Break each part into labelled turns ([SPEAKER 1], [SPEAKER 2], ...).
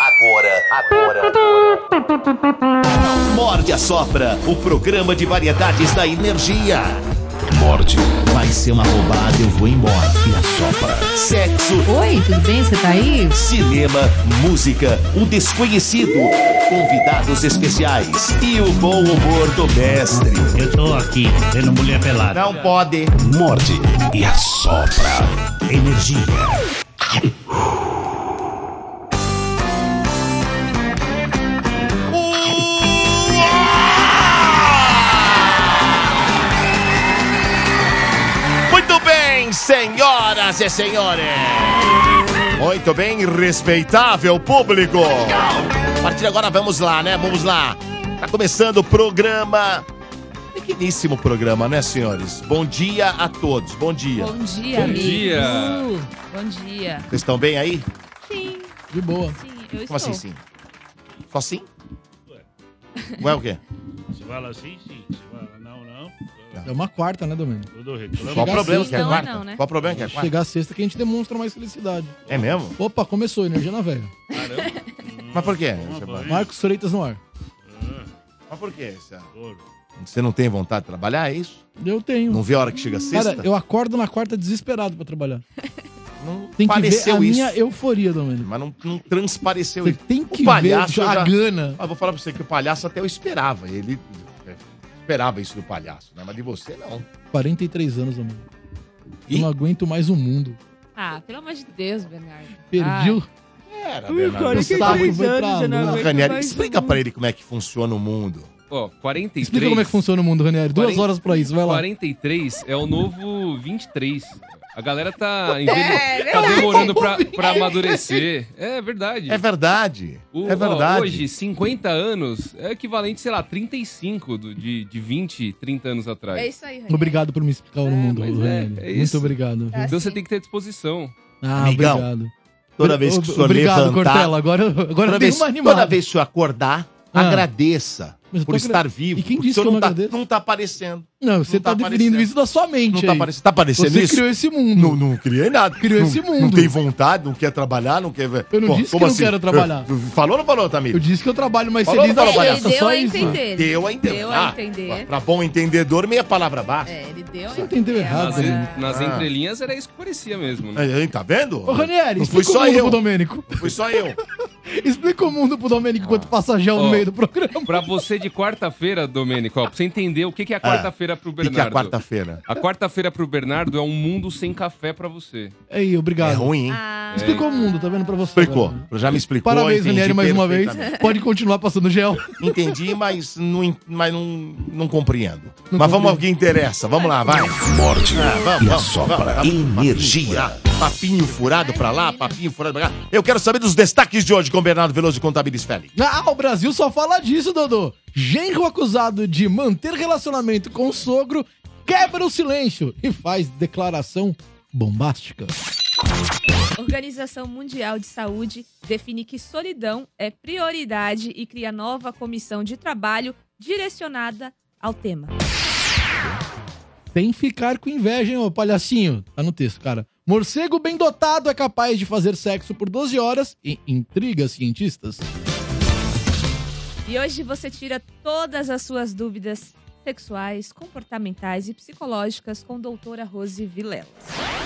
[SPEAKER 1] Agora, agora, agora. Morde a Sopra, o programa de variedades da energia.
[SPEAKER 2] Morde.
[SPEAKER 1] Vai ser uma roubada, eu vou embora.
[SPEAKER 2] E a Sopra.
[SPEAKER 1] Sexo.
[SPEAKER 3] Oi, tudo bem? Você tá aí?
[SPEAKER 1] Cinema, música, o desconhecido, convidados especiais e o bom humor do mestre.
[SPEAKER 4] Eu tô aqui, vendo mulher pelada.
[SPEAKER 1] Não pode.
[SPEAKER 2] Morde e a Sopra. Energia.
[SPEAKER 1] Muito bem, senhoras e senhores. Muito bem, respeitável público. A partir de agora, vamos lá, né? Vamos lá. Tá começando o programa. Pequeníssimo programa, né, senhores? Bom dia a todos. Bom dia.
[SPEAKER 3] Bom dia,
[SPEAKER 5] Bom
[SPEAKER 3] amigos.
[SPEAKER 5] dia.
[SPEAKER 3] Bom dia.
[SPEAKER 1] Vocês estão bem aí?
[SPEAKER 3] Sim,
[SPEAKER 5] De boa.
[SPEAKER 3] sim, eu estou.
[SPEAKER 1] Como assim, sim? Só sim? Ué, o quê?
[SPEAKER 6] Você fala assim, sim. Você fala não, não.
[SPEAKER 5] É uma quarta, né, Domingo?
[SPEAKER 6] Tudo reclama.
[SPEAKER 1] Qual o
[SPEAKER 5] Chegar
[SPEAKER 1] problema que
[SPEAKER 3] sexta
[SPEAKER 1] é
[SPEAKER 3] ou
[SPEAKER 1] quarta?
[SPEAKER 3] não, né?
[SPEAKER 1] Qual o problema que é quarta?
[SPEAKER 5] Chegar a sexta que a gente demonstra mais felicidade.
[SPEAKER 1] É mesmo?
[SPEAKER 5] Opa, começou, energia na velha.
[SPEAKER 6] Caramba.
[SPEAKER 1] Mas por quê?
[SPEAKER 5] Marcos Freitas no ar.
[SPEAKER 1] Ah. Mas por quê? Você- Você não tem vontade de trabalhar, é isso?
[SPEAKER 5] Eu tenho.
[SPEAKER 1] Não vê a hora que chega sexta?
[SPEAKER 5] Cara, eu acordo na quarta desesperado pra trabalhar.
[SPEAKER 1] Não
[SPEAKER 5] Tem que ver
[SPEAKER 1] pareceu
[SPEAKER 5] a
[SPEAKER 1] isso.
[SPEAKER 5] minha euforia, Domingo.
[SPEAKER 1] Mas não, não transpareceu
[SPEAKER 5] Você
[SPEAKER 1] isso.
[SPEAKER 5] tem
[SPEAKER 1] O
[SPEAKER 5] que
[SPEAKER 1] palhaço
[SPEAKER 5] ver a
[SPEAKER 1] já-
[SPEAKER 5] gana.
[SPEAKER 1] Mas vou falar pra você que o palhaço até eu esperava. Ele é, esperava isso do palhaço, né? Mas de você, não.
[SPEAKER 5] 43 anos, Domingo.
[SPEAKER 1] Ih.
[SPEAKER 5] Eu não aguento mais o mundo.
[SPEAKER 3] Ah, pelo amor de Deus, Bernardo.
[SPEAKER 5] Perdi
[SPEAKER 3] Ai,
[SPEAKER 5] o
[SPEAKER 7] Ah.
[SPEAKER 1] Era,
[SPEAKER 5] o
[SPEAKER 1] Bernardo. Você tá
[SPEAKER 5] saco,
[SPEAKER 1] muito...
[SPEAKER 5] foi pra lua.
[SPEAKER 1] Ranieri, explica
[SPEAKER 5] um-
[SPEAKER 1] pra ele como é que funciona o mundo.
[SPEAKER 8] Ó, 43.
[SPEAKER 5] Explica como é que funciona o mundo, Ranieri. Duas
[SPEAKER 8] Quarenta-
[SPEAKER 5] horas pra isso, vai lá.
[SPEAKER 8] 43 é o novo 23. A galera
[SPEAKER 7] É,
[SPEAKER 8] tá, envelhe... tá demorando pra, pra amadurecer. É verdade.
[SPEAKER 1] É verdade.
[SPEAKER 8] O-
[SPEAKER 1] é
[SPEAKER 8] ó,
[SPEAKER 1] verdade.
[SPEAKER 8] hoje, 50 anos é equivalente, sei lá, 35 do, de, de 20, 30 anos atrás.
[SPEAKER 7] É isso aí, Ranieri.
[SPEAKER 5] Obrigado por me explicar o mundo,
[SPEAKER 8] mas é,
[SPEAKER 5] Ranieri.
[SPEAKER 8] é
[SPEAKER 5] Muito
[SPEAKER 8] isso.
[SPEAKER 5] obrigado.
[SPEAKER 7] É
[SPEAKER 8] Então você
[SPEAKER 7] assim.
[SPEAKER 8] tem que ter disposição.
[SPEAKER 5] Uhum. Ah,
[SPEAKER 1] Amigão,
[SPEAKER 5] obrigado.
[SPEAKER 1] Toda vez que o senhor
[SPEAKER 5] Obrigado,
[SPEAKER 1] levantar...
[SPEAKER 5] Cortella. Agora, agora
[SPEAKER 1] toda,
[SPEAKER 5] tem
[SPEAKER 1] vez,
[SPEAKER 5] uma animada.
[SPEAKER 1] toda vez que o senhor acordar,
[SPEAKER 5] Ah.
[SPEAKER 1] agradeça
[SPEAKER 5] Mas eu tô
[SPEAKER 1] por estar vivo.
[SPEAKER 5] E quem
[SPEAKER 1] porque
[SPEAKER 5] disse
[SPEAKER 1] o
[SPEAKER 5] que
[SPEAKER 1] senhor
[SPEAKER 5] eu não
[SPEAKER 1] não tá,
[SPEAKER 5] agradeço?
[SPEAKER 1] não tá aparecendo.
[SPEAKER 5] Não, você
[SPEAKER 1] Não
[SPEAKER 5] tá,
[SPEAKER 1] tá
[SPEAKER 5] definindo
[SPEAKER 1] aparecendo.
[SPEAKER 5] isso da sua mente
[SPEAKER 1] Não
[SPEAKER 5] aí.
[SPEAKER 1] tá aparecendo. Tá aparecendo
[SPEAKER 5] Você
[SPEAKER 1] isso?
[SPEAKER 5] criou esse mundo.
[SPEAKER 1] Não, não criei nada.
[SPEAKER 5] Criou
[SPEAKER 1] Não-
[SPEAKER 5] esse mundo.
[SPEAKER 1] Não tem vontade, não quer trabalhar, não quer...
[SPEAKER 5] Eu não disse que
[SPEAKER 1] como assim?
[SPEAKER 5] não quero trabalhar.
[SPEAKER 1] Eu- Falou ou não falou,
[SPEAKER 5] Eu
[SPEAKER 1] Tamir?
[SPEAKER 5] disse que eu trabalho mais
[SPEAKER 1] Falou,
[SPEAKER 5] feliz da
[SPEAKER 1] falou,
[SPEAKER 7] É,
[SPEAKER 5] festa,
[SPEAKER 7] ele deu
[SPEAKER 5] só
[SPEAKER 7] a
[SPEAKER 5] isso.
[SPEAKER 7] entender.
[SPEAKER 1] Deu a entender.
[SPEAKER 7] Deu
[SPEAKER 1] Ah,
[SPEAKER 7] a entender.
[SPEAKER 1] Pra bom entendedor, meia palavra baixa.
[SPEAKER 7] É, ele deu
[SPEAKER 5] Você
[SPEAKER 7] a
[SPEAKER 5] entendeu errado,
[SPEAKER 7] Agora-
[SPEAKER 5] né?
[SPEAKER 8] Nas
[SPEAKER 1] Ah.
[SPEAKER 8] entrelinhas era isso que parecia mesmo, né?
[SPEAKER 1] Aí, tá vendo?
[SPEAKER 5] Ô, Ranieri,
[SPEAKER 1] Não
[SPEAKER 5] explica
[SPEAKER 1] fui
[SPEAKER 5] o
[SPEAKER 1] só
[SPEAKER 5] mundo
[SPEAKER 1] eu.
[SPEAKER 5] pro Domênico.
[SPEAKER 1] Foi só eu.
[SPEAKER 5] Explica o mundo pro Domênico enquanto passa gel no
[SPEAKER 8] Ó.
[SPEAKER 5] meio do programa.
[SPEAKER 8] Pra você de quarta-feira, Domênico, ó, pra você entender o que que é a quarta-feira pro
[SPEAKER 1] O que, que é a
[SPEAKER 8] Bernardo.
[SPEAKER 1] quarta-feira?
[SPEAKER 8] a quarta-feira pro Bernardo é um mundo sem café pra você.
[SPEAKER 5] Aí,
[SPEAKER 1] É
[SPEAKER 5] obrigado.
[SPEAKER 1] ruim, hein?
[SPEAKER 7] Ah,
[SPEAKER 5] Explicou o mundo, tá vendo? Pra você.
[SPEAKER 1] Explicou.
[SPEAKER 5] agora.
[SPEAKER 1] Já me explicou.
[SPEAKER 5] Parabéns,
[SPEAKER 1] entendi
[SPEAKER 5] Ranieri, mais uma vez.
[SPEAKER 1] perfeitamente.
[SPEAKER 5] Pode continuar passando gel.
[SPEAKER 1] Entendi, mas não, en- mas não, não compreendo.
[SPEAKER 5] Não
[SPEAKER 1] mas
[SPEAKER 5] compreendo.
[SPEAKER 1] vamos ao que interessa. Vamos lá, vai.
[SPEAKER 2] Morde
[SPEAKER 1] Ah,
[SPEAKER 2] e
[SPEAKER 1] vamos,
[SPEAKER 2] a
[SPEAKER 1] vamos,
[SPEAKER 2] Sopra.
[SPEAKER 1] vamos.
[SPEAKER 2] Energia.
[SPEAKER 1] Papinho furado pra lá, papinho furado pra cá. Eu quero saber dos destaques de hoje com Bernardo Veloso e com Tamiris Félix.
[SPEAKER 5] Ah, o Brasil só fala disso, Dodô. Genro acusado de manter relacionamento com o sogro quebra o silêncio e faz declaração bombástica.
[SPEAKER 7] Organização Mundial de Saúde define que solidão é prioridade e cria nova comissão de trabalho direcionada ao tema.
[SPEAKER 5] Sem ficar com inveja, hein, ô palhacinho? Tá no texto, cara. Morcego bem dotado é capaz de fazer sexo por 12 horas e intriga cientistas.
[SPEAKER 7] E hoje você tira todas as suas dúvidas sexuais, comportamentais e psicológicas com doutora Rose Vilela.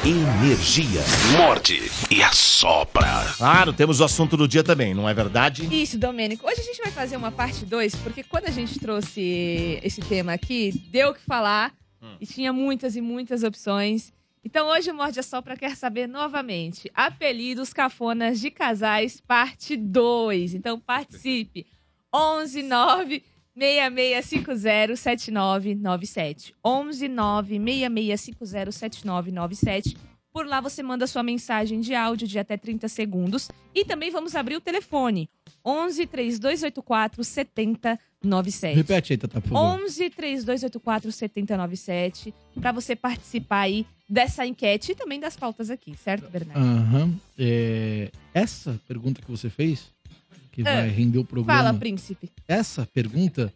[SPEAKER 1] Energia.
[SPEAKER 2] Morde e a Sopra.
[SPEAKER 1] Claro, temos o assunto do dia também, não é verdade?
[SPEAKER 7] Isso, Domênico. Hoje a gente vai fazer uma parte 2, porque quando a gente trouxe esse tema aqui, deu o que falar e tinha muitas e muitas opções. Então hoje o Morde a Sopra quer saber novamente. Apelidos cafonas de casais, parte 2. Então participe. 11 9 7997 11 9 7997 Por lá você manda sua mensagem de áudio de até 30 segundos. E também vamos abrir o telefone. 11 3284 7097.
[SPEAKER 5] Repete aí, Tata, por favor.
[SPEAKER 7] 11 3284 7097 para você participar aí dessa enquete e também das pautas aqui, certo, Bernardo?
[SPEAKER 5] Aham. É, Essa pergunta que você fez, que vai render o programa.
[SPEAKER 7] É, Fala, príncipe.
[SPEAKER 5] Essa pergunta,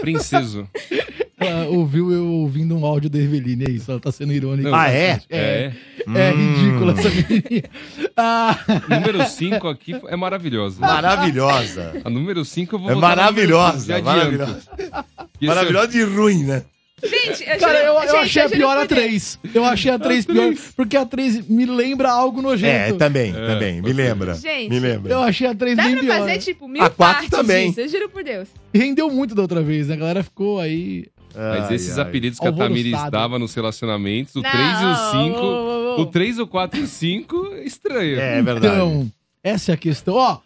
[SPEAKER 8] Princeso.
[SPEAKER 5] Ah, ela ouviu eu ouvindo um áudio da Eveline, é isso. Ela tá sendo irônica.
[SPEAKER 8] Não,
[SPEAKER 1] Ah, é?
[SPEAKER 8] É.
[SPEAKER 5] É ridícula essa menina. Ah,
[SPEAKER 8] Número 5 aqui é maravilhosa.
[SPEAKER 1] Maravilhosa.
[SPEAKER 8] A número 5 eu vou
[SPEAKER 1] É
[SPEAKER 8] botar na número cinco,
[SPEAKER 1] maravilhosa.
[SPEAKER 8] já adianto.
[SPEAKER 1] Maravilhosa.
[SPEAKER 8] Isso-
[SPEAKER 1] Maravilhosa de ruim, né?
[SPEAKER 7] Gente, eu,
[SPEAKER 5] cara,
[SPEAKER 7] juro-
[SPEAKER 5] eu, eu
[SPEAKER 7] gente,
[SPEAKER 5] achei a
[SPEAKER 7] juro
[SPEAKER 5] pior
[SPEAKER 7] por
[SPEAKER 5] a
[SPEAKER 7] Deus.
[SPEAKER 5] 3. Eu achei a 3 pior, porque a 3 me lembra algo
[SPEAKER 1] É,
[SPEAKER 5] nojento.
[SPEAKER 1] também, também. Me lembra.
[SPEAKER 7] Gente.
[SPEAKER 1] Me
[SPEAKER 5] Eu
[SPEAKER 1] lembra.
[SPEAKER 5] achei a 3
[SPEAKER 7] Dá
[SPEAKER 5] bem
[SPEAKER 7] pra
[SPEAKER 5] pior.
[SPEAKER 7] fazer, tipo, mil
[SPEAKER 1] A quatro
[SPEAKER 7] partes
[SPEAKER 1] também.
[SPEAKER 7] disso, eu juro por Deus.
[SPEAKER 5] Rendeu muito da outra vez, né? A galera ficou aí.
[SPEAKER 8] Mas
[SPEAKER 1] Ai,
[SPEAKER 8] esses
[SPEAKER 1] ai.
[SPEAKER 8] apelidos que a
[SPEAKER 5] Alvoroçado.
[SPEAKER 8] Tamires dava nos relacionamentos, o
[SPEAKER 7] né? Não,
[SPEAKER 8] 3 e o 5.
[SPEAKER 7] ô, ô, ô.
[SPEAKER 8] O 3, o 4 e o 5, estranho.
[SPEAKER 1] É, é verdade.
[SPEAKER 5] Então, essa é a questão. Ó,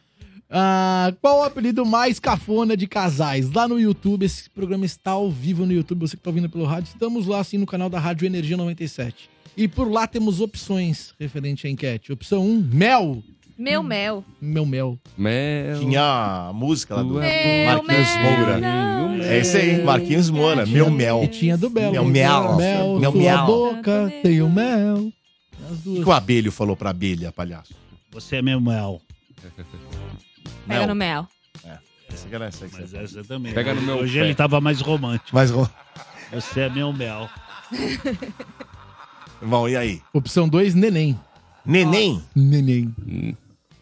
[SPEAKER 5] ah, qual o apelido mais cafona de casais? Lá no YouTube, esse programa está ao vivo no YouTube, você que está ouvindo pelo rádio, estamos lá sim no canal da Rádio Energia 97. E por lá temos opções referente à enquete. Opção 1, mel.
[SPEAKER 7] Meu mel.
[SPEAKER 5] Meu mel.
[SPEAKER 8] Mel.
[SPEAKER 1] Tinha a música lá do
[SPEAKER 8] Meu
[SPEAKER 1] Marquinhos
[SPEAKER 7] mel,
[SPEAKER 1] Moura.
[SPEAKER 8] não.
[SPEAKER 1] É isso aí, Marquinhos Moura. Meu mel.
[SPEAKER 5] E tinha do Belo.
[SPEAKER 1] Meu mel.
[SPEAKER 5] Mel,
[SPEAKER 1] Meu
[SPEAKER 5] sua
[SPEAKER 1] mel.
[SPEAKER 5] boca tem o mel. As
[SPEAKER 1] O
[SPEAKER 5] duas.
[SPEAKER 1] que que o abelho falou pra abelha, palhaço?
[SPEAKER 6] Você é meu mel.
[SPEAKER 7] Pega no mel.
[SPEAKER 1] Essa que é era essa que
[SPEAKER 6] Mas
[SPEAKER 1] você-
[SPEAKER 6] essa também.
[SPEAKER 8] Pega no meu
[SPEAKER 6] Hoje
[SPEAKER 8] pé.
[SPEAKER 6] ele tava mais romântico.
[SPEAKER 1] Mas, ó,
[SPEAKER 6] Você é meu mel.
[SPEAKER 1] irmão, e aí?
[SPEAKER 5] Opção 2, neném.
[SPEAKER 1] Neném?
[SPEAKER 5] Neném.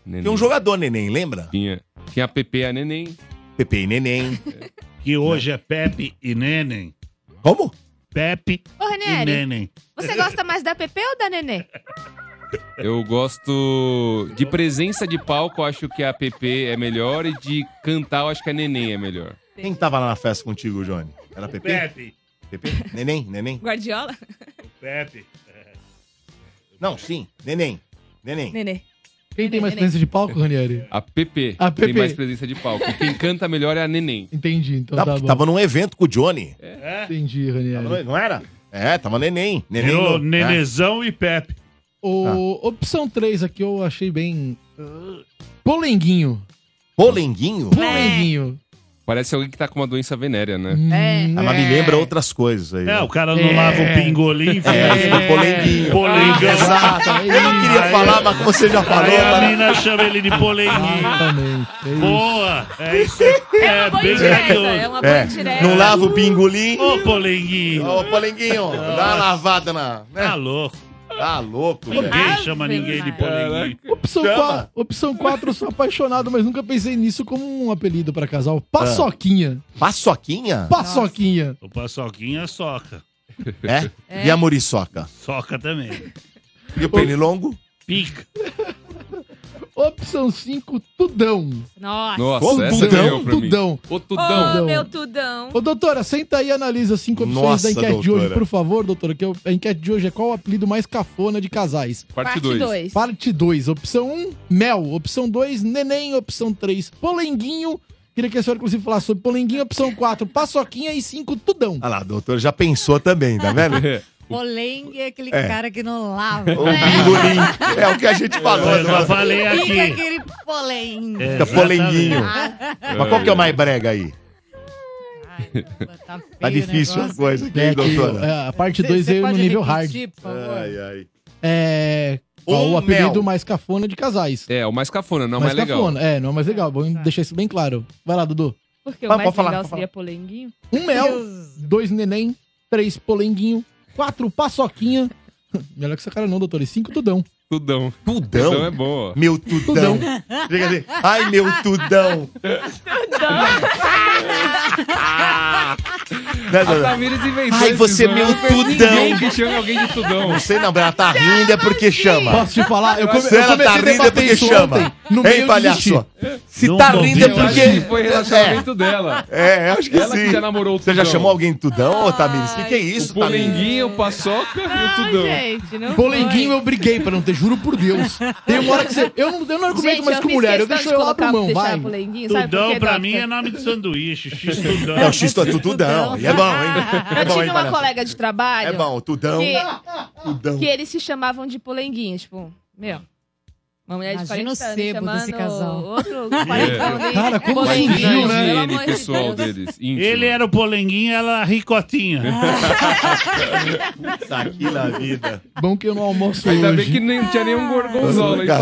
[SPEAKER 8] Neném.
[SPEAKER 1] Tem um jogador neném, lembra?
[SPEAKER 8] Tinha, tinha a PP, a Neném.
[SPEAKER 1] Pepe e neném.
[SPEAKER 6] Que hoje é Pepe e Neném.
[SPEAKER 1] Como?
[SPEAKER 6] Pepe
[SPEAKER 7] Ô,
[SPEAKER 6] e
[SPEAKER 7] Ranieri,
[SPEAKER 6] Neném.
[SPEAKER 7] você gosta mais da Pepe ou da Nenê?
[SPEAKER 8] Eu gosto de presença de palco, eu acho que a PP é melhor. E de cantar, eu acho que a Neném é melhor.
[SPEAKER 1] Quem tava lá na festa contigo, Johnny? Era Pepe?
[SPEAKER 6] Pepe.
[SPEAKER 1] Pepe? Neném? Neném?
[SPEAKER 7] Guardiola?
[SPEAKER 6] Pepe.
[SPEAKER 1] Não, sim. Neném. Neném.
[SPEAKER 7] Nenê.
[SPEAKER 5] Quem tem mais
[SPEAKER 7] Neném.
[SPEAKER 5] presença de palco, Ranieri?
[SPEAKER 8] A PP
[SPEAKER 5] A
[SPEAKER 8] tem
[SPEAKER 5] PP.
[SPEAKER 8] mais presença de palco. Quem canta melhor é a Neném.
[SPEAKER 5] Entendi, então
[SPEAKER 1] Tá-
[SPEAKER 5] tá bom.
[SPEAKER 1] tava num evento com o Johnny.
[SPEAKER 6] É?
[SPEAKER 5] Entendi, Ranieri.
[SPEAKER 1] Tava no- Tá Não era? É, tava neném. Neném.
[SPEAKER 6] Virou
[SPEAKER 1] no-
[SPEAKER 8] né?
[SPEAKER 1] é.
[SPEAKER 6] Nenezão e Pepe.
[SPEAKER 5] O,
[SPEAKER 8] Ah.
[SPEAKER 5] Opção 3 aqui eu achei bem. uh, Polenguinho.
[SPEAKER 1] Polenguinho?
[SPEAKER 5] Polenguinho.
[SPEAKER 6] É.
[SPEAKER 8] Parece alguém que tá com uma doença venérea, né?
[SPEAKER 7] É.
[SPEAKER 5] Hum,
[SPEAKER 1] Ah, mas me lembra outras coisas aí.
[SPEAKER 6] É, o
[SPEAKER 1] né?
[SPEAKER 6] cara não lava o pingolim. fica
[SPEAKER 1] É, esse do polenguinho.
[SPEAKER 6] Polengão.
[SPEAKER 1] Exato. Eu não queria
[SPEAKER 6] Aí-
[SPEAKER 1] falar, mas como você já falou,
[SPEAKER 6] Aí a
[SPEAKER 1] né?
[SPEAKER 6] mina chama ele de polenguinho.
[SPEAKER 5] Exatamente. É isso.
[SPEAKER 6] Boa! É isso. É
[SPEAKER 7] Boa
[SPEAKER 6] bem
[SPEAKER 7] indireta, é
[SPEAKER 6] carinhoso.
[SPEAKER 7] uma boa
[SPEAKER 1] É,
[SPEAKER 7] indireta.
[SPEAKER 1] não lava o pingolim. Ô,
[SPEAKER 6] Ô, polenguinho.
[SPEAKER 1] Polenguinho, dá uma lavada na. né?
[SPEAKER 6] Tá louco.
[SPEAKER 1] Tá louco, velho.
[SPEAKER 6] Ninguém
[SPEAKER 7] Ave
[SPEAKER 6] chama ninguém de
[SPEAKER 7] Maria.
[SPEAKER 6] polenguinho.
[SPEAKER 5] Opção,
[SPEAKER 1] Chama.
[SPEAKER 5] 4, opção 4, eu sou apaixonado, mas nunca pensei nisso como um apelido pra casal. Paçoquinha.
[SPEAKER 8] Ah.
[SPEAKER 1] Paçoquinha?
[SPEAKER 5] Paçoquinha.
[SPEAKER 6] O paçoquinha soca.
[SPEAKER 1] É? E a muriçoca?
[SPEAKER 6] Soca também.
[SPEAKER 1] E o pernilongo?
[SPEAKER 6] Pica.
[SPEAKER 5] Opção 5, tudão.
[SPEAKER 7] Nossa.
[SPEAKER 8] Nossa,
[SPEAKER 1] Ô,
[SPEAKER 8] essa
[SPEAKER 1] Tudão,
[SPEAKER 8] ganhou pra mim.
[SPEAKER 5] tudão.
[SPEAKER 8] Ô, Tudão.
[SPEAKER 7] Ô, meu tudão.
[SPEAKER 5] Ô, doutora, senta aí e analisa as cinco opções
[SPEAKER 1] Nossa,
[SPEAKER 5] da enquete de
[SPEAKER 1] doutora.
[SPEAKER 5] hoje, por favor, doutora. Que eu- a enquete de hoje é qual o apelido mais cafona de casais?
[SPEAKER 8] Parte 2.
[SPEAKER 7] dois.
[SPEAKER 5] Parte 2, opção 1, um, mel. Opção 2, neném. Opção 3, polenguinho. Queria que a senhora, inclusive, falasse sobre polenguinho. Opção 4, paçoquinha. E 5, tudão.
[SPEAKER 1] Olha lá, o doutor já pensou também, tá vendo?
[SPEAKER 9] Polengue é aquele
[SPEAKER 1] É.
[SPEAKER 9] cara que não lava.
[SPEAKER 1] O pingolim. É o que a gente falou.
[SPEAKER 6] Eu já
[SPEAKER 1] né?
[SPEAKER 6] falei
[SPEAKER 9] Fica
[SPEAKER 6] aqui. É,
[SPEAKER 9] aquele polengue.
[SPEAKER 1] Fica polenguinho. Mas qual que é o mais brega aí?
[SPEAKER 9] Ai, caramba, tá, feio
[SPEAKER 1] Tá
[SPEAKER 9] o
[SPEAKER 1] difícil a
[SPEAKER 9] negócio.
[SPEAKER 1] coisa aqui,
[SPEAKER 5] É
[SPEAKER 1] hein,
[SPEAKER 5] que,
[SPEAKER 1] doutora?
[SPEAKER 5] é, a parte
[SPEAKER 9] Cê-
[SPEAKER 5] 2
[SPEAKER 9] cê
[SPEAKER 5] veio no
[SPEAKER 9] pode
[SPEAKER 5] nível hard.
[SPEAKER 9] repetir, por favor?
[SPEAKER 1] Ai, ai.
[SPEAKER 5] É. Qual
[SPEAKER 1] Ou
[SPEAKER 5] o apelido
[SPEAKER 1] mel.
[SPEAKER 5] mais cafona de casais?
[SPEAKER 8] É, o mais cafona, não o mais, legal.
[SPEAKER 5] cafona. É, não é mais legal. Vou deixar isso bem claro. Vai lá, Dudu.
[SPEAKER 7] Porque
[SPEAKER 1] Vai,
[SPEAKER 7] o mais
[SPEAKER 1] pode falar,
[SPEAKER 7] legal
[SPEAKER 1] pode
[SPEAKER 7] seria polenguinho.
[SPEAKER 5] Um mel, dois neném, três polenguinho, quatro paçoquinha. Melhor que essa cara não, doutor. E cinco tudão.
[SPEAKER 8] Tudão. Tudão é
[SPEAKER 1] Tudão?
[SPEAKER 8] bom, ó.
[SPEAKER 1] Meu tudão.
[SPEAKER 8] é.
[SPEAKER 1] Chega assim. Ai, meu tudão. Né,
[SPEAKER 8] A
[SPEAKER 1] doutora?
[SPEAKER 8] Tamires inventou
[SPEAKER 1] Ai,
[SPEAKER 8] esses
[SPEAKER 1] você é
[SPEAKER 8] nomes.
[SPEAKER 1] meu tudão.
[SPEAKER 8] Ninguém que chama alguém de Tudão.
[SPEAKER 1] Não sei não, mas ela tá rindo é porque chama.
[SPEAKER 5] Posso te falar? Eu, come,
[SPEAKER 1] Se
[SPEAKER 5] eu
[SPEAKER 1] ela tá
[SPEAKER 5] comecei a
[SPEAKER 1] rindo é
[SPEAKER 5] debater
[SPEAKER 1] porque
[SPEAKER 5] isso
[SPEAKER 1] chama.
[SPEAKER 5] ontem. No meio
[SPEAKER 1] Hein,
[SPEAKER 5] eu
[SPEAKER 1] palhaço?
[SPEAKER 5] desisti.
[SPEAKER 1] Se
[SPEAKER 6] Não
[SPEAKER 1] tá
[SPEAKER 6] tô
[SPEAKER 1] rindo é
[SPEAKER 6] ouvindo.
[SPEAKER 8] Eu acho que
[SPEAKER 1] porque...
[SPEAKER 8] foi relacionamento dela.
[SPEAKER 1] É, eu acho que
[SPEAKER 8] Ela que já
[SPEAKER 1] sim.
[SPEAKER 8] namorou o
[SPEAKER 1] Você
[SPEAKER 8] Tudão.
[SPEAKER 1] já chamou alguém de tudão, ô Tamires? O que, que é
[SPEAKER 8] O
[SPEAKER 1] isso, Tamires?
[SPEAKER 8] Polenguinho, o Paçoca e o
[SPEAKER 7] Não,
[SPEAKER 8] Tudão.
[SPEAKER 7] gente, não
[SPEAKER 5] Polenguinho eu briguei pra não ter, juro por Deus. Tem uma hora que você. Eu não, eu não
[SPEAKER 7] foi.
[SPEAKER 5] argumento
[SPEAKER 7] Gente,
[SPEAKER 5] mais com
[SPEAKER 7] fiz
[SPEAKER 5] mulher, eu
[SPEAKER 7] questão
[SPEAKER 5] deixo
[SPEAKER 7] de
[SPEAKER 5] eu abro
[SPEAKER 7] colocar-
[SPEAKER 5] mão,
[SPEAKER 7] deixar
[SPEAKER 5] vai.
[SPEAKER 7] polenguinho, sabe por
[SPEAKER 6] Tudão
[SPEAKER 7] quê,
[SPEAKER 6] pra
[SPEAKER 7] Dota?
[SPEAKER 6] mim é nome de sanduíche. X
[SPEAKER 1] É,
[SPEAKER 6] Tudão.
[SPEAKER 1] o X tu- é tudão. E é bom, hein? É
[SPEAKER 7] Eu
[SPEAKER 1] bom, hein,
[SPEAKER 7] tive uma
[SPEAKER 1] palhaço?
[SPEAKER 7] colega de trabalho
[SPEAKER 1] É bom, tudão.
[SPEAKER 7] que,
[SPEAKER 1] Tudão.
[SPEAKER 7] que eles se chamavam de polenguinho, tipo, meu. Uma mulher de
[SPEAKER 9] Imagina
[SPEAKER 7] 40
[SPEAKER 9] o
[SPEAKER 7] anos
[SPEAKER 9] sebo
[SPEAKER 7] chamando
[SPEAKER 9] desse casal.
[SPEAKER 7] outro
[SPEAKER 1] É.
[SPEAKER 7] 40 anos.
[SPEAKER 5] Cara, como
[SPEAKER 8] Mas
[SPEAKER 5] Polenguinho,
[SPEAKER 8] que
[SPEAKER 5] surgiu, né?
[SPEAKER 8] higiene
[SPEAKER 7] Pelo amor de
[SPEAKER 8] pessoal
[SPEAKER 7] Deus.
[SPEAKER 8] deles. íntimo.
[SPEAKER 6] Ele era o polenguinho, ela a ricotinha.
[SPEAKER 1] Tá aqui na vida.
[SPEAKER 5] Bom que eu não almoço
[SPEAKER 8] Ainda bem
[SPEAKER 5] hoje.
[SPEAKER 8] que nem tinha nenhum gorgonzola aí pra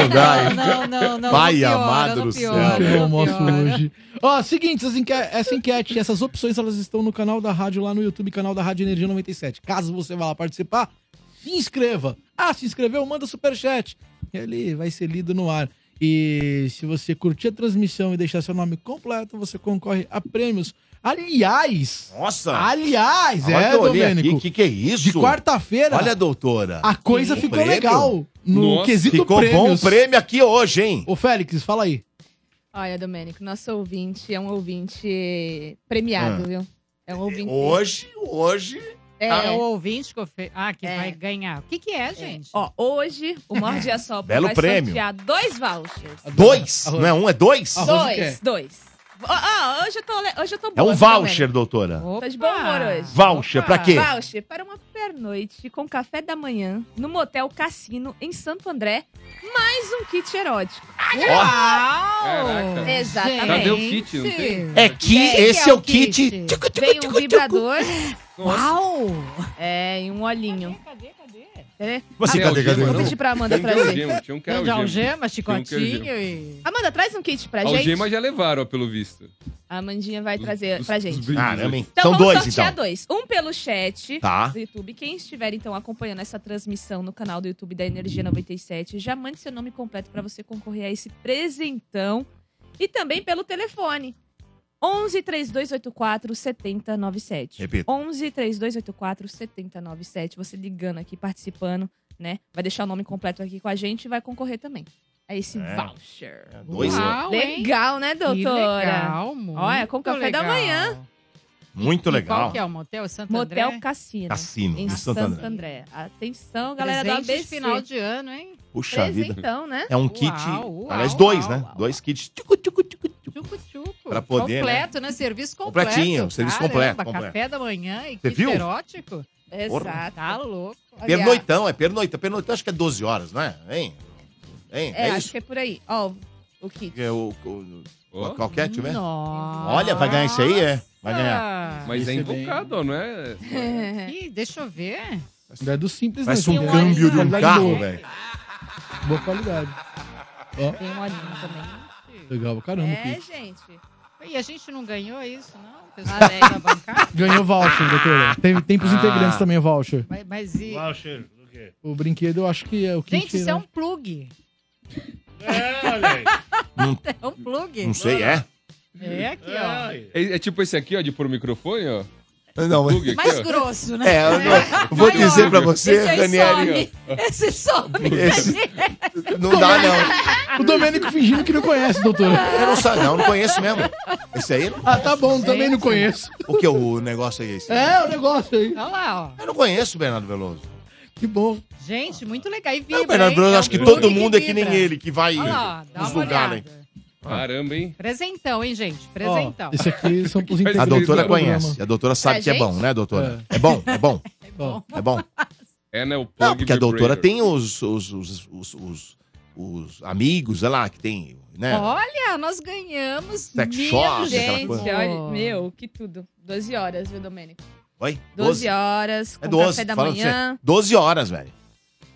[SPEAKER 1] Não dá, hein?
[SPEAKER 9] Não, não, não.
[SPEAKER 1] Pai
[SPEAKER 9] não piora,
[SPEAKER 1] amado
[SPEAKER 9] não
[SPEAKER 1] do
[SPEAKER 9] piora,
[SPEAKER 1] céu.
[SPEAKER 5] que
[SPEAKER 9] não
[SPEAKER 5] eu almoço
[SPEAKER 9] piora.
[SPEAKER 5] hoje. Ó, seguinte, essas enque- essa enquete, essas opções, elas estão no canal da rádio, lá no YouTube, canal da Rádio Energia 97. Caso você vá lá participar, se inscreva. Ah, se inscreveu, manda superchat. Ele vai ser lido no ar. E se você curtir a transmissão e deixar seu nome completo, você concorre a prêmios. Aliás,
[SPEAKER 1] Nossa!
[SPEAKER 5] aliás,
[SPEAKER 1] Olha
[SPEAKER 5] é,
[SPEAKER 1] que eu olhei aqui,
[SPEAKER 5] Domênico,
[SPEAKER 1] que que é isso?
[SPEAKER 5] de quarta-feira,
[SPEAKER 1] Olha, doutora.
[SPEAKER 5] a coisa
[SPEAKER 1] Sim.
[SPEAKER 5] ficou
[SPEAKER 1] Prêmio?
[SPEAKER 5] legal no
[SPEAKER 8] Nossa,
[SPEAKER 5] quesito
[SPEAKER 1] Ficou bom o
[SPEAKER 5] prêmios.
[SPEAKER 1] prêmio aqui hoje, hein?
[SPEAKER 5] Ô, Félix, fala aí.
[SPEAKER 7] Olha, Domênico, nosso ouvinte é um ouvinte premiado, viu? É um ouvinte.
[SPEAKER 1] Ah. Hoje, hoje.
[SPEAKER 9] É
[SPEAKER 7] É,
[SPEAKER 9] o ouvinte que, ofe... ah, que
[SPEAKER 7] É.
[SPEAKER 9] vai ganhar. O que, que é,
[SPEAKER 7] é.
[SPEAKER 9] gente?
[SPEAKER 7] Ó, hoje o Morde a Sopra
[SPEAKER 1] Belo
[SPEAKER 7] vai
[SPEAKER 1] prêmio.
[SPEAKER 7] sortear dois vouchers.
[SPEAKER 1] Dois.
[SPEAKER 5] Arroz.
[SPEAKER 1] Não é um, é dois?
[SPEAKER 5] Arroz. o quê?
[SPEAKER 7] Dois, dois. Ó, ó, hoje eu tô, le- hoje eu tô
[SPEAKER 1] É
[SPEAKER 7] boa,
[SPEAKER 1] um
[SPEAKER 7] viu,
[SPEAKER 1] voucher, doutora.
[SPEAKER 9] Opa!
[SPEAKER 7] Tô de bom humor hoje.
[SPEAKER 1] Voucher, pra quê?
[SPEAKER 7] Voucher para uma pernoite com café da manhã no Motel Cassino, em Santo André. Mais um kit erótico.
[SPEAKER 1] Ó,
[SPEAKER 8] Caraca.
[SPEAKER 9] Caraca.
[SPEAKER 7] Exatamente.
[SPEAKER 8] Cadê o kit? Não tem?
[SPEAKER 1] é que
[SPEAKER 9] É,
[SPEAKER 1] esse é o kit.
[SPEAKER 7] Vem um vibrador
[SPEAKER 9] Uau!
[SPEAKER 7] é, e um olhinho.
[SPEAKER 9] Cadê, cadê?
[SPEAKER 1] Você
[SPEAKER 8] Ah,
[SPEAKER 1] cadê,
[SPEAKER 8] é o
[SPEAKER 1] cadê?
[SPEAKER 8] Gema,
[SPEAKER 7] Vou
[SPEAKER 8] não?
[SPEAKER 7] pedir pra Amanda
[SPEAKER 8] Tem que ter
[SPEAKER 7] trazer.
[SPEAKER 8] algema, tinha um cara
[SPEAKER 9] Tem de
[SPEAKER 8] algema.
[SPEAKER 9] algema, chicotinho
[SPEAKER 8] algema.
[SPEAKER 9] e...
[SPEAKER 7] Amanda, traz um kit pra gente.
[SPEAKER 8] Algema Ah, já levaram, ó, pelo visto.
[SPEAKER 7] A Amandinha vai
[SPEAKER 8] Os-
[SPEAKER 7] trazer
[SPEAKER 8] os-
[SPEAKER 7] pra
[SPEAKER 8] os
[SPEAKER 7] gente.
[SPEAKER 8] brindes,
[SPEAKER 1] Caramba,
[SPEAKER 8] né?
[SPEAKER 1] hein?
[SPEAKER 7] Então
[SPEAKER 1] São
[SPEAKER 7] vamos
[SPEAKER 1] dois,
[SPEAKER 7] sortear
[SPEAKER 1] então.
[SPEAKER 7] dois. Um pelo chat
[SPEAKER 1] Tá.
[SPEAKER 7] do YouTube. Quem estiver, então, acompanhando essa transmissão no canal do YouTube da Energia 97, já mande seu nome completo pra você concorrer a esse presentão. E também pelo telefone. 11 3284 7097.
[SPEAKER 1] Repita.
[SPEAKER 7] 11 3284 7097. Você ligando aqui, participando, né? Vai deixar o nome completo aqui com a gente e vai concorrer também. A esse
[SPEAKER 1] É.
[SPEAKER 7] voucher.
[SPEAKER 1] É, dois, né?
[SPEAKER 9] Uau, hein?
[SPEAKER 7] Legal, né,
[SPEAKER 9] Que
[SPEAKER 7] doutora?
[SPEAKER 9] legal, muito
[SPEAKER 7] Olha, com café da
[SPEAKER 9] legal.
[SPEAKER 7] manhã.
[SPEAKER 1] Muito
[SPEAKER 9] E
[SPEAKER 1] legal.
[SPEAKER 9] Qual que é o motel? Santo
[SPEAKER 7] Motel
[SPEAKER 9] André?
[SPEAKER 7] Cassino.
[SPEAKER 1] Cassino,
[SPEAKER 7] Em
[SPEAKER 1] em Santo André.
[SPEAKER 7] Atenção, galera da
[SPEAKER 9] Presente de
[SPEAKER 7] ABC.
[SPEAKER 9] final de ano, hein?
[SPEAKER 1] Puxa vida.
[SPEAKER 7] Presentão, né?
[SPEAKER 1] É um
[SPEAKER 9] Uau,
[SPEAKER 1] kit.
[SPEAKER 9] então, uau,
[SPEAKER 1] aliás, dois,
[SPEAKER 9] uau,
[SPEAKER 1] né?
[SPEAKER 9] uau.
[SPEAKER 1] Dois kits. Tchucu, tchucu, tchucu, tchucu.
[SPEAKER 9] Tchucu-tchucu.
[SPEAKER 1] Pra poder,
[SPEAKER 9] Completo, né? Serviço completo.
[SPEAKER 1] Completinho, serviço completo,
[SPEAKER 9] Caramba,
[SPEAKER 1] completo.
[SPEAKER 9] Café da manhã e
[SPEAKER 1] Você
[SPEAKER 9] kit
[SPEAKER 1] viu?
[SPEAKER 9] erótico.
[SPEAKER 7] Exato.
[SPEAKER 9] Tá louco.
[SPEAKER 7] Aliás,
[SPEAKER 1] Pernoitão, é pernoitão. Pernoitão acho que é 12 horas, não é? Hein? Hein?
[SPEAKER 7] É,
[SPEAKER 1] É,
[SPEAKER 7] acho
[SPEAKER 1] isso?
[SPEAKER 7] que é por aí. Ó, o kit.
[SPEAKER 1] É o- o-
[SPEAKER 8] Ó,
[SPEAKER 1] Qualquer, deixa eu ver.
[SPEAKER 9] Nossa.
[SPEAKER 1] Olha, vai ganhar isso aí, é? Vai ganhar.
[SPEAKER 7] Ah.
[SPEAKER 8] mas é
[SPEAKER 5] Isso é bem-
[SPEAKER 8] invocado, ó, não é?
[SPEAKER 9] Ih, deixa eu ver.
[SPEAKER 5] Não é do simples,
[SPEAKER 1] Parece
[SPEAKER 5] não.
[SPEAKER 1] um
[SPEAKER 5] Tem uma
[SPEAKER 1] câmbio de um
[SPEAKER 5] qualidade
[SPEAKER 1] carro,
[SPEAKER 5] boa.
[SPEAKER 1] velho.
[SPEAKER 5] Boa qualidade.
[SPEAKER 7] Tem um olhinho também.
[SPEAKER 5] Legal pra caramba. o
[SPEAKER 7] É,
[SPEAKER 5] kit.
[SPEAKER 7] gente.
[SPEAKER 9] E a gente não ganhou isso, não? O pessoal da bancada?
[SPEAKER 5] Ganhou voucher, doutora. Tem, tem pros
[SPEAKER 1] Ah.
[SPEAKER 5] integrantes também o voucher.
[SPEAKER 9] Mas, mas e...
[SPEAKER 6] Voucher, o quê?
[SPEAKER 5] O brinquedo, eu acho que é o kit.
[SPEAKER 9] Gente, isso é um plug.
[SPEAKER 6] É, olha aí.
[SPEAKER 9] É um plug.
[SPEAKER 1] Não sei, é?
[SPEAKER 9] É aqui,
[SPEAKER 6] É,
[SPEAKER 9] ó.
[SPEAKER 6] olha aí.
[SPEAKER 8] É, é tipo esse aqui, ó, de pôr o microfone, ó.
[SPEAKER 1] Ah, Não, mas-
[SPEAKER 8] Plug aqui,
[SPEAKER 9] Mais
[SPEAKER 8] ó.
[SPEAKER 9] grosso, né?
[SPEAKER 1] é, eu não- eu vou
[SPEAKER 9] Maior.
[SPEAKER 1] dizer pra você,
[SPEAKER 9] Esse aí
[SPEAKER 1] Daniele,
[SPEAKER 9] some. Esse some.
[SPEAKER 1] esse-
[SPEAKER 9] é um
[SPEAKER 1] não dá não.
[SPEAKER 5] O Domênico fingindo que não conhece, doutora.
[SPEAKER 1] Eu não sei, não, não conheço mesmo. Esse aí, não-
[SPEAKER 5] Ah, tá bom, também
[SPEAKER 7] é
[SPEAKER 5] não conheço.
[SPEAKER 1] o que é o negócio aí? Esse?
[SPEAKER 5] É, o negócio aí.
[SPEAKER 9] Olha lá, ó.
[SPEAKER 1] Eu não conheço o Bernardo Veloso.
[SPEAKER 5] Que bom.
[SPEAKER 9] Gente, muito legal. E
[SPEAKER 1] Não,
[SPEAKER 9] vibra,
[SPEAKER 1] o Bernardo
[SPEAKER 9] hein?
[SPEAKER 1] Veloso,
[SPEAKER 9] É um
[SPEAKER 1] acho que
[SPEAKER 9] plug
[SPEAKER 1] todo mundo é que
[SPEAKER 9] vibra.
[SPEAKER 1] nem ele, que vai né?
[SPEAKER 9] Olha lá, ó, dá
[SPEAKER 1] nos
[SPEAKER 9] uma
[SPEAKER 1] lugares.
[SPEAKER 9] olhada.
[SPEAKER 8] Ah. Caramba, hein?
[SPEAKER 9] Presentão, hein, gente?
[SPEAKER 5] Ó,
[SPEAKER 9] Presentão.
[SPEAKER 5] esse aqui são pros integrantes.
[SPEAKER 1] A doutora
[SPEAKER 5] do
[SPEAKER 1] conhece,
[SPEAKER 5] programa.
[SPEAKER 1] a doutora sabe
[SPEAKER 7] Pra
[SPEAKER 1] que é
[SPEAKER 7] gente?
[SPEAKER 1] bom, né, doutora? É bom, é bom,
[SPEAKER 5] Ó,
[SPEAKER 1] é bom.
[SPEAKER 8] É, né? O plug
[SPEAKER 1] Não, porque a doutora
[SPEAKER 8] vibrator.
[SPEAKER 1] tem os, os, os, os, os- os amigos, olha lá, que tem, né?
[SPEAKER 9] Olha, nós ganhamos
[SPEAKER 1] Sex
[SPEAKER 9] mil,
[SPEAKER 1] shop, aquela
[SPEAKER 7] Gente,
[SPEAKER 9] gente.
[SPEAKER 1] coisa.
[SPEAKER 7] olha, meu, que tudo. 12 horas, viu, Domênico?
[SPEAKER 1] Oi?
[SPEAKER 7] 12
[SPEAKER 1] 12
[SPEAKER 7] horas, com
[SPEAKER 1] É 12,
[SPEAKER 7] café da
[SPEAKER 1] fala pra você.
[SPEAKER 7] manhã.
[SPEAKER 1] 12 horas, velho.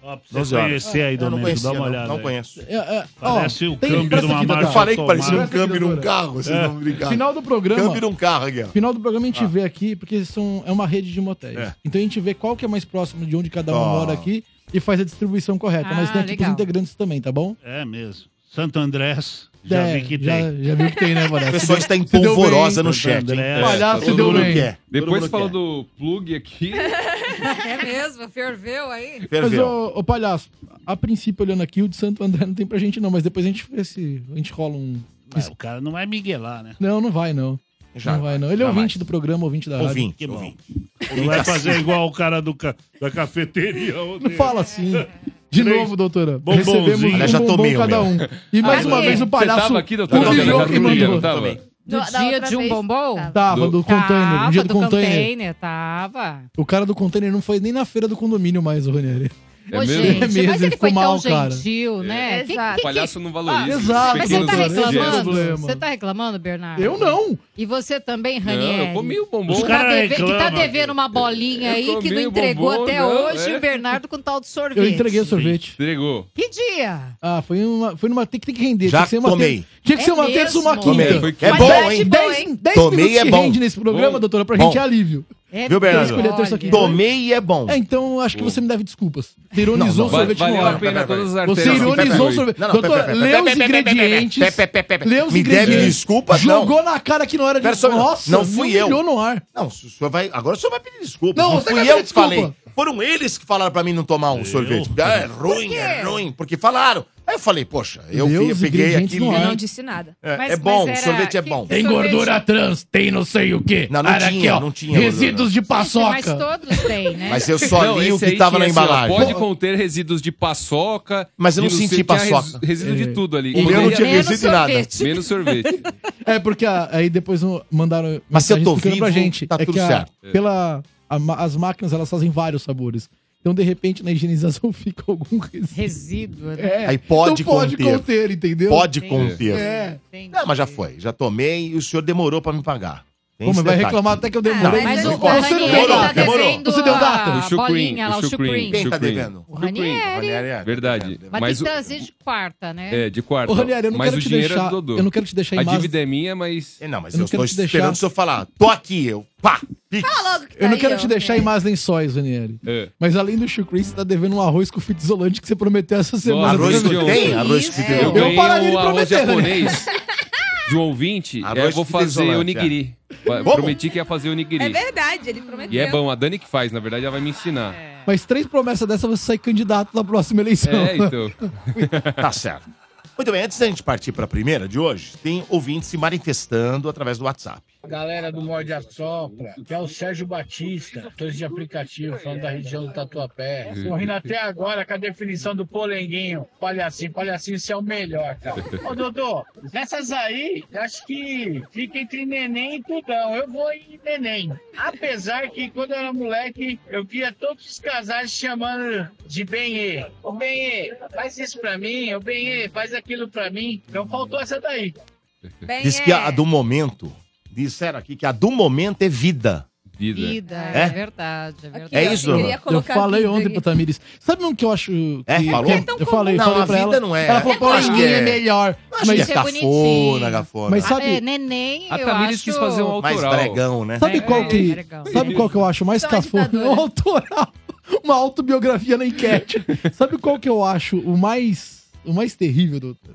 [SPEAKER 6] Ó, pra
[SPEAKER 1] Doze
[SPEAKER 6] você
[SPEAKER 1] horas.
[SPEAKER 6] conhecer aí,
[SPEAKER 1] Eu não
[SPEAKER 6] Domênico,
[SPEAKER 1] conhecia,
[SPEAKER 6] dá uma
[SPEAKER 1] não,
[SPEAKER 6] olhada.
[SPEAKER 1] não
[SPEAKER 6] aí.
[SPEAKER 1] conheço.
[SPEAKER 5] é, é, ó,
[SPEAKER 6] Parece o
[SPEAKER 5] tem-
[SPEAKER 6] câmbio
[SPEAKER 5] presta
[SPEAKER 6] de uma
[SPEAKER 5] aqui, doutora.
[SPEAKER 1] Eu
[SPEAKER 6] marcha
[SPEAKER 1] falei que parecia um
[SPEAKER 5] Presta aqui,
[SPEAKER 1] câmbio num
[SPEAKER 5] doutora.
[SPEAKER 1] carro, vocês
[SPEAKER 6] É.
[SPEAKER 1] não brincaram.
[SPEAKER 5] Final do programa.
[SPEAKER 1] Câmbio num carro aqui, ó.
[SPEAKER 5] Final do programa a gente
[SPEAKER 1] Ah.
[SPEAKER 5] vê aqui, porque são, é uma rede de motéis.
[SPEAKER 1] É.
[SPEAKER 5] Então a gente vê qual que é mais próximo de onde cada um
[SPEAKER 1] Ó.
[SPEAKER 5] mora aqui e faz a distribuição correta.
[SPEAKER 9] Ah,
[SPEAKER 5] Mas tem aqui
[SPEAKER 9] legal.
[SPEAKER 5] pros integrantes também, tá bom?
[SPEAKER 6] É mesmo. Santo Andrés, já
[SPEAKER 5] É,
[SPEAKER 6] vi que
[SPEAKER 5] já,
[SPEAKER 6] tem.
[SPEAKER 5] Já viu que tem, né,
[SPEAKER 1] A
[SPEAKER 5] Moraes?
[SPEAKER 1] pessoa está em
[SPEAKER 5] deu bem,
[SPEAKER 1] polvorosa no
[SPEAKER 6] Santo
[SPEAKER 1] chat. hein?
[SPEAKER 6] André.
[SPEAKER 5] Olha, se
[SPEAKER 8] Tá todo
[SPEAKER 5] deu
[SPEAKER 8] mundo
[SPEAKER 5] bem.
[SPEAKER 1] quer.
[SPEAKER 8] Depois
[SPEAKER 1] é. Todo mundo
[SPEAKER 8] falou
[SPEAKER 1] quer.
[SPEAKER 8] do plug aqui.
[SPEAKER 9] É mesmo, ferveu aí.
[SPEAKER 5] Mas,
[SPEAKER 1] Ferveu.
[SPEAKER 5] ô, ô, palhaço, a princípio, olhando aqui, o de Santo André não tem pra gente, não. Mas depois a gente vê se a gente rola um.
[SPEAKER 6] Mas Ah, o cara não vai miguelar, né?
[SPEAKER 5] Não, não vai, não.
[SPEAKER 1] Já
[SPEAKER 5] não vai, não. Ele é
[SPEAKER 1] jamais.
[SPEAKER 5] ouvinte do programa, ouvinte da rádio.
[SPEAKER 1] Ouvinte,
[SPEAKER 6] Que bom.
[SPEAKER 1] ouvinte.
[SPEAKER 6] Não vai fazer igual o cara do ca- da cafeteria. ô,
[SPEAKER 5] Não
[SPEAKER 6] Deus. É.
[SPEAKER 5] fala assim. De
[SPEAKER 6] Três
[SPEAKER 5] novo, doutora.
[SPEAKER 6] bombonzinho.
[SPEAKER 5] Recebemos um
[SPEAKER 1] Aliás, já
[SPEAKER 5] bombom
[SPEAKER 1] tomei o
[SPEAKER 5] cada
[SPEAKER 1] meu.
[SPEAKER 5] um. E mais
[SPEAKER 9] Ah,
[SPEAKER 5] uma
[SPEAKER 9] sim.
[SPEAKER 5] vez o
[SPEAKER 8] Você
[SPEAKER 5] palhaço
[SPEAKER 8] tava aqui, doutor?
[SPEAKER 5] humilhou
[SPEAKER 8] Tava na
[SPEAKER 5] quem
[SPEAKER 8] cafeteria,
[SPEAKER 5] mandou.
[SPEAKER 8] não tava?
[SPEAKER 1] Também.
[SPEAKER 9] Do
[SPEAKER 7] Da- da
[SPEAKER 9] dia
[SPEAKER 7] outra
[SPEAKER 9] de um
[SPEAKER 7] vez,
[SPEAKER 9] bombom?
[SPEAKER 7] tava.
[SPEAKER 5] Tava, do container. No dia do, container.
[SPEAKER 9] Tava.
[SPEAKER 5] O cara do container não foi nem na feira do condomínio mais, o Ranieri.
[SPEAKER 8] É
[SPEAKER 9] Ô,
[SPEAKER 8] mesmo?
[SPEAKER 9] gente,
[SPEAKER 5] É mesmo,
[SPEAKER 9] mas
[SPEAKER 5] ele
[SPEAKER 9] ele
[SPEAKER 5] ficou
[SPEAKER 9] foi
[SPEAKER 5] mal,
[SPEAKER 9] tão
[SPEAKER 5] cara.
[SPEAKER 9] gentil, né?
[SPEAKER 7] É,
[SPEAKER 9] Que-
[SPEAKER 7] exato.
[SPEAKER 8] O palhaço não valoriza.
[SPEAKER 5] Ah,
[SPEAKER 8] esses
[SPEAKER 5] exato.
[SPEAKER 9] Mas você
[SPEAKER 8] pequenos
[SPEAKER 9] tá
[SPEAKER 5] Pequenos
[SPEAKER 9] reclamando?
[SPEAKER 5] gestos.
[SPEAKER 9] Você tá reclamando, Bernardo?
[SPEAKER 5] Eu não.
[SPEAKER 9] E você também,
[SPEAKER 8] Não,
[SPEAKER 9] Ranieri?
[SPEAKER 8] eu comi o bombom.
[SPEAKER 6] Os
[SPEAKER 9] Que
[SPEAKER 6] caras-
[SPEAKER 9] tá, deve- que tá
[SPEAKER 6] reclamam.
[SPEAKER 9] devendo uma bolinha
[SPEAKER 8] Eu
[SPEAKER 9] aí que
[SPEAKER 8] comi
[SPEAKER 9] não
[SPEAKER 8] o
[SPEAKER 9] entregou
[SPEAKER 8] bombom,
[SPEAKER 9] até
[SPEAKER 8] não,
[SPEAKER 9] hoje
[SPEAKER 8] é.
[SPEAKER 9] o Bernardo com tal de sorvete.
[SPEAKER 5] Eu entreguei o sorvete.
[SPEAKER 8] Entregou.
[SPEAKER 9] Que dia?
[SPEAKER 5] Ah, foi uma. Foi numa. Tem que, tem que render.
[SPEAKER 1] Já
[SPEAKER 5] tinha que ser uma
[SPEAKER 1] tomei.
[SPEAKER 5] ter- Tinha que
[SPEAKER 9] É
[SPEAKER 5] ser uma
[SPEAKER 9] mesmo?
[SPEAKER 5] terça ou uma
[SPEAKER 9] Tomei,
[SPEAKER 5] quinta.
[SPEAKER 8] foi
[SPEAKER 1] É
[SPEAKER 8] Mas
[SPEAKER 1] bom,
[SPEAKER 7] é de
[SPEAKER 1] hein?
[SPEAKER 7] boa.
[SPEAKER 5] Dez, dez
[SPEAKER 1] Tomei
[SPEAKER 5] minutos
[SPEAKER 1] é
[SPEAKER 5] que
[SPEAKER 1] bom.
[SPEAKER 5] rende nesse programa,
[SPEAKER 8] Bom.
[SPEAKER 5] doutora, pra
[SPEAKER 1] Bom.
[SPEAKER 5] gente é alívio.
[SPEAKER 9] É
[SPEAKER 1] Viu,
[SPEAKER 5] Quem
[SPEAKER 1] Bernardo?
[SPEAKER 5] escolher a terça
[SPEAKER 9] Olha.
[SPEAKER 5] que
[SPEAKER 1] Tomei e é bom.
[SPEAKER 5] É, então eu acho que você me deve desculpas. Você ironizou
[SPEAKER 1] Não, não,
[SPEAKER 5] o sorvete
[SPEAKER 8] valeu
[SPEAKER 5] no
[SPEAKER 8] a
[SPEAKER 5] ar.
[SPEAKER 1] Pera,
[SPEAKER 8] pena
[SPEAKER 1] pera,
[SPEAKER 8] todas as
[SPEAKER 5] Você
[SPEAKER 8] arterias.
[SPEAKER 5] ironizou o
[SPEAKER 8] Não,
[SPEAKER 5] sorvete.
[SPEAKER 1] Não, não,
[SPEAKER 5] Doutor,
[SPEAKER 1] pera, pera,
[SPEAKER 5] lê
[SPEAKER 1] pera,
[SPEAKER 5] os
[SPEAKER 1] pera, pera,
[SPEAKER 5] ingredientes.
[SPEAKER 1] pera, pera, pera, pera.
[SPEAKER 5] Lê os
[SPEAKER 1] Me deve
[SPEAKER 5] ingredientes.
[SPEAKER 1] desculpas, não.
[SPEAKER 5] Jogou na cara que não era
[SPEAKER 1] Pera
[SPEAKER 5] de
[SPEAKER 1] só um minuto.
[SPEAKER 5] Nossa,
[SPEAKER 1] Não fui
[SPEAKER 5] me
[SPEAKER 1] eu.
[SPEAKER 5] humilhou no ar.
[SPEAKER 1] Não, o senhor vai, agora o senhor vai pedir desculpa.
[SPEAKER 5] Não,
[SPEAKER 1] Não,
[SPEAKER 5] você vai
[SPEAKER 1] fui
[SPEAKER 5] pedir
[SPEAKER 1] eu que
[SPEAKER 5] desculpa.
[SPEAKER 1] falei. Foram eles que falaram pra mim não tomar um sorvete. Ah, é ruim, é ruim. Porque falaram. Aí eu falei, poxa, eu,
[SPEAKER 5] Meu,
[SPEAKER 1] vi, eu
[SPEAKER 5] os
[SPEAKER 1] peguei
[SPEAKER 5] ingredientes
[SPEAKER 1] aqui.
[SPEAKER 5] no
[SPEAKER 1] li-
[SPEAKER 7] Eu
[SPEAKER 5] ar.
[SPEAKER 7] não disse nada.
[SPEAKER 1] É,
[SPEAKER 9] Mas-
[SPEAKER 1] é bom,
[SPEAKER 9] mas era-
[SPEAKER 1] sorvete é
[SPEAKER 9] que-
[SPEAKER 1] bom.
[SPEAKER 9] Tem sorvete- gordura
[SPEAKER 5] trans, tem não sei o quê.
[SPEAKER 1] Não, não Era tinha, aqui, ó, não tinha resíduos gordura.
[SPEAKER 5] de
[SPEAKER 9] Mas todos têm, né?
[SPEAKER 1] Mas eu só li o
[SPEAKER 8] esse
[SPEAKER 1] que
[SPEAKER 8] aí
[SPEAKER 1] tava na
[SPEAKER 8] tinha assim, ó,
[SPEAKER 1] embalagem.
[SPEAKER 8] pode conter resíduos de paçoca.
[SPEAKER 1] Mas eu
[SPEAKER 8] de
[SPEAKER 1] não senti
[SPEAKER 8] sei- tinha
[SPEAKER 1] paçoca. É.
[SPEAKER 8] res- resíduo de tudo ali.
[SPEAKER 1] E eu não
[SPEAKER 8] Poderia-
[SPEAKER 1] tinha
[SPEAKER 9] Menos
[SPEAKER 1] recebido nada.
[SPEAKER 9] sorvete.
[SPEAKER 8] Menos sorvete.
[SPEAKER 5] É, porque a- aí depois no- mandaram
[SPEAKER 1] Mas se eu
[SPEAKER 5] mensagem
[SPEAKER 1] tô
[SPEAKER 5] explicando
[SPEAKER 1] vivo, tá
[SPEAKER 5] é
[SPEAKER 1] tudo
[SPEAKER 5] que a-
[SPEAKER 1] certo.
[SPEAKER 5] Pela, a ma- as máquinas, elas fazem vários sabores. Então, de repente, na higienização fica algum resíduo.
[SPEAKER 9] Resíduo, né?
[SPEAKER 5] É,
[SPEAKER 1] Aí pode
[SPEAKER 5] então pode
[SPEAKER 1] conter.
[SPEAKER 5] conter, entendeu?
[SPEAKER 1] Pode
[SPEAKER 9] Sim.
[SPEAKER 1] conter.
[SPEAKER 5] É.
[SPEAKER 9] Entendi.
[SPEAKER 1] Não, mas já foi. Já tomei e o senhor demorou pra me pagar. Tem
[SPEAKER 5] Pô, mas
[SPEAKER 1] esse
[SPEAKER 5] vai
[SPEAKER 1] detalhe.
[SPEAKER 5] reclamar até que eu
[SPEAKER 9] Ah,
[SPEAKER 5] demorei.
[SPEAKER 1] mas
[SPEAKER 9] mas
[SPEAKER 1] não
[SPEAKER 9] o, o
[SPEAKER 1] importa.
[SPEAKER 9] Ranieri
[SPEAKER 1] Demorou,
[SPEAKER 9] tá
[SPEAKER 1] demorou.
[SPEAKER 9] devendo
[SPEAKER 5] Você deu data?
[SPEAKER 9] a
[SPEAKER 8] O chucrim,
[SPEAKER 9] bolinha lá,
[SPEAKER 8] o
[SPEAKER 9] o
[SPEAKER 8] chucrim.
[SPEAKER 9] chucrim.
[SPEAKER 1] Quem tá
[SPEAKER 8] Chucrim.
[SPEAKER 1] devendo?
[SPEAKER 9] O Ranieri. é.
[SPEAKER 1] Ranieri.
[SPEAKER 8] Verdade.
[SPEAKER 1] é,
[SPEAKER 9] Mas,
[SPEAKER 8] Mas
[SPEAKER 9] tem
[SPEAKER 8] o-
[SPEAKER 9] que trazer de quarta, né?
[SPEAKER 8] É, de quarto.
[SPEAKER 5] Ô, Ranieri, eu não
[SPEAKER 8] mas
[SPEAKER 5] quero
[SPEAKER 8] o
[SPEAKER 5] te
[SPEAKER 8] dinheiro é
[SPEAKER 5] deixar.
[SPEAKER 8] do Dodô.
[SPEAKER 5] eu não quero te deixar em
[SPEAKER 8] A
[SPEAKER 5] más-
[SPEAKER 8] dívida é minha, mas.
[SPEAKER 1] É, Não, mas
[SPEAKER 5] Eu
[SPEAKER 1] eu,
[SPEAKER 5] não
[SPEAKER 1] estou
[SPEAKER 5] quero te deixar-
[SPEAKER 1] esperando o senhor falar. Tô aqui, eu. Pá! Pix.
[SPEAKER 7] Logo que tá
[SPEAKER 5] Eu não
[SPEAKER 7] aí,
[SPEAKER 5] quero
[SPEAKER 7] ó.
[SPEAKER 5] te deixar em mais lençóis, Ranieri.
[SPEAKER 8] É.
[SPEAKER 5] Mas além do chucrim, você tá devendo um arroz com fita isolante que você prometeu essa semana.
[SPEAKER 8] Nossa,
[SPEAKER 1] Arroz
[SPEAKER 8] Arroz
[SPEAKER 1] que
[SPEAKER 8] de
[SPEAKER 1] tem?
[SPEAKER 8] ovo.
[SPEAKER 1] Arroz que
[SPEAKER 7] Isso.
[SPEAKER 1] tem.
[SPEAKER 8] Eu É
[SPEAKER 1] ovo.
[SPEAKER 5] Eu
[SPEAKER 8] ganhei
[SPEAKER 5] pararia de
[SPEAKER 8] o um arroz
[SPEAKER 5] prometer, né?
[SPEAKER 8] japonês de um ouvinte.
[SPEAKER 1] Arroz
[SPEAKER 8] aí eu vou
[SPEAKER 1] de fita
[SPEAKER 8] fazer
[SPEAKER 1] isolante,
[SPEAKER 8] onigiri. Va-
[SPEAKER 1] Como?
[SPEAKER 8] Prometi que ia fazer
[SPEAKER 7] É
[SPEAKER 8] onigiri.
[SPEAKER 7] verdade, ele prometeu.
[SPEAKER 8] e é bom, a Dani que faz, na verdade, ela vai me ensinar. É,
[SPEAKER 5] Mas três promessas dessa você sai candidato na próxima eleição.
[SPEAKER 8] então.
[SPEAKER 1] Tá certo. Muito bem, antes da gente partir para a primeira de hoje, tem ouvintes se manifestando através do WhatsApp.
[SPEAKER 10] Galera do Morde a Sopra, que é o Sérgio Batista, motorista de aplicativo, falando da região do Tatuapé. Correndo até agora com a definição do polenguinho. Palhacinho, palhacinho, você é o melhor, cara. Ô, Dodô, nessas aí, acho que fica entre neném e tudão. Eu vou em neném. Apesar que quando eu era moleque, eu via todos os casais chamando de Benê. Ô, Benê, faz isso pra mim. Ô, Benê, faz aquilo pra mim. Não faltou essa daí.
[SPEAKER 9] É,
[SPEAKER 7] Bem,
[SPEAKER 1] Diz que a do momento, disseram aqui que a do momento é vida.
[SPEAKER 8] Vida.
[SPEAKER 9] Vida,
[SPEAKER 1] É?
[SPEAKER 9] é, verdade, é verdade.
[SPEAKER 1] É isso,
[SPEAKER 7] Eu,
[SPEAKER 1] Eu
[SPEAKER 7] queria
[SPEAKER 5] Eu
[SPEAKER 7] colocar
[SPEAKER 5] falei
[SPEAKER 7] aqui,
[SPEAKER 5] ontem
[SPEAKER 7] Dani.
[SPEAKER 5] pro Tamiris. Sabe um que eu acho. Que,
[SPEAKER 1] É, falou?
[SPEAKER 5] que
[SPEAKER 1] É
[SPEAKER 9] Então
[SPEAKER 7] tão
[SPEAKER 5] eu falei,
[SPEAKER 1] Não,
[SPEAKER 5] falei
[SPEAKER 1] a
[SPEAKER 5] pra
[SPEAKER 1] vida
[SPEAKER 5] ela.
[SPEAKER 1] não é.
[SPEAKER 5] Ela falou,
[SPEAKER 1] Eu acho que
[SPEAKER 5] polenguinho é
[SPEAKER 1] é.
[SPEAKER 5] melhor.
[SPEAKER 1] Eu
[SPEAKER 5] Mas-
[SPEAKER 1] acho
[SPEAKER 5] né?
[SPEAKER 1] que é
[SPEAKER 9] Isso é
[SPEAKER 1] cafona,
[SPEAKER 9] bonitinho.
[SPEAKER 1] cafona.
[SPEAKER 5] Mas sabe,
[SPEAKER 9] É, neném,
[SPEAKER 8] A
[SPEAKER 9] eu
[SPEAKER 8] Tamires
[SPEAKER 9] acho...
[SPEAKER 8] quis fazer um
[SPEAKER 1] Mais
[SPEAKER 8] autoral.
[SPEAKER 1] bregão, né?
[SPEAKER 5] sabe
[SPEAKER 9] É,
[SPEAKER 5] qual que.
[SPEAKER 9] é legal. Então é
[SPEAKER 5] Sabe qual que eu acho mais
[SPEAKER 7] Sou
[SPEAKER 5] cafona?
[SPEAKER 7] agitadora.
[SPEAKER 5] Um autoral. Uma autobiografia na enquete. sabe qual que eu acho o mais. O mais terrível, doutor?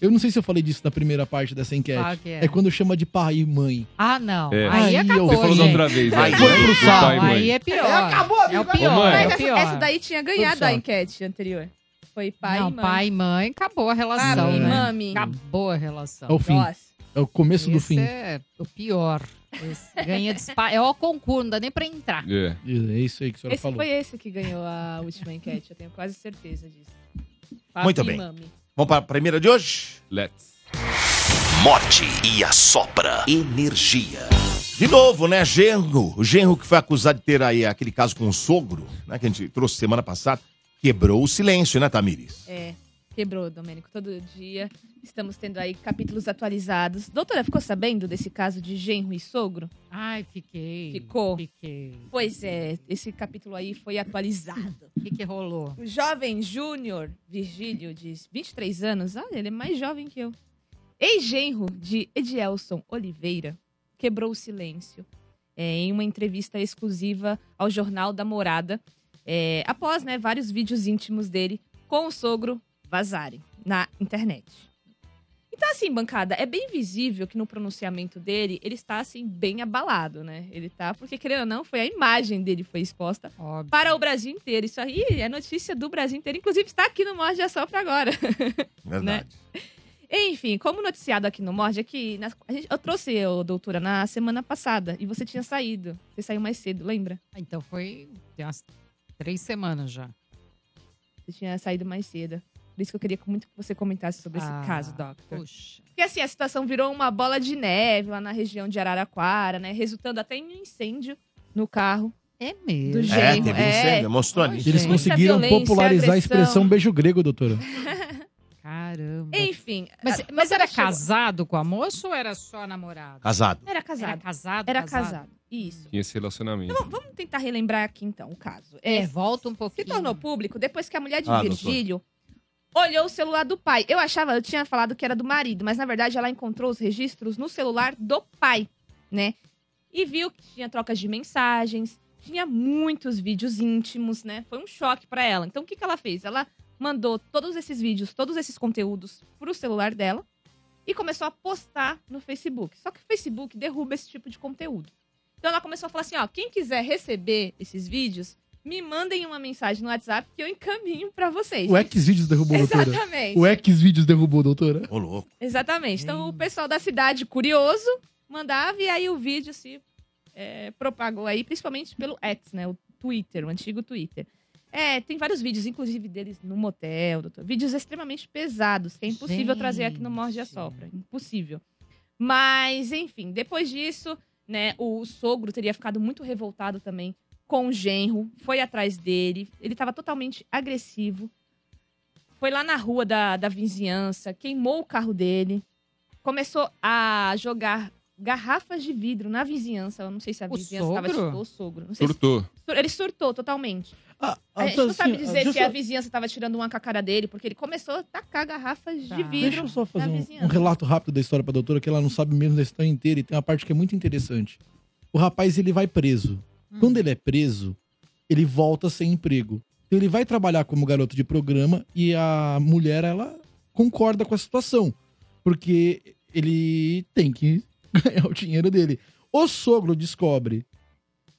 [SPEAKER 5] Eu não sei se eu falei disso na primeira parte dessa enquete.
[SPEAKER 9] Qual que é?
[SPEAKER 5] é quando chama de pai e mãe.
[SPEAKER 9] Ah, não.
[SPEAKER 8] É.
[SPEAKER 9] Aí,
[SPEAKER 5] Aí eu-
[SPEAKER 9] acabou,
[SPEAKER 8] Você falou da
[SPEAKER 9] gente.
[SPEAKER 8] outra vez, né?
[SPEAKER 1] Aí
[SPEAKER 8] Do
[SPEAKER 1] foi pro
[SPEAKER 8] pai,
[SPEAKER 9] Não,
[SPEAKER 8] mãe.
[SPEAKER 9] aí é pior.
[SPEAKER 5] acabou,
[SPEAKER 9] é o
[SPEAKER 5] amigo,
[SPEAKER 9] pior,
[SPEAKER 8] acabou.
[SPEAKER 9] é o
[SPEAKER 7] Mas essa,
[SPEAKER 9] pior.
[SPEAKER 7] essa daí tinha ganhado a
[SPEAKER 5] saco.
[SPEAKER 7] enquete anterior. Foi pai
[SPEAKER 9] não,
[SPEAKER 7] e mãe.
[SPEAKER 9] pai e mãe, acabou a relação,
[SPEAKER 7] Ah,
[SPEAKER 5] e
[SPEAKER 9] né?
[SPEAKER 7] mami.
[SPEAKER 9] Acabou a relação.
[SPEAKER 5] É o fim.
[SPEAKER 7] Nossa.
[SPEAKER 5] É o começo do
[SPEAKER 9] Esse
[SPEAKER 5] fim. É...
[SPEAKER 9] é o pior. Esse ganha despa... É o concurso, não dá nem pra entrar.
[SPEAKER 8] É.
[SPEAKER 5] isso aí que a senhora
[SPEAKER 7] Esse
[SPEAKER 5] falou.
[SPEAKER 7] foi esse que ganhou a última enquete, eu tenho quase certeza disso. Papi
[SPEAKER 1] Muito
[SPEAKER 7] e
[SPEAKER 1] bem.
[SPEAKER 7] mami.
[SPEAKER 1] Vamos para a primeira de hoje?
[SPEAKER 8] Let's.
[SPEAKER 2] Morte e assopra. Energia.
[SPEAKER 1] De novo, né? Genro. O genro que foi acusado de ter aí aquele caso com o sogro, né? Que a gente trouxe semana passada. Quebrou o silêncio, né, Tamires?
[SPEAKER 7] É, quebrou, Domênico, todo dia. Estamos tendo aí capítulos atualizados. Doutora, ficou sabendo desse caso de genro e sogro?
[SPEAKER 9] Ai, fiquei.
[SPEAKER 7] Ficou.
[SPEAKER 9] Fiquei.
[SPEAKER 7] Pois é, esse capítulo aí foi atualizado.
[SPEAKER 9] O que, que rolou?
[SPEAKER 7] O jovem Júnior Virgílio, de 23 anos, olha, ele é mais jovem que eu. Ex-genro de Edielson Oliveira quebrou o silêncio é, em uma entrevista exclusiva ao Jornal da Morada, é, após né, vários vídeos íntimos dele com o sogro vazarem na internet. Então, assim, bancada, é bem visível que no pronunciamento dele ele está, assim, bem abalado, né? Ele tá, porque querendo ou não, foi a imagem dele que foi exposta
[SPEAKER 9] Óbvio.
[SPEAKER 7] para o Brasil inteiro. Isso aí é notícia do Brasil inteiro. Inclusive, está aqui no Morde Ação para agora.
[SPEAKER 1] Verdade.
[SPEAKER 7] Enfim, como noticiado aqui no Morde, é que nas- a gente- eu trouxe o doutora na semana passada e você tinha saído. Você saiu mais cedo, lembra?
[SPEAKER 9] Ah, Então foi tem umas três semanas já.
[SPEAKER 7] Você tinha saído mais cedo. Por isso que eu queria muito que você comentasse sobre
[SPEAKER 9] Ah,
[SPEAKER 7] esse caso, Doctor.
[SPEAKER 9] Puxa.
[SPEAKER 7] Porque assim, a situação virou uma bola de neve lá na região de Araraquara, né? Resultando até em um incêndio no carro.
[SPEAKER 9] É mesmo.
[SPEAKER 7] Do
[SPEAKER 1] É,
[SPEAKER 7] genro,
[SPEAKER 1] teve
[SPEAKER 7] é.
[SPEAKER 1] incêndio. Mostrou ali.
[SPEAKER 5] Eles
[SPEAKER 9] Gente.
[SPEAKER 5] conseguiram
[SPEAKER 7] violência,
[SPEAKER 5] popularizar a
[SPEAKER 7] agressão.
[SPEAKER 5] expressão beijo grego, doutora.
[SPEAKER 9] Caramba.
[SPEAKER 7] Enfim.
[SPEAKER 9] Mas,
[SPEAKER 7] a-
[SPEAKER 9] mas
[SPEAKER 7] você
[SPEAKER 9] era
[SPEAKER 7] chegou-
[SPEAKER 9] casado com a moça ou era só namorado?
[SPEAKER 1] Casado.
[SPEAKER 7] Era
[SPEAKER 9] Era
[SPEAKER 7] casado.
[SPEAKER 9] casado?
[SPEAKER 7] Era casado. Isso.
[SPEAKER 8] Tinha esse relacionamento.
[SPEAKER 7] Então, Vamos tentar relembrar aqui então o caso.
[SPEAKER 9] É,
[SPEAKER 7] É,
[SPEAKER 9] volta um pouquinho.
[SPEAKER 7] se tornou público depois que a mulher de
[SPEAKER 1] Ah,
[SPEAKER 7] Virgílio olhou o celular do pai. Eu achava, eu tinha falado que era do marido, mas na verdade ela encontrou os registros no celular do pai, né? e viu que tinha trocas de mensagens, tinha muitos vídeos íntimos, né? Foi um choque pra ela. Então o que, que ela fez? Ela mandou todos esses vídeos, todos esses conteúdos pro celular dela e começou a postar no Facebook. Só que o Facebook derruba esse tipo de conteúdo. Então ela começou a falar assim: ó, quem quiser receber esses vídeos, me mandem uma mensagem no WhatsApp que eu encaminho pra vocês.
[SPEAKER 5] O Xvideos derrubou, doutora.
[SPEAKER 7] Exatamente.
[SPEAKER 5] O Hum. Xvideos derrubou, doutora.
[SPEAKER 1] Ô, louco.
[SPEAKER 7] Exatamente. Então o pessoal da cidade, curioso, mandava e aí o vídeo se é, propagou aí, principalmente pelo X, né? O Twitter, o antigo Twitter. É, tem vários vídeos, inclusive deles no motel, doutor. Vídeos extremamente pesados, que é impossível trazer aqui no Morde a Sopra. Impossível. Mas, enfim, depois disso, né, o sogro teria ficado muito revoltado também com o genro, foi atrás dele, ele estava totalmente agressivo. Foi lá na rua da, da vizinhança, queimou o carro dele, começou a jogar garrafas de vidro na vizinhança. Eu não sei se a
[SPEAKER 9] O
[SPEAKER 7] vizinhança estava
[SPEAKER 9] sogro?
[SPEAKER 7] ou o sogro. Não sei se-
[SPEAKER 8] Surtou.
[SPEAKER 7] Sur- Ele surtou totalmente.
[SPEAKER 5] ah,
[SPEAKER 7] a gente não
[SPEAKER 5] assim,
[SPEAKER 7] sabe dizer
[SPEAKER 5] deixa
[SPEAKER 7] se
[SPEAKER 5] eu-
[SPEAKER 7] a vizinhança tava tirando uma com a cara dele, porque ele começou a tacar garrafas
[SPEAKER 9] Tá.
[SPEAKER 7] de
[SPEAKER 5] Deixa
[SPEAKER 7] vidro.
[SPEAKER 5] eu só fazer
[SPEAKER 7] na
[SPEAKER 5] um,
[SPEAKER 7] vizinhança.
[SPEAKER 5] um relato rápido da história pra doutora, que ela não sabe mesmo da história inteira e tem uma parte que é muito interessante. O rapaz, ele vai preso.
[SPEAKER 7] Hum.
[SPEAKER 5] Quando ele é preso, ele volta sem emprego. Então ele vai trabalhar como garoto de programa e a mulher, ela concorda com a situação. Porque ele tem que ganhar o dinheiro dele. O sogro descobre.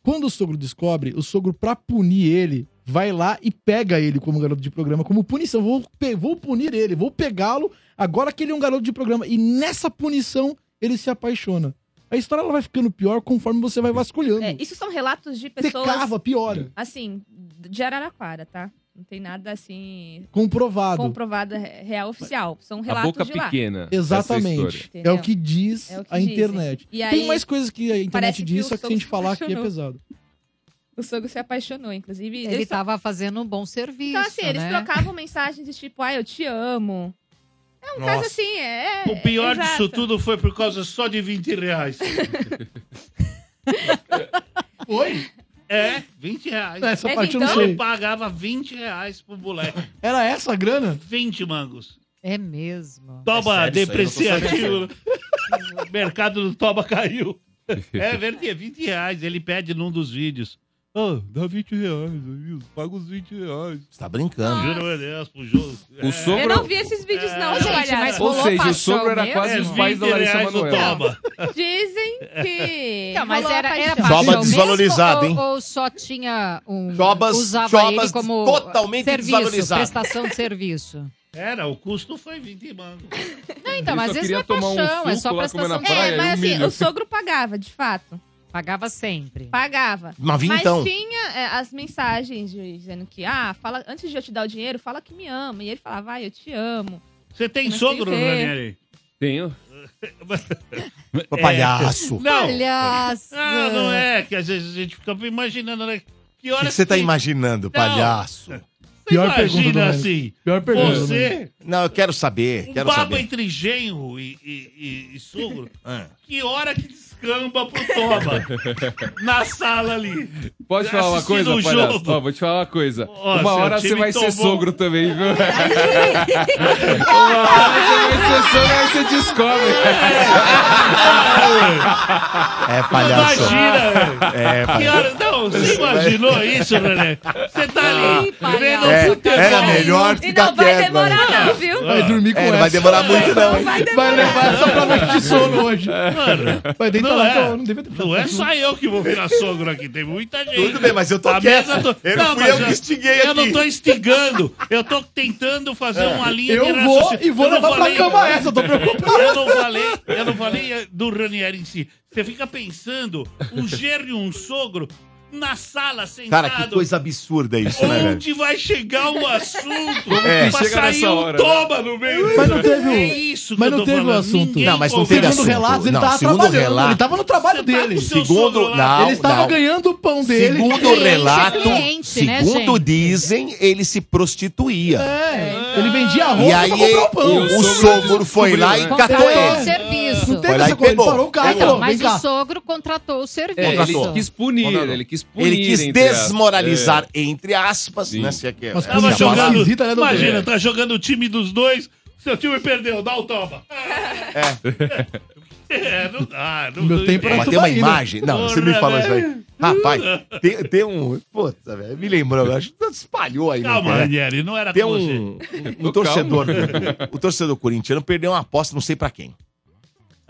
[SPEAKER 5] Quando o sogro descobre, o sogro, pra punir ele, vai lá e pega ele como garoto de programa, como punição. Vou, pe- vou punir ele, vou pegá-lo agora que ele é um garoto de programa. E nessa punição, ele se apaixona. A história ela vai ficando pior conforme você vai vasculhando.
[SPEAKER 7] É, isso são relatos de pessoas,
[SPEAKER 5] Pecava, piora.
[SPEAKER 7] assim, de Araraquara, tá? Não tem nada, assim,
[SPEAKER 5] Comprovado.
[SPEAKER 7] comprovado, é, real, oficial. São
[SPEAKER 8] A
[SPEAKER 7] relatos
[SPEAKER 8] boca
[SPEAKER 7] de lá.
[SPEAKER 8] pequena. essa história.
[SPEAKER 5] Exatamente. É o
[SPEAKER 7] Entendeu?
[SPEAKER 5] que diz
[SPEAKER 7] É o que
[SPEAKER 5] a
[SPEAKER 7] dizem.
[SPEAKER 5] internet.
[SPEAKER 7] E aí,
[SPEAKER 5] Tem mais coisas que a internet
[SPEAKER 7] parece que
[SPEAKER 5] diz,
[SPEAKER 7] o
[SPEAKER 5] só que se a gente
[SPEAKER 7] sogro
[SPEAKER 5] falar aqui é
[SPEAKER 7] apaixonou.
[SPEAKER 5] pesado.
[SPEAKER 7] o sogro se apaixonou, inclusive.
[SPEAKER 9] Ele
[SPEAKER 7] eles só-
[SPEAKER 9] tava fazendo um bom serviço.
[SPEAKER 7] Então, assim, eles
[SPEAKER 9] né?
[SPEAKER 7] trocavam mensagens de tipo, ah, eu te amo. É um caso assim, é...
[SPEAKER 6] O pior
[SPEAKER 7] é-
[SPEAKER 6] disso
[SPEAKER 7] exato.
[SPEAKER 6] tudo foi por causa só de 20 reais.
[SPEAKER 5] Oi?
[SPEAKER 6] É, 20 reais.
[SPEAKER 5] Essa
[SPEAKER 7] É
[SPEAKER 5] parte eu não
[SPEAKER 7] então?
[SPEAKER 6] Eu
[SPEAKER 5] sei.
[SPEAKER 6] pagava 20 reais pro moleque.
[SPEAKER 5] Era essa a grana?
[SPEAKER 6] 20 mangos.
[SPEAKER 9] É mesmo.
[SPEAKER 6] Toma
[SPEAKER 1] É sério isso aí, eu não tô
[SPEAKER 6] depreciativo. o mercado do Toba caiu. É verdade, é 20 reais. Ele pede num dos vídeos. Ah, dá 20 reais, viu? paga os 20 reais.
[SPEAKER 1] Você tá brincando.
[SPEAKER 6] Juro meu Deus, pro jogo.
[SPEAKER 8] O sogro.
[SPEAKER 7] Eu não vi esses vídeos, não,
[SPEAKER 6] É,
[SPEAKER 7] gente,
[SPEAKER 9] Gente, mas
[SPEAKER 7] mas
[SPEAKER 8] Ou
[SPEAKER 9] rolou
[SPEAKER 8] seja, o
[SPEAKER 9] paixão
[SPEAKER 8] sogro era
[SPEAKER 9] mesmo?
[SPEAKER 8] quase os pais da
[SPEAKER 6] 20
[SPEAKER 8] Larissa
[SPEAKER 6] reais o
[SPEAKER 8] Manoel.
[SPEAKER 6] Toba.
[SPEAKER 7] dizem que...
[SPEAKER 9] Não, Então, mas
[SPEAKER 7] rolou
[SPEAKER 9] era, era
[SPEAKER 7] paixão.
[SPEAKER 9] paixão
[SPEAKER 1] Toba
[SPEAKER 9] mesmo
[SPEAKER 1] desvalorizado, hein?
[SPEAKER 9] Ou, ou só tinha um.
[SPEAKER 1] Jobas-
[SPEAKER 9] usava
[SPEAKER 1] jobas
[SPEAKER 9] ele como.
[SPEAKER 1] totalmente
[SPEAKER 9] serviço,
[SPEAKER 1] desvalorizado.
[SPEAKER 9] Prestação de serviço.
[SPEAKER 6] Era, o custo foi 20 mangos.
[SPEAKER 9] Não, então,
[SPEAKER 8] Ele
[SPEAKER 9] mas
[SPEAKER 8] só
[SPEAKER 9] às vezes
[SPEAKER 8] queria
[SPEAKER 9] não é
[SPEAKER 8] tomar um
[SPEAKER 9] paixão, é
[SPEAKER 8] suco
[SPEAKER 9] só
[SPEAKER 8] lá, comer
[SPEAKER 9] prestação
[SPEAKER 8] na
[SPEAKER 9] de
[SPEAKER 8] praia.
[SPEAKER 9] serviço.
[SPEAKER 7] É,
[SPEAKER 8] e
[SPEAKER 7] mas
[SPEAKER 8] um
[SPEAKER 7] assim,
[SPEAKER 8] milho.
[SPEAKER 7] o sogro pagava, de fato.
[SPEAKER 9] Pagava sempre.
[SPEAKER 7] Pagava.
[SPEAKER 1] Mas vim
[SPEAKER 7] Mas
[SPEAKER 1] então.
[SPEAKER 7] tinha é, as mensagens de- dizendo que, ah, fala, antes de eu te dar o dinheiro, fala que me ama. E ele falava, ah, eu te amo.
[SPEAKER 6] Você tem
[SPEAKER 7] Mas
[SPEAKER 6] sogro,
[SPEAKER 7] tem que ter.
[SPEAKER 6] Ranieri?
[SPEAKER 8] Tenho.
[SPEAKER 1] Ô, Palhaço.
[SPEAKER 6] É. Não.
[SPEAKER 9] Palhaço.
[SPEAKER 6] Ah, não é, que às vezes a gente fica imaginando, né? Que
[SPEAKER 1] O que
[SPEAKER 6] hora
[SPEAKER 1] você tá
[SPEAKER 6] que-
[SPEAKER 1] imaginando, palhaço?
[SPEAKER 6] Você
[SPEAKER 5] Pior pergunta do
[SPEAKER 6] imagina
[SPEAKER 5] mundo.
[SPEAKER 6] assim,
[SPEAKER 5] Pior pergunta. né?
[SPEAKER 6] você,
[SPEAKER 1] Não, eu quero saber.
[SPEAKER 6] um
[SPEAKER 1] Quero
[SPEAKER 6] baba
[SPEAKER 1] saber.
[SPEAKER 6] entre genro e, e- e- e sogro,
[SPEAKER 1] Ah.
[SPEAKER 6] que hora que descamba pro Toba? na sala ali.
[SPEAKER 8] Pode falar uma
[SPEAKER 6] Tá Assistindo
[SPEAKER 8] coisa,
[SPEAKER 6] o
[SPEAKER 8] palhaço?
[SPEAKER 6] jogo.
[SPEAKER 8] Ó, vou te falar uma coisa.
[SPEAKER 6] Ó,
[SPEAKER 8] uma
[SPEAKER 6] seu
[SPEAKER 8] hora você
[SPEAKER 6] time
[SPEAKER 8] vai ser
[SPEAKER 6] tomou.
[SPEAKER 8] sogro também, viu? uma hora você vai ser sogro, aí você descobre.
[SPEAKER 1] É palhaço.
[SPEAKER 6] Imagina, velho.
[SPEAKER 1] É,
[SPEAKER 6] Que
[SPEAKER 1] palhaço.
[SPEAKER 6] hora, não, você imaginou isso, René? Você tá ali,
[SPEAKER 7] Ih, palhaço.
[SPEAKER 6] vendo
[SPEAKER 1] É,
[SPEAKER 6] o futebol.
[SPEAKER 1] era melhor
[SPEAKER 7] E
[SPEAKER 1] ficar
[SPEAKER 7] não vai
[SPEAKER 1] quieto. né?
[SPEAKER 7] demorar, não, viu?
[SPEAKER 5] Vai dormir com
[SPEAKER 1] É, não vai
[SPEAKER 5] essa.
[SPEAKER 1] demorar muito, não, hein?
[SPEAKER 7] Vai
[SPEAKER 5] Vai
[SPEAKER 7] demorar.
[SPEAKER 5] levar só pra noite de sono hoje. Vai deitar
[SPEAKER 6] Não
[SPEAKER 5] lá,
[SPEAKER 6] é.
[SPEAKER 5] então, não devia ter
[SPEAKER 6] Não é só eu que vou virar sogro aqui, tem muita gente.
[SPEAKER 1] Tudo bem, mas eu tô
[SPEAKER 6] A
[SPEAKER 1] quieto.
[SPEAKER 6] mesa do-
[SPEAKER 1] Eu não fui
[SPEAKER 6] mas
[SPEAKER 1] eu que instiguei
[SPEAKER 6] Eu não
[SPEAKER 1] aqui.
[SPEAKER 6] tô instigando. Eu tô tentando fazer uma linha de
[SPEAKER 5] Eu vou
[SPEAKER 6] raciocínio.
[SPEAKER 5] e vou
[SPEAKER 6] Eu não
[SPEAKER 5] levar pra
[SPEAKER 6] falei-
[SPEAKER 5] cama essa, eu tô preocupado.
[SPEAKER 6] Eu não falei, eu não falei eh, do Ranieri em si. Você fica pensando, um gerro e um sogro na sala sentado.
[SPEAKER 1] Cara, que coisa absurda isso, né, velho?
[SPEAKER 6] Onde vai chegar o assunto
[SPEAKER 1] É.
[SPEAKER 6] pra
[SPEAKER 8] Chega
[SPEAKER 6] sair
[SPEAKER 8] nessa
[SPEAKER 6] um
[SPEAKER 8] hora, né?
[SPEAKER 6] toba no meio?
[SPEAKER 5] Mas
[SPEAKER 1] né?
[SPEAKER 5] não teve o-
[SPEAKER 6] É isso que
[SPEAKER 5] mas
[SPEAKER 6] eu
[SPEAKER 5] não
[SPEAKER 6] tô
[SPEAKER 5] teve o
[SPEAKER 6] falando.
[SPEAKER 5] assunto.
[SPEAKER 6] Ninguém
[SPEAKER 1] Não, mas não
[SPEAKER 6] consegue-
[SPEAKER 1] teve
[SPEAKER 5] Segundo
[SPEAKER 1] assunto.
[SPEAKER 5] relatos, ele
[SPEAKER 1] Não,
[SPEAKER 5] tava
[SPEAKER 1] segundo
[SPEAKER 5] trabalhando.
[SPEAKER 1] relato-
[SPEAKER 5] Ele tava no trabalho
[SPEAKER 6] Você tá
[SPEAKER 5] dele.
[SPEAKER 6] com seu
[SPEAKER 1] Segundo-
[SPEAKER 6] sogro lá.
[SPEAKER 1] não,
[SPEAKER 5] Ele estava
[SPEAKER 1] não.
[SPEAKER 5] ganhando o pão dele.
[SPEAKER 1] Segundo
[SPEAKER 9] Cliente é
[SPEAKER 1] relato,
[SPEAKER 9] cliente, né,
[SPEAKER 1] segundo
[SPEAKER 9] gente?
[SPEAKER 1] dizem, ele se prostituía.
[SPEAKER 5] É, ele vendia roupa
[SPEAKER 1] E aí
[SPEAKER 5] pra comprar o né? pão.
[SPEAKER 1] o, o sogro foi lá e
[SPEAKER 8] Descobriu,
[SPEAKER 9] Contratou
[SPEAKER 1] catou
[SPEAKER 9] o
[SPEAKER 1] ele.
[SPEAKER 9] serviço.
[SPEAKER 5] essa
[SPEAKER 1] Foi lá e
[SPEAKER 5] coisa, Ah, ele
[SPEAKER 1] pegou.
[SPEAKER 5] parou o carro e
[SPEAKER 1] Pegou.
[SPEAKER 5] falou, vem
[SPEAKER 9] Mas
[SPEAKER 5] cá.
[SPEAKER 9] o sogro contratou o serviço.
[SPEAKER 8] É, ele
[SPEAKER 1] Contratou.
[SPEAKER 8] quis punir,
[SPEAKER 1] Contratou.
[SPEAKER 8] ele quis punir.
[SPEAKER 1] Ele quis
[SPEAKER 8] entre aspas. É.
[SPEAKER 1] desmoralizar, entre aspas,
[SPEAKER 8] Sim.
[SPEAKER 1] né? Se é que é.
[SPEAKER 5] Mas
[SPEAKER 1] se
[SPEAKER 5] como
[SPEAKER 1] é
[SPEAKER 6] Tava
[SPEAKER 1] a
[SPEAKER 5] chama
[SPEAKER 1] palavra.
[SPEAKER 6] jogando.
[SPEAKER 5] esquisita, né, doutor?
[SPEAKER 6] imagina, tá jogando o time dos dois, seu time perdeu, dá o toma. É, não dá. Não,
[SPEAKER 5] Meu tempo era
[SPEAKER 1] É. Mas
[SPEAKER 5] tudo
[SPEAKER 1] tem uma
[SPEAKER 5] aí, né?
[SPEAKER 1] imagem. Não, você me
[SPEAKER 6] Porra, né?
[SPEAKER 1] falou isso aí.
[SPEAKER 6] velho.
[SPEAKER 1] Rapaz, tem, tem um. Puta, velho. Me lembrou, eu acho que espalhou aí. na
[SPEAKER 6] Calma,
[SPEAKER 1] internet.
[SPEAKER 6] Ranieri, não era
[SPEAKER 1] Tem
[SPEAKER 6] com
[SPEAKER 1] um,
[SPEAKER 6] você.
[SPEAKER 1] um torcedor. O torcedor corintiano perdeu uma aposta, não sei pra quem.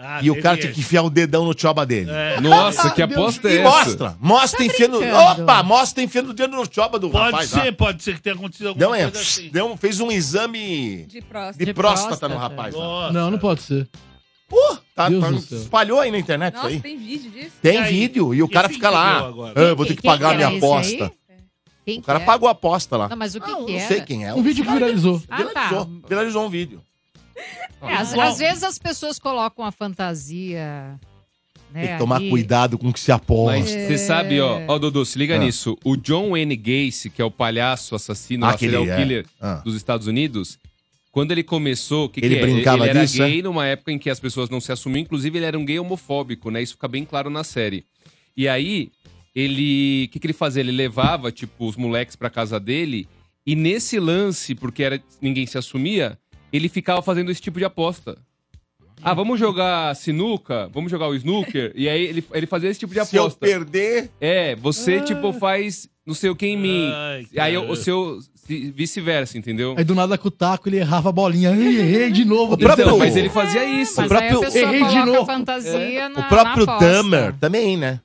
[SPEAKER 6] Ah,
[SPEAKER 1] E o cara
[SPEAKER 6] teve
[SPEAKER 1] tinha
[SPEAKER 6] esse.
[SPEAKER 1] que
[SPEAKER 6] É.
[SPEAKER 1] enfiar o dedão no tioba dele.
[SPEAKER 8] Nossa, que aposta é
[SPEAKER 1] E
[SPEAKER 8] essa?
[SPEAKER 1] mostra, mostra
[SPEAKER 3] Tá
[SPEAKER 1] enfiando.
[SPEAKER 3] brincando.
[SPEAKER 1] Opa, mostra enfiando o dedo no tioba do
[SPEAKER 6] Pode
[SPEAKER 1] rapaz.
[SPEAKER 6] ser,
[SPEAKER 1] lá.
[SPEAKER 6] pode ser que tenha acontecido alguma
[SPEAKER 1] Não é,
[SPEAKER 6] coisa assim.
[SPEAKER 1] deu um- fez um exame
[SPEAKER 7] De próximo.
[SPEAKER 1] de,
[SPEAKER 3] De
[SPEAKER 1] próstata,
[SPEAKER 3] próstata.
[SPEAKER 1] no rapaz. lá.
[SPEAKER 6] Nossa.
[SPEAKER 5] né, Não, não pode ser.
[SPEAKER 1] Uh, tá-
[SPEAKER 5] Deus
[SPEAKER 1] tá-
[SPEAKER 5] do céu.
[SPEAKER 1] espalhou aí na internet isso
[SPEAKER 7] Nossa,
[SPEAKER 1] aí.
[SPEAKER 7] tem vídeo disso?
[SPEAKER 1] Tem
[SPEAKER 6] E aí?
[SPEAKER 1] vídeo e o
[SPEAKER 6] E
[SPEAKER 1] cara
[SPEAKER 6] se
[SPEAKER 1] fica lá.
[SPEAKER 6] entendeu agora?
[SPEAKER 1] "Ah, eu vou ter
[SPEAKER 9] Quem-
[SPEAKER 1] que
[SPEAKER 9] quem
[SPEAKER 1] pagar
[SPEAKER 9] que
[SPEAKER 1] a minha
[SPEAKER 9] era esse aí?
[SPEAKER 1] aposta.
[SPEAKER 9] Quem
[SPEAKER 1] O cara
[SPEAKER 9] que é?
[SPEAKER 1] pagou a aposta lá.
[SPEAKER 9] Não, mas o que
[SPEAKER 1] Não,
[SPEAKER 9] que
[SPEAKER 1] não
[SPEAKER 9] era?
[SPEAKER 1] sei quem é.
[SPEAKER 5] Um vídeo que viralizou.
[SPEAKER 9] Ah, tá.
[SPEAKER 1] Viralizou, viralizou um vídeo.
[SPEAKER 9] É, às,
[SPEAKER 6] Bom.
[SPEAKER 9] às vezes as pessoas colocam a fantasia. Né,
[SPEAKER 1] Tem que tomar
[SPEAKER 9] ali.
[SPEAKER 1] cuidado com o que se aposta.
[SPEAKER 8] Mas
[SPEAKER 9] É.
[SPEAKER 8] você sabe, ó, ó, Dodô, se liga
[SPEAKER 1] Ah.
[SPEAKER 8] nisso. O John Wayne Gacy, que é o palhaço assassino, lá,
[SPEAKER 1] Aquele,
[SPEAKER 8] serial
[SPEAKER 1] é.
[SPEAKER 8] killer
[SPEAKER 1] Ah.
[SPEAKER 8] dos Estados Unidos, quando ele começou, o que,
[SPEAKER 1] Ele
[SPEAKER 8] que é?
[SPEAKER 1] brincava
[SPEAKER 8] ele era
[SPEAKER 1] disso,
[SPEAKER 8] gay numa época em que as pessoas não se assumiam, inclusive ele era um gay homofóbico, né? Isso fica bem claro na série. E aí, ele. O que, que ele fazia? Ele levava, tipo, os moleques pra casa dele, e nesse lance, porque era, ninguém se assumia, ele ficava fazendo esse tipo de aposta. Ah, vamos jogar sinuca? Vamos jogar o snooker? E aí ele, ele fazia esse tipo de
[SPEAKER 1] Se eu
[SPEAKER 8] aposta.
[SPEAKER 1] perder,
[SPEAKER 8] É, você, tipo, faz não sei o que em mim.
[SPEAKER 6] Ah. Ai,
[SPEAKER 8] E aí o
[SPEAKER 6] cara.
[SPEAKER 8] seu. se- vice-versa, entendeu?
[SPEAKER 5] Aí do nada com o taco ele errava a bolinha. Ei, errei de novo.
[SPEAKER 1] O próprio-
[SPEAKER 8] Então, mas ele fazia
[SPEAKER 6] É,
[SPEAKER 8] isso.
[SPEAKER 9] Mas
[SPEAKER 1] O próprio-
[SPEAKER 9] aí a pessoa
[SPEAKER 5] Errei de
[SPEAKER 9] coloca
[SPEAKER 5] novo.
[SPEAKER 9] a fantasia na,
[SPEAKER 1] É. o próprio
[SPEAKER 9] na aposta.
[SPEAKER 1] Dahmer também, né?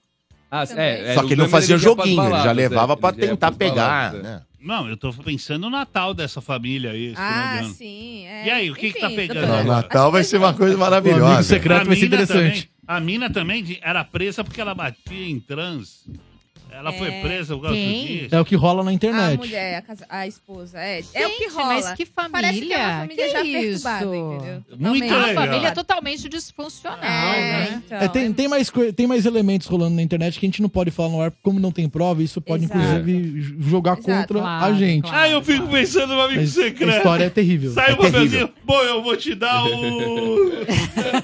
[SPEAKER 8] Ah, é, é,
[SPEAKER 1] Só
[SPEAKER 8] o
[SPEAKER 1] que ele não
[SPEAKER 8] Dahmer,
[SPEAKER 1] fazia
[SPEAKER 8] ia pras
[SPEAKER 1] joguinho, ele já
[SPEAKER 8] baladas,
[SPEAKER 1] levava
[SPEAKER 8] é,
[SPEAKER 1] pra
[SPEAKER 8] ele já ia
[SPEAKER 1] tentar
[SPEAKER 8] pras
[SPEAKER 1] pegar,
[SPEAKER 8] baladas, é.
[SPEAKER 1] né?
[SPEAKER 6] Não, eu tô pensando no Natal dessa família aí. esse final
[SPEAKER 7] Ah,
[SPEAKER 6] de ano.
[SPEAKER 7] sim. é.
[SPEAKER 6] E aí, o que que tá pegando?
[SPEAKER 7] doutor,
[SPEAKER 6] É.
[SPEAKER 1] Não, Natal vai ser uma coisa
[SPEAKER 5] O amigo
[SPEAKER 1] maravilhosa.
[SPEAKER 5] secreto. Secreto
[SPEAKER 6] A
[SPEAKER 5] vai ser
[SPEAKER 6] mina
[SPEAKER 5] interessante.
[SPEAKER 6] também- a mina também de- era presa porque ela batia em trans. Ela foi presa por causa
[SPEAKER 9] Quem?
[SPEAKER 6] disso.
[SPEAKER 5] É o que rola na
[SPEAKER 7] A
[SPEAKER 5] internet.
[SPEAKER 7] mulher, a, casa- a esposa. É, é o que
[SPEAKER 9] Gente,
[SPEAKER 7] rola.
[SPEAKER 9] Mas que família.
[SPEAKER 7] Parece que é uma família
[SPEAKER 9] que
[SPEAKER 7] já
[SPEAKER 9] isso?
[SPEAKER 7] perturbada, entendeu?
[SPEAKER 6] Ah, Muito
[SPEAKER 9] Uma
[SPEAKER 6] legal.
[SPEAKER 9] família totalmente disfuncional,
[SPEAKER 7] É,
[SPEAKER 9] né?
[SPEAKER 7] então.
[SPEAKER 5] É, tem, tem, mais, coi- tem mais elementos rolando na internet que a gente não pode falar no ar, porque como não tem prova, isso pode,
[SPEAKER 7] Exato.
[SPEAKER 5] inclusive, j- jogar
[SPEAKER 7] Exato.
[SPEAKER 5] contra a
[SPEAKER 9] Claro,
[SPEAKER 5] gente.
[SPEAKER 9] claro.
[SPEAKER 6] Ah, eu fico pensando no amigo
[SPEAKER 5] Mas a
[SPEAKER 6] secreto.
[SPEAKER 5] história é terrível.
[SPEAKER 6] Sai o
[SPEAKER 1] É terrível.
[SPEAKER 6] papelzinho. Bom, eu vou te dar
[SPEAKER 8] assim,
[SPEAKER 6] um. o.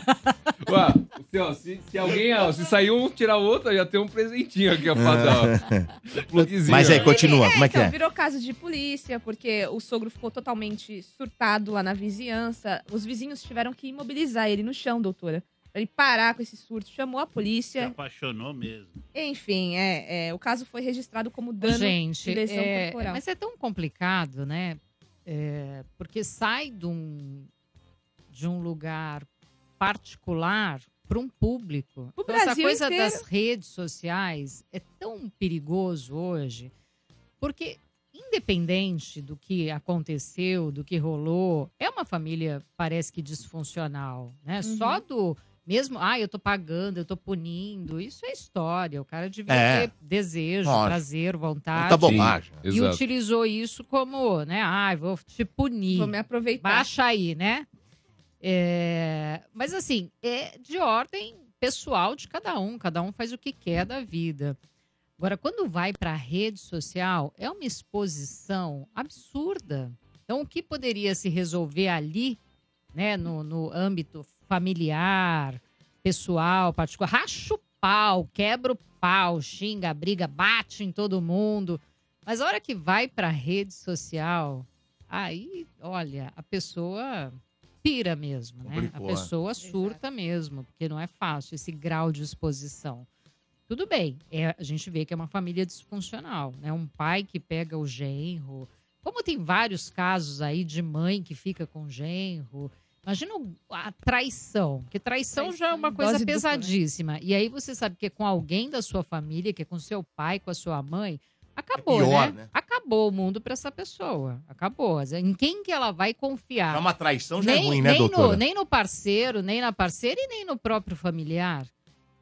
[SPEAKER 8] Ué, se, ó, se, se alguém, ó, se sair um tirar o outro, já tem um presentinho aqui, ó, pra dar. ó. Plugzinho,
[SPEAKER 1] Mas aí,
[SPEAKER 8] ó.
[SPEAKER 1] continua, como é que
[SPEAKER 7] então,
[SPEAKER 1] é?
[SPEAKER 7] virou caso de polícia, porque o sogro ficou totalmente surtado lá na vizinhança. Os vizinhos tiveram que imobilizar ele no chão, doutora. Pra ele parar com esse surto. Chamou a
[SPEAKER 6] Se
[SPEAKER 1] Tá.
[SPEAKER 7] polícia.
[SPEAKER 6] apaixonou mesmo.
[SPEAKER 7] Enfim, é, é, o caso foi registrado como dano.
[SPEAKER 9] Gente,
[SPEAKER 7] de lesão
[SPEAKER 9] é,
[SPEAKER 7] corporal.
[SPEAKER 9] mas é tão complicado, né? É, porque sai de um, de um lugar particular para um público.
[SPEAKER 7] Pro
[SPEAKER 9] Então, essa
[SPEAKER 7] Brasil
[SPEAKER 9] coisa
[SPEAKER 7] inteiro.
[SPEAKER 9] das redes sociais é tão perigoso hoje, porque independente do que aconteceu, do que rolou, é uma família parece que disfuncional, né?
[SPEAKER 7] Uhum.
[SPEAKER 9] Só do mesmo, ah, eu tô pagando, eu tô punindo, isso é história. O cara devia
[SPEAKER 1] É.
[SPEAKER 9] ter desejo,
[SPEAKER 1] Lógico.
[SPEAKER 9] prazer, vontade.
[SPEAKER 1] Muita bobagem.
[SPEAKER 9] E
[SPEAKER 8] Exato.
[SPEAKER 9] utilizou isso como, né? Ah, eu vou te punir.
[SPEAKER 7] Vou me aproveitar.
[SPEAKER 9] Baixa aí, né? É, Mas assim, é de ordem pessoal de cada um. Cada um faz o que quer da vida. Agora, quando vai para a rede social, é uma exposição absurda. Então, o que poderia se resolver ali, né? No, no âmbito familiar, pessoal, particular. Racha o pau, quebra o pau, xinga, briga, bate em todo mundo. Mas a hora que vai para a rede social, aí, olha, a pessoa pira mesmo, né?
[SPEAKER 1] Complicou,
[SPEAKER 9] a
[SPEAKER 1] né?
[SPEAKER 9] pessoa surta mesmo, porque não é fácil esse grau de exposição. Tudo bem, é, a gente vê que é uma família disfuncional, né? Um pai que pega o genro. Como tem vários casos aí de mãe que fica com o genro. Imagina o- a traição, porque traição, já é
[SPEAKER 7] Traição
[SPEAKER 9] uma
[SPEAKER 7] em
[SPEAKER 9] coisa
[SPEAKER 7] dose dupla, né?
[SPEAKER 9] pesadíssima. E aí você sabe que é com alguém da sua família, que é com seu pai, com a sua mãe, acabou,
[SPEAKER 1] É pior,
[SPEAKER 9] né?
[SPEAKER 1] né?
[SPEAKER 9] Acabou o mundo para essa pessoa. Acabou. Em quem que ela vai confiar?
[SPEAKER 1] É uma traição já é
[SPEAKER 9] nem,
[SPEAKER 1] ruim, né,
[SPEAKER 9] nem no,
[SPEAKER 1] doutora?
[SPEAKER 9] nem no parceiro, nem na parceira e nem no próprio familiar.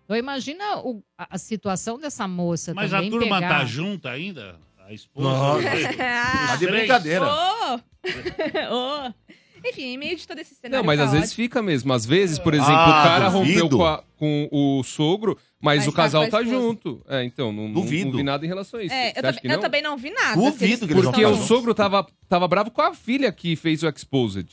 [SPEAKER 9] Então imagina o- a, a situação dessa moça
[SPEAKER 6] Mas a
[SPEAKER 9] também
[SPEAKER 6] turma
[SPEAKER 9] pegar.
[SPEAKER 6] tá junta ainda? A esposa.
[SPEAKER 1] Não. Tá
[SPEAKER 7] Ah,
[SPEAKER 1] de
[SPEAKER 6] Três.
[SPEAKER 1] brincadeira.
[SPEAKER 7] oh, oh. Enfim, em meio de todo esse cenário.
[SPEAKER 8] Não, mas às
[SPEAKER 7] caótico,
[SPEAKER 8] vezes fica mesmo. Às vezes, por exemplo,
[SPEAKER 1] Ah,
[SPEAKER 8] o cara
[SPEAKER 1] duvido.
[SPEAKER 8] rompeu com, a- com o sogro, mas,
[SPEAKER 7] Mas
[SPEAKER 8] o
[SPEAKER 7] tá
[SPEAKER 8] casal
[SPEAKER 7] com a
[SPEAKER 8] tá
[SPEAKER 7] esposa.
[SPEAKER 8] junto. É, então, não, não-
[SPEAKER 1] Duvido.
[SPEAKER 8] não vi nada em relação a isso. Você
[SPEAKER 7] É, eu,
[SPEAKER 8] acha
[SPEAKER 7] também,
[SPEAKER 8] que
[SPEAKER 7] eu
[SPEAKER 8] não?
[SPEAKER 7] também não vi nada.
[SPEAKER 1] Duvido
[SPEAKER 7] eles-
[SPEAKER 1] que eles vão
[SPEAKER 8] Porque
[SPEAKER 1] Não,
[SPEAKER 8] o
[SPEAKER 1] não.
[SPEAKER 8] sogro tava, tava bravo com a filha que fez o Exposed.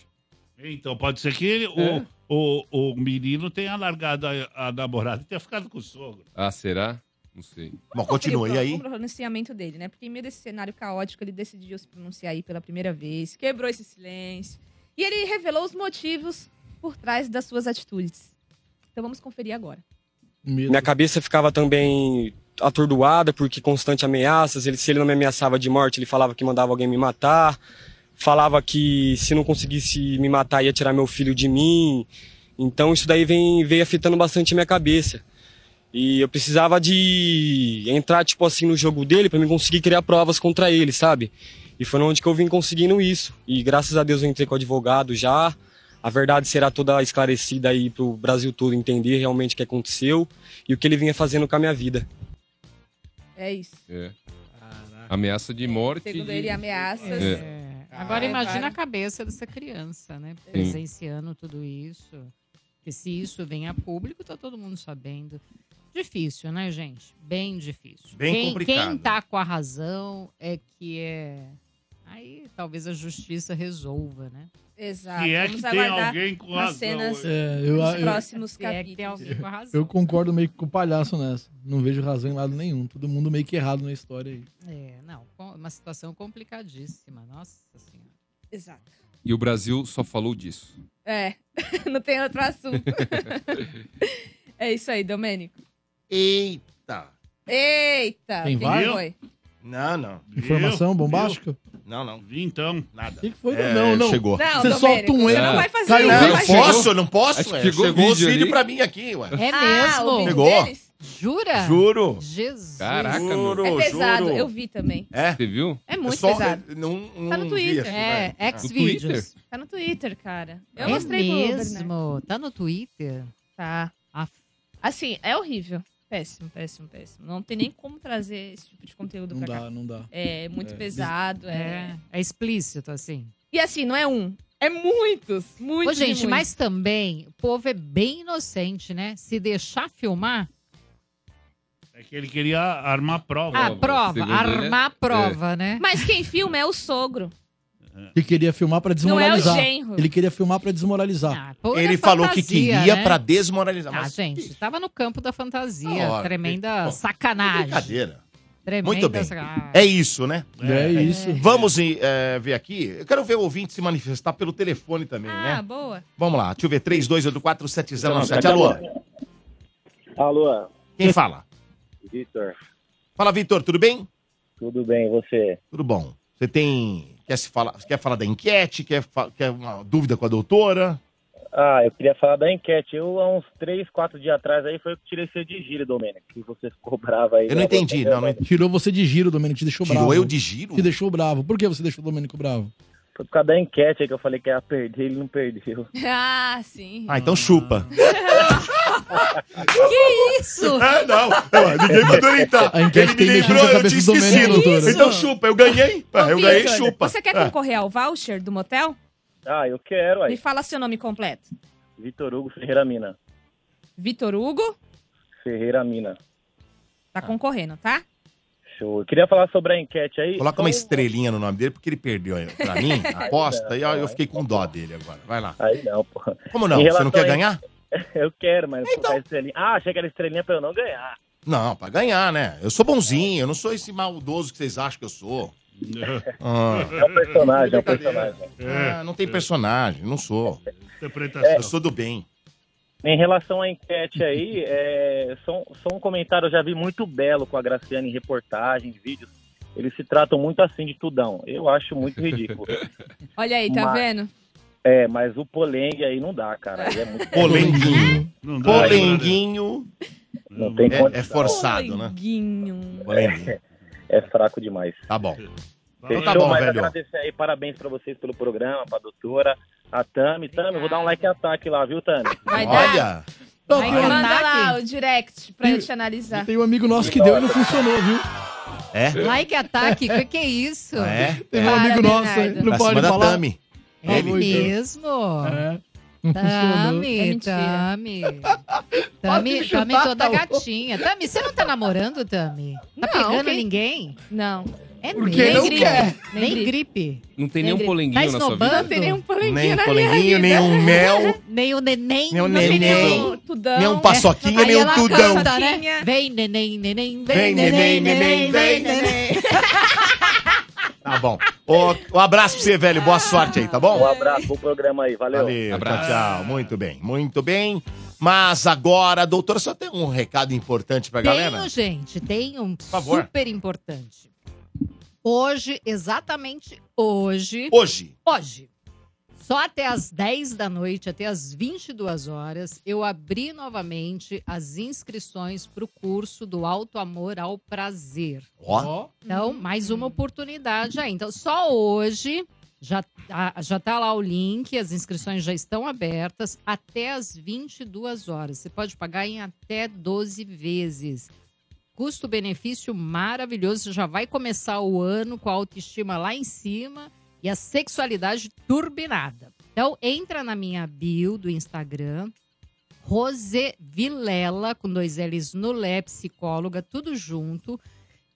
[SPEAKER 6] Então pode ser que ele-
[SPEAKER 8] É.
[SPEAKER 6] o, o, o menino tenha largado a, a namorada e tenha ficado com o sogro.
[SPEAKER 8] Ah, será? Não sei.
[SPEAKER 1] Bom, continua, e
[SPEAKER 7] Sobre o-
[SPEAKER 1] aí?
[SPEAKER 7] sobre o pronunciamento dele, né? Porque em meio desse cenário caótico, ele decidiu se pronunciar aí pela primeira vez, quebrou esse silêncio. E ele revelou os motivos por trás das suas atitudes. Então vamos conferir agora.
[SPEAKER 11] Minha cabeça ficava também atordoada porque constante ameaças. Ele, se ele não me ameaçava de morte, ele falava que mandava alguém me matar. Falava que se não conseguisse me matar, ia tirar meu filho de mim. Então isso daí vem, veio afetando bastante a minha cabeça. E eu precisava de entrar, tipo assim, no jogo dele para me conseguir criar provas contra ele, sabe? E foi onde que eu vim conseguindo isso. E graças a Deus eu entrei com o advogado já. A verdade será toda esclarecida aí pro Brasil todo entender realmente o que aconteceu e o que ele vinha fazendo com a minha vida.
[SPEAKER 7] É isso.
[SPEAKER 8] É. Ameaça de morte.
[SPEAKER 7] Segundo
[SPEAKER 8] de-
[SPEAKER 7] ele, ameaças.
[SPEAKER 8] É.
[SPEAKER 9] Agora
[SPEAKER 7] É,
[SPEAKER 9] imagina
[SPEAKER 7] claro.
[SPEAKER 9] a cabeça dessa criança, né? Presenciando tudo isso. Porque se isso vem a público, tá todo mundo sabendo. Difícil, né, gente? Bem difícil.
[SPEAKER 12] Bem
[SPEAKER 9] quem,
[SPEAKER 12] complicado.
[SPEAKER 9] Quem tá com a razão é que é... Aí talvez a justiça resolva, né?
[SPEAKER 7] Exato.
[SPEAKER 6] Que é que
[SPEAKER 7] Vamos
[SPEAKER 6] tem
[SPEAKER 7] aguardar assim.
[SPEAKER 6] alguém com
[SPEAKER 7] as
[SPEAKER 6] razão
[SPEAKER 7] cenas
[SPEAKER 5] hoje. É, eu-
[SPEAKER 7] nos
[SPEAKER 5] eu-
[SPEAKER 7] próximos
[SPEAKER 9] Se é que
[SPEAKER 7] capítulos.
[SPEAKER 9] tem alguém com a razão.
[SPEAKER 5] Eu concordo meio que com o palhaço nessa. Não vejo razão em lado nenhum. Todo mundo meio que errado na história aí.
[SPEAKER 9] É, não. com- Uma situação complicadíssima. Nossa Senhora.
[SPEAKER 7] Exato.
[SPEAKER 8] E o Brasil só falou disso.
[SPEAKER 7] É, não tem outro assunto. é isso aí, Domênico.
[SPEAKER 1] Eita.
[SPEAKER 7] Eita!
[SPEAKER 5] Tem
[SPEAKER 7] quem
[SPEAKER 5] VAR?
[SPEAKER 7] foi?
[SPEAKER 1] Não, não.
[SPEAKER 5] Informação bombástica?
[SPEAKER 1] Não, não.
[SPEAKER 6] Vi então.
[SPEAKER 1] Nada. O
[SPEAKER 5] que, foi?
[SPEAKER 1] É,
[SPEAKER 5] não, não.
[SPEAKER 1] Chegou.
[SPEAKER 7] Não,
[SPEAKER 5] Você
[SPEAKER 7] Domênico,
[SPEAKER 5] solta um
[SPEAKER 7] você
[SPEAKER 5] erro.
[SPEAKER 7] não vai fazer
[SPEAKER 5] Caiu.
[SPEAKER 7] isso,
[SPEAKER 1] Não,
[SPEAKER 7] vai
[SPEAKER 1] posso?
[SPEAKER 7] chegar.
[SPEAKER 1] Não posso?
[SPEAKER 8] Acho que
[SPEAKER 1] ué?
[SPEAKER 8] chegou
[SPEAKER 1] Chegou,
[SPEAKER 8] o
[SPEAKER 1] o
[SPEAKER 8] vídeo
[SPEAKER 1] filho
[SPEAKER 8] ali.
[SPEAKER 1] pra mim aqui, ué.
[SPEAKER 9] É
[SPEAKER 7] Ah, o
[SPEAKER 9] mesmo?
[SPEAKER 7] vídeo
[SPEAKER 1] Chegou.
[SPEAKER 7] deles?
[SPEAKER 9] Jura?
[SPEAKER 1] Juro.
[SPEAKER 9] Jesus.
[SPEAKER 8] Caraca, meu.
[SPEAKER 1] Juro,
[SPEAKER 7] É pesado,
[SPEAKER 1] juro.
[SPEAKER 7] eu vi também.
[SPEAKER 1] É?
[SPEAKER 8] Você viu?
[SPEAKER 7] É muito
[SPEAKER 1] Só- um-
[SPEAKER 7] pesado.
[SPEAKER 1] Não, não
[SPEAKER 7] Tá no
[SPEAKER 5] Hum,
[SPEAKER 1] vi
[SPEAKER 7] Twitter.
[SPEAKER 1] esse,
[SPEAKER 9] É,
[SPEAKER 1] vai.
[SPEAKER 9] ex
[SPEAKER 8] No Twitter?
[SPEAKER 9] vídeos
[SPEAKER 7] Tá no Twitter, cara. Eu
[SPEAKER 9] é
[SPEAKER 7] mostrei pro né? Bernardo.
[SPEAKER 9] mesmo? Tá no Twitter?
[SPEAKER 7] Tá.
[SPEAKER 9] Ah,
[SPEAKER 7] Assim, é horrível. Péssimo, péssimo, péssimo. Não tem nem como trazer esse tipo de conteúdo
[SPEAKER 5] Não
[SPEAKER 7] pra cá.
[SPEAKER 5] dá, não dá.
[SPEAKER 7] É muito
[SPEAKER 5] É.
[SPEAKER 7] pesado, é.
[SPEAKER 9] é, é explícito, assim.
[SPEAKER 7] E assim, não é um. É muitos, muitos.
[SPEAKER 9] Ô, gente,
[SPEAKER 7] e muitos.
[SPEAKER 9] mas também, o povo é bem inocente, né? Se deixar filmar,
[SPEAKER 6] É que ele queria armar prova.
[SPEAKER 9] a prova,
[SPEAKER 8] segundo ele,
[SPEAKER 5] É,
[SPEAKER 9] armar a prova, né?
[SPEAKER 7] Mas quem filma é o sogro.
[SPEAKER 5] Ele queria filmar pra
[SPEAKER 7] Não é o
[SPEAKER 5] desmoralizar.
[SPEAKER 7] genro.
[SPEAKER 5] Ele queria filmar pra desmoralizar.
[SPEAKER 9] Ah, pura
[SPEAKER 1] Ele falou que
[SPEAKER 9] fantasia,
[SPEAKER 1] queria
[SPEAKER 9] né?
[SPEAKER 1] pra desmoralizar.
[SPEAKER 9] Ah,
[SPEAKER 1] Mas é
[SPEAKER 9] gente, tava no campo da fantasia.
[SPEAKER 1] Ó,
[SPEAKER 9] tremenda
[SPEAKER 1] bom,
[SPEAKER 9] sacanagem.
[SPEAKER 1] brincadeira.
[SPEAKER 9] Tremenda Ah,
[SPEAKER 1] Muito bem.
[SPEAKER 9] sacanagem.
[SPEAKER 1] É isso, né?
[SPEAKER 5] É, isso.
[SPEAKER 1] Vamos eh, ver aqui. Eu quero ver o ouvinte se manifestar pelo telefone também,
[SPEAKER 7] Ah,
[SPEAKER 1] né?
[SPEAKER 7] boa.
[SPEAKER 1] Vamos lá. Deixa eu ver. 32847097.
[SPEAKER 13] tá
[SPEAKER 1] Alô?
[SPEAKER 13] Alô,
[SPEAKER 1] Quem fala?
[SPEAKER 13] Vitor,
[SPEAKER 1] Fala, Vitor. Tudo bem?
[SPEAKER 13] tudo bem, você?
[SPEAKER 1] Tudo bom. Você tem... Quer, se falar... quer falar da enquete? Quer, fa- quer uma dúvida com a doutora?
[SPEAKER 13] Ah, eu queria falar da enquete. Eu, há uns 3, 4 dias atrás, aí foi eu que tirei você de gíria, Domênico, que você ficou bravo aí.
[SPEAKER 1] Eu não
[SPEAKER 13] né?
[SPEAKER 1] entendi. Não, não entendi.
[SPEAKER 5] Tirou você de giro, Domênico, te deixou
[SPEAKER 1] Tirou
[SPEAKER 5] bravo.
[SPEAKER 1] eu de giro?
[SPEAKER 5] Te deixou bravo. Por que você deixou o Domênico bravo?
[SPEAKER 13] Foi por causa da enquete aí que eu falei que ia perder, ele não perdeu.
[SPEAKER 7] Ah, sim.
[SPEAKER 1] Ah, então chupa.
[SPEAKER 9] Que isso?
[SPEAKER 1] Ah,
[SPEAKER 5] É,
[SPEAKER 1] não. Eu- Ninguém mandou ele entrar.
[SPEAKER 5] A enquete
[SPEAKER 1] Ele me
[SPEAKER 5] tem mexido
[SPEAKER 1] lembrou,
[SPEAKER 5] na
[SPEAKER 1] eu
[SPEAKER 5] cabeça
[SPEAKER 1] tinha
[SPEAKER 5] do Domênico,
[SPEAKER 1] esquecido.
[SPEAKER 5] doutora.
[SPEAKER 1] Então chupa. Eu ganhei. Ah, Eu
[SPEAKER 7] Ô,
[SPEAKER 1] ganhei,
[SPEAKER 7] Vitor,
[SPEAKER 1] chupa.
[SPEAKER 7] Você quer
[SPEAKER 5] É.
[SPEAKER 1] Ah.
[SPEAKER 7] concorrer ao voucher do motel?
[SPEAKER 13] Ah, eu quero
[SPEAKER 7] Me
[SPEAKER 13] aí.
[SPEAKER 7] fala seu nome completo.
[SPEAKER 13] Vitor Hugo Ferreira Mina.
[SPEAKER 7] Vitor Hugo
[SPEAKER 13] Ferreira Mina.
[SPEAKER 7] tá concorrendo, tá?
[SPEAKER 13] Show. Eu queria falar sobre a enquete aí.
[SPEAKER 1] Coloca
[SPEAKER 13] Só
[SPEAKER 1] uma
[SPEAKER 13] um-
[SPEAKER 1] estrelinha no nome dele, porque ele perdeu pra mim a aposta e ó, eu fiquei com dó dele agora. Vai lá.
[SPEAKER 13] Aí não, porra.
[SPEAKER 1] Como não?
[SPEAKER 13] Em
[SPEAKER 1] Você não quer
[SPEAKER 13] relação a-
[SPEAKER 1] ganhar?
[SPEAKER 13] Eu quero, mas então... colocar estrelinha. Ah, achei que era estrelinha pra eu não ganhar.
[SPEAKER 1] Não, pra ganhar, né? Eu sou bonzinho, eu não sou esse maldoso que vocês acham que eu sou. Ah,
[SPEAKER 13] É um personagem, é um personagem.
[SPEAKER 1] ah, não tem personagem, não sou.
[SPEAKER 6] Interpretação.
[SPEAKER 13] É.
[SPEAKER 1] Eu sou do bem.
[SPEAKER 13] Em relação à enquete aí, é, só, um- só um comentário, eu já vi muito belo com a Graciane em reportagem, em vídeos. Eles se tratam muito assim de tudão. Eu acho muito ridículo.
[SPEAKER 7] Olha aí, tá
[SPEAKER 13] Mas-
[SPEAKER 7] vendo?
[SPEAKER 13] é, mas o polengue aí não dá, cara. Aí é muito...
[SPEAKER 1] Polenguinho.
[SPEAKER 6] Não dá,
[SPEAKER 1] Polenguinho
[SPEAKER 13] Não tem
[SPEAKER 1] é- é,
[SPEAKER 13] condição.
[SPEAKER 1] forçado, né?
[SPEAKER 7] Polenguinho.
[SPEAKER 1] Polenguinho.
[SPEAKER 13] É fraco demais.
[SPEAKER 1] Tá bom. Então
[SPEAKER 6] Fala,
[SPEAKER 1] tá
[SPEAKER 13] Fechou,
[SPEAKER 1] bom,
[SPEAKER 13] mas
[SPEAKER 1] velho.
[SPEAKER 13] agradecer aí, parabéns pra vocês pelo programa, pra doutora, a Tami. Tami, vou dar um like e ataque lá, viu, Tami?
[SPEAKER 7] Vai dar.
[SPEAKER 1] Olha,
[SPEAKER 5] Não,
[SPEAKER 9] Vai
[SPEAKER 5] tem, um-
[SPEAKER 9] enganar.
[SPEAKER 7] Manda
[SPEAKER 9] Ataque.
[SPEAKER 7] lá o direct pra eu te analisar.
[SPEAKER 5] tem um amigo nosso que deu e não funcionou, viu?
[SPEAKER 1] é?
[SPEAKER 9] Like ataque, que, que é isso?
[SPEAKER 1] É?
[SPEAKER 5] Tem um
[SPEAKER 1] é.
[SPEAKER 7] Para,
[SPEAKER 5] amigo nosso aí.
[SPEAKER 7] Bernardo.
[SPEAKER 5] Não
[SPEAKER 1] Pra
[SPEAKER 5] pode
[SPEAKER 1] cima da
[SPEAKER 5] falar.
[SPEAKER 1] Tami.
[SPEAKER 9] É
[SPEAKER 5] Ele.
[SPEAKER 9] mesmo?
[SPEAKER 5] É. Não funcionou.
[SPEAKER 9] Tami,
[SPEAKER 7] É mentira.
[SPEAKER 9] Tami.
[SPEAKER 5] Pode
[SPEAKER 9] Tami,
[SPEAKER 5] chutar,
[SPEAKER 9] Tami toda
[SPEAKER 5] tá bom.
[SPEAKER 9] gatinha. Tami, você não tá namorando, Tami? Tá
[SPEAKER 7] Não,
[SPEAKER 9] pegando
[SPEAKER 7] quem-
[SPEAKER 9] ninguém?
[SPEAKER 7] Não.
[SPEAKER 9] É
[SPEAKER 5] Porque não
[SPEAKER 9] mesmo?
[SPEAKER 5] quer.
[SPEAKER 9] Nem
[SPEAKER 7] Nem
[SPEAKER 9] gripe.
[SPEAKER 8] Não tem nenhum
[SPEAKER 7] Ele-
[SPEAKER 8] polenguinho
[SPEAKER 9] Tá
[SPEAKER 8] na sua
[SPEAKER 9] esnobando?
[SPEAKER 8] vida.
[SPEAKER 7] Não tem nenhum polenguinho
[SPEAKER 1] Nem
[SPEAKER 7] na
[SPEAKER 1] polenguinho,
[SPEAKER 7] minha
[SPEAKER 1] nem
[SPEAKER 7] vida.
[SPEAKER 1] um mel,
[SPEAKER 9] Nem o neném.
[SPEAKER 1] nem um
[SPEAKER 9] não
[SPEAKER 7] Não tem
[SPEAKER 1] neném,
[SPEAKER 7] nenhum tudão.
[SPEAKER 1] nem um paçoquinha,
[SPEAKER 9] é. Aí
[SPEAKER 1] nem um
[SPEAKER 9] ela
[SPEAKER 1] tudão.
[SPEAKER 9] canta, né?
[SPEAKER 7] Tinha.
[SPEAKER 9] Vem, neném, neném,
[SPEAKER 1] Vem, neném, neném, vem, neném. Tá bom. Ô, um abraço pra você, velho. Boa sorte aí, tá bom?
[SPEAKER 13] Um abraço pro programa aí, valeu.
[SPEAKER 1] Valeu, tchau, tchau. Muito bem, muito bem. Mas agora, doutora, só tem um recado importante pra galera?
[SPEAKER 9] Tenho, gente, tem um
[SPEAKER 1] favor.
[SPEAKER 9] super importante. Hoje, exatamente hoje.
[SPEAKER 1] Hoje?
[SPEAKER 9] Hoje. Só até às 10 da noite, até às 22 horas, eu abri novamente as inscrições para o curso do Alto Amor ao Prazer.
[SPEAKER 1] Ó.
[SPEAKER 9] Então, mais uma oportunidade aí. Então, só hoje já tá, já tá lá o link, as inscrições já estão abertas até as 22 horas. Você pode pagar em até 12 vezes. Custo-benefício maravilhoso. Você já vai começar o ano com a autoestima lá em cima e a sexualidade turbinada. Então, entra na minha bio do Instagram, Rose Vilela, com dois L's no Lé, psicóloga, tudo junto.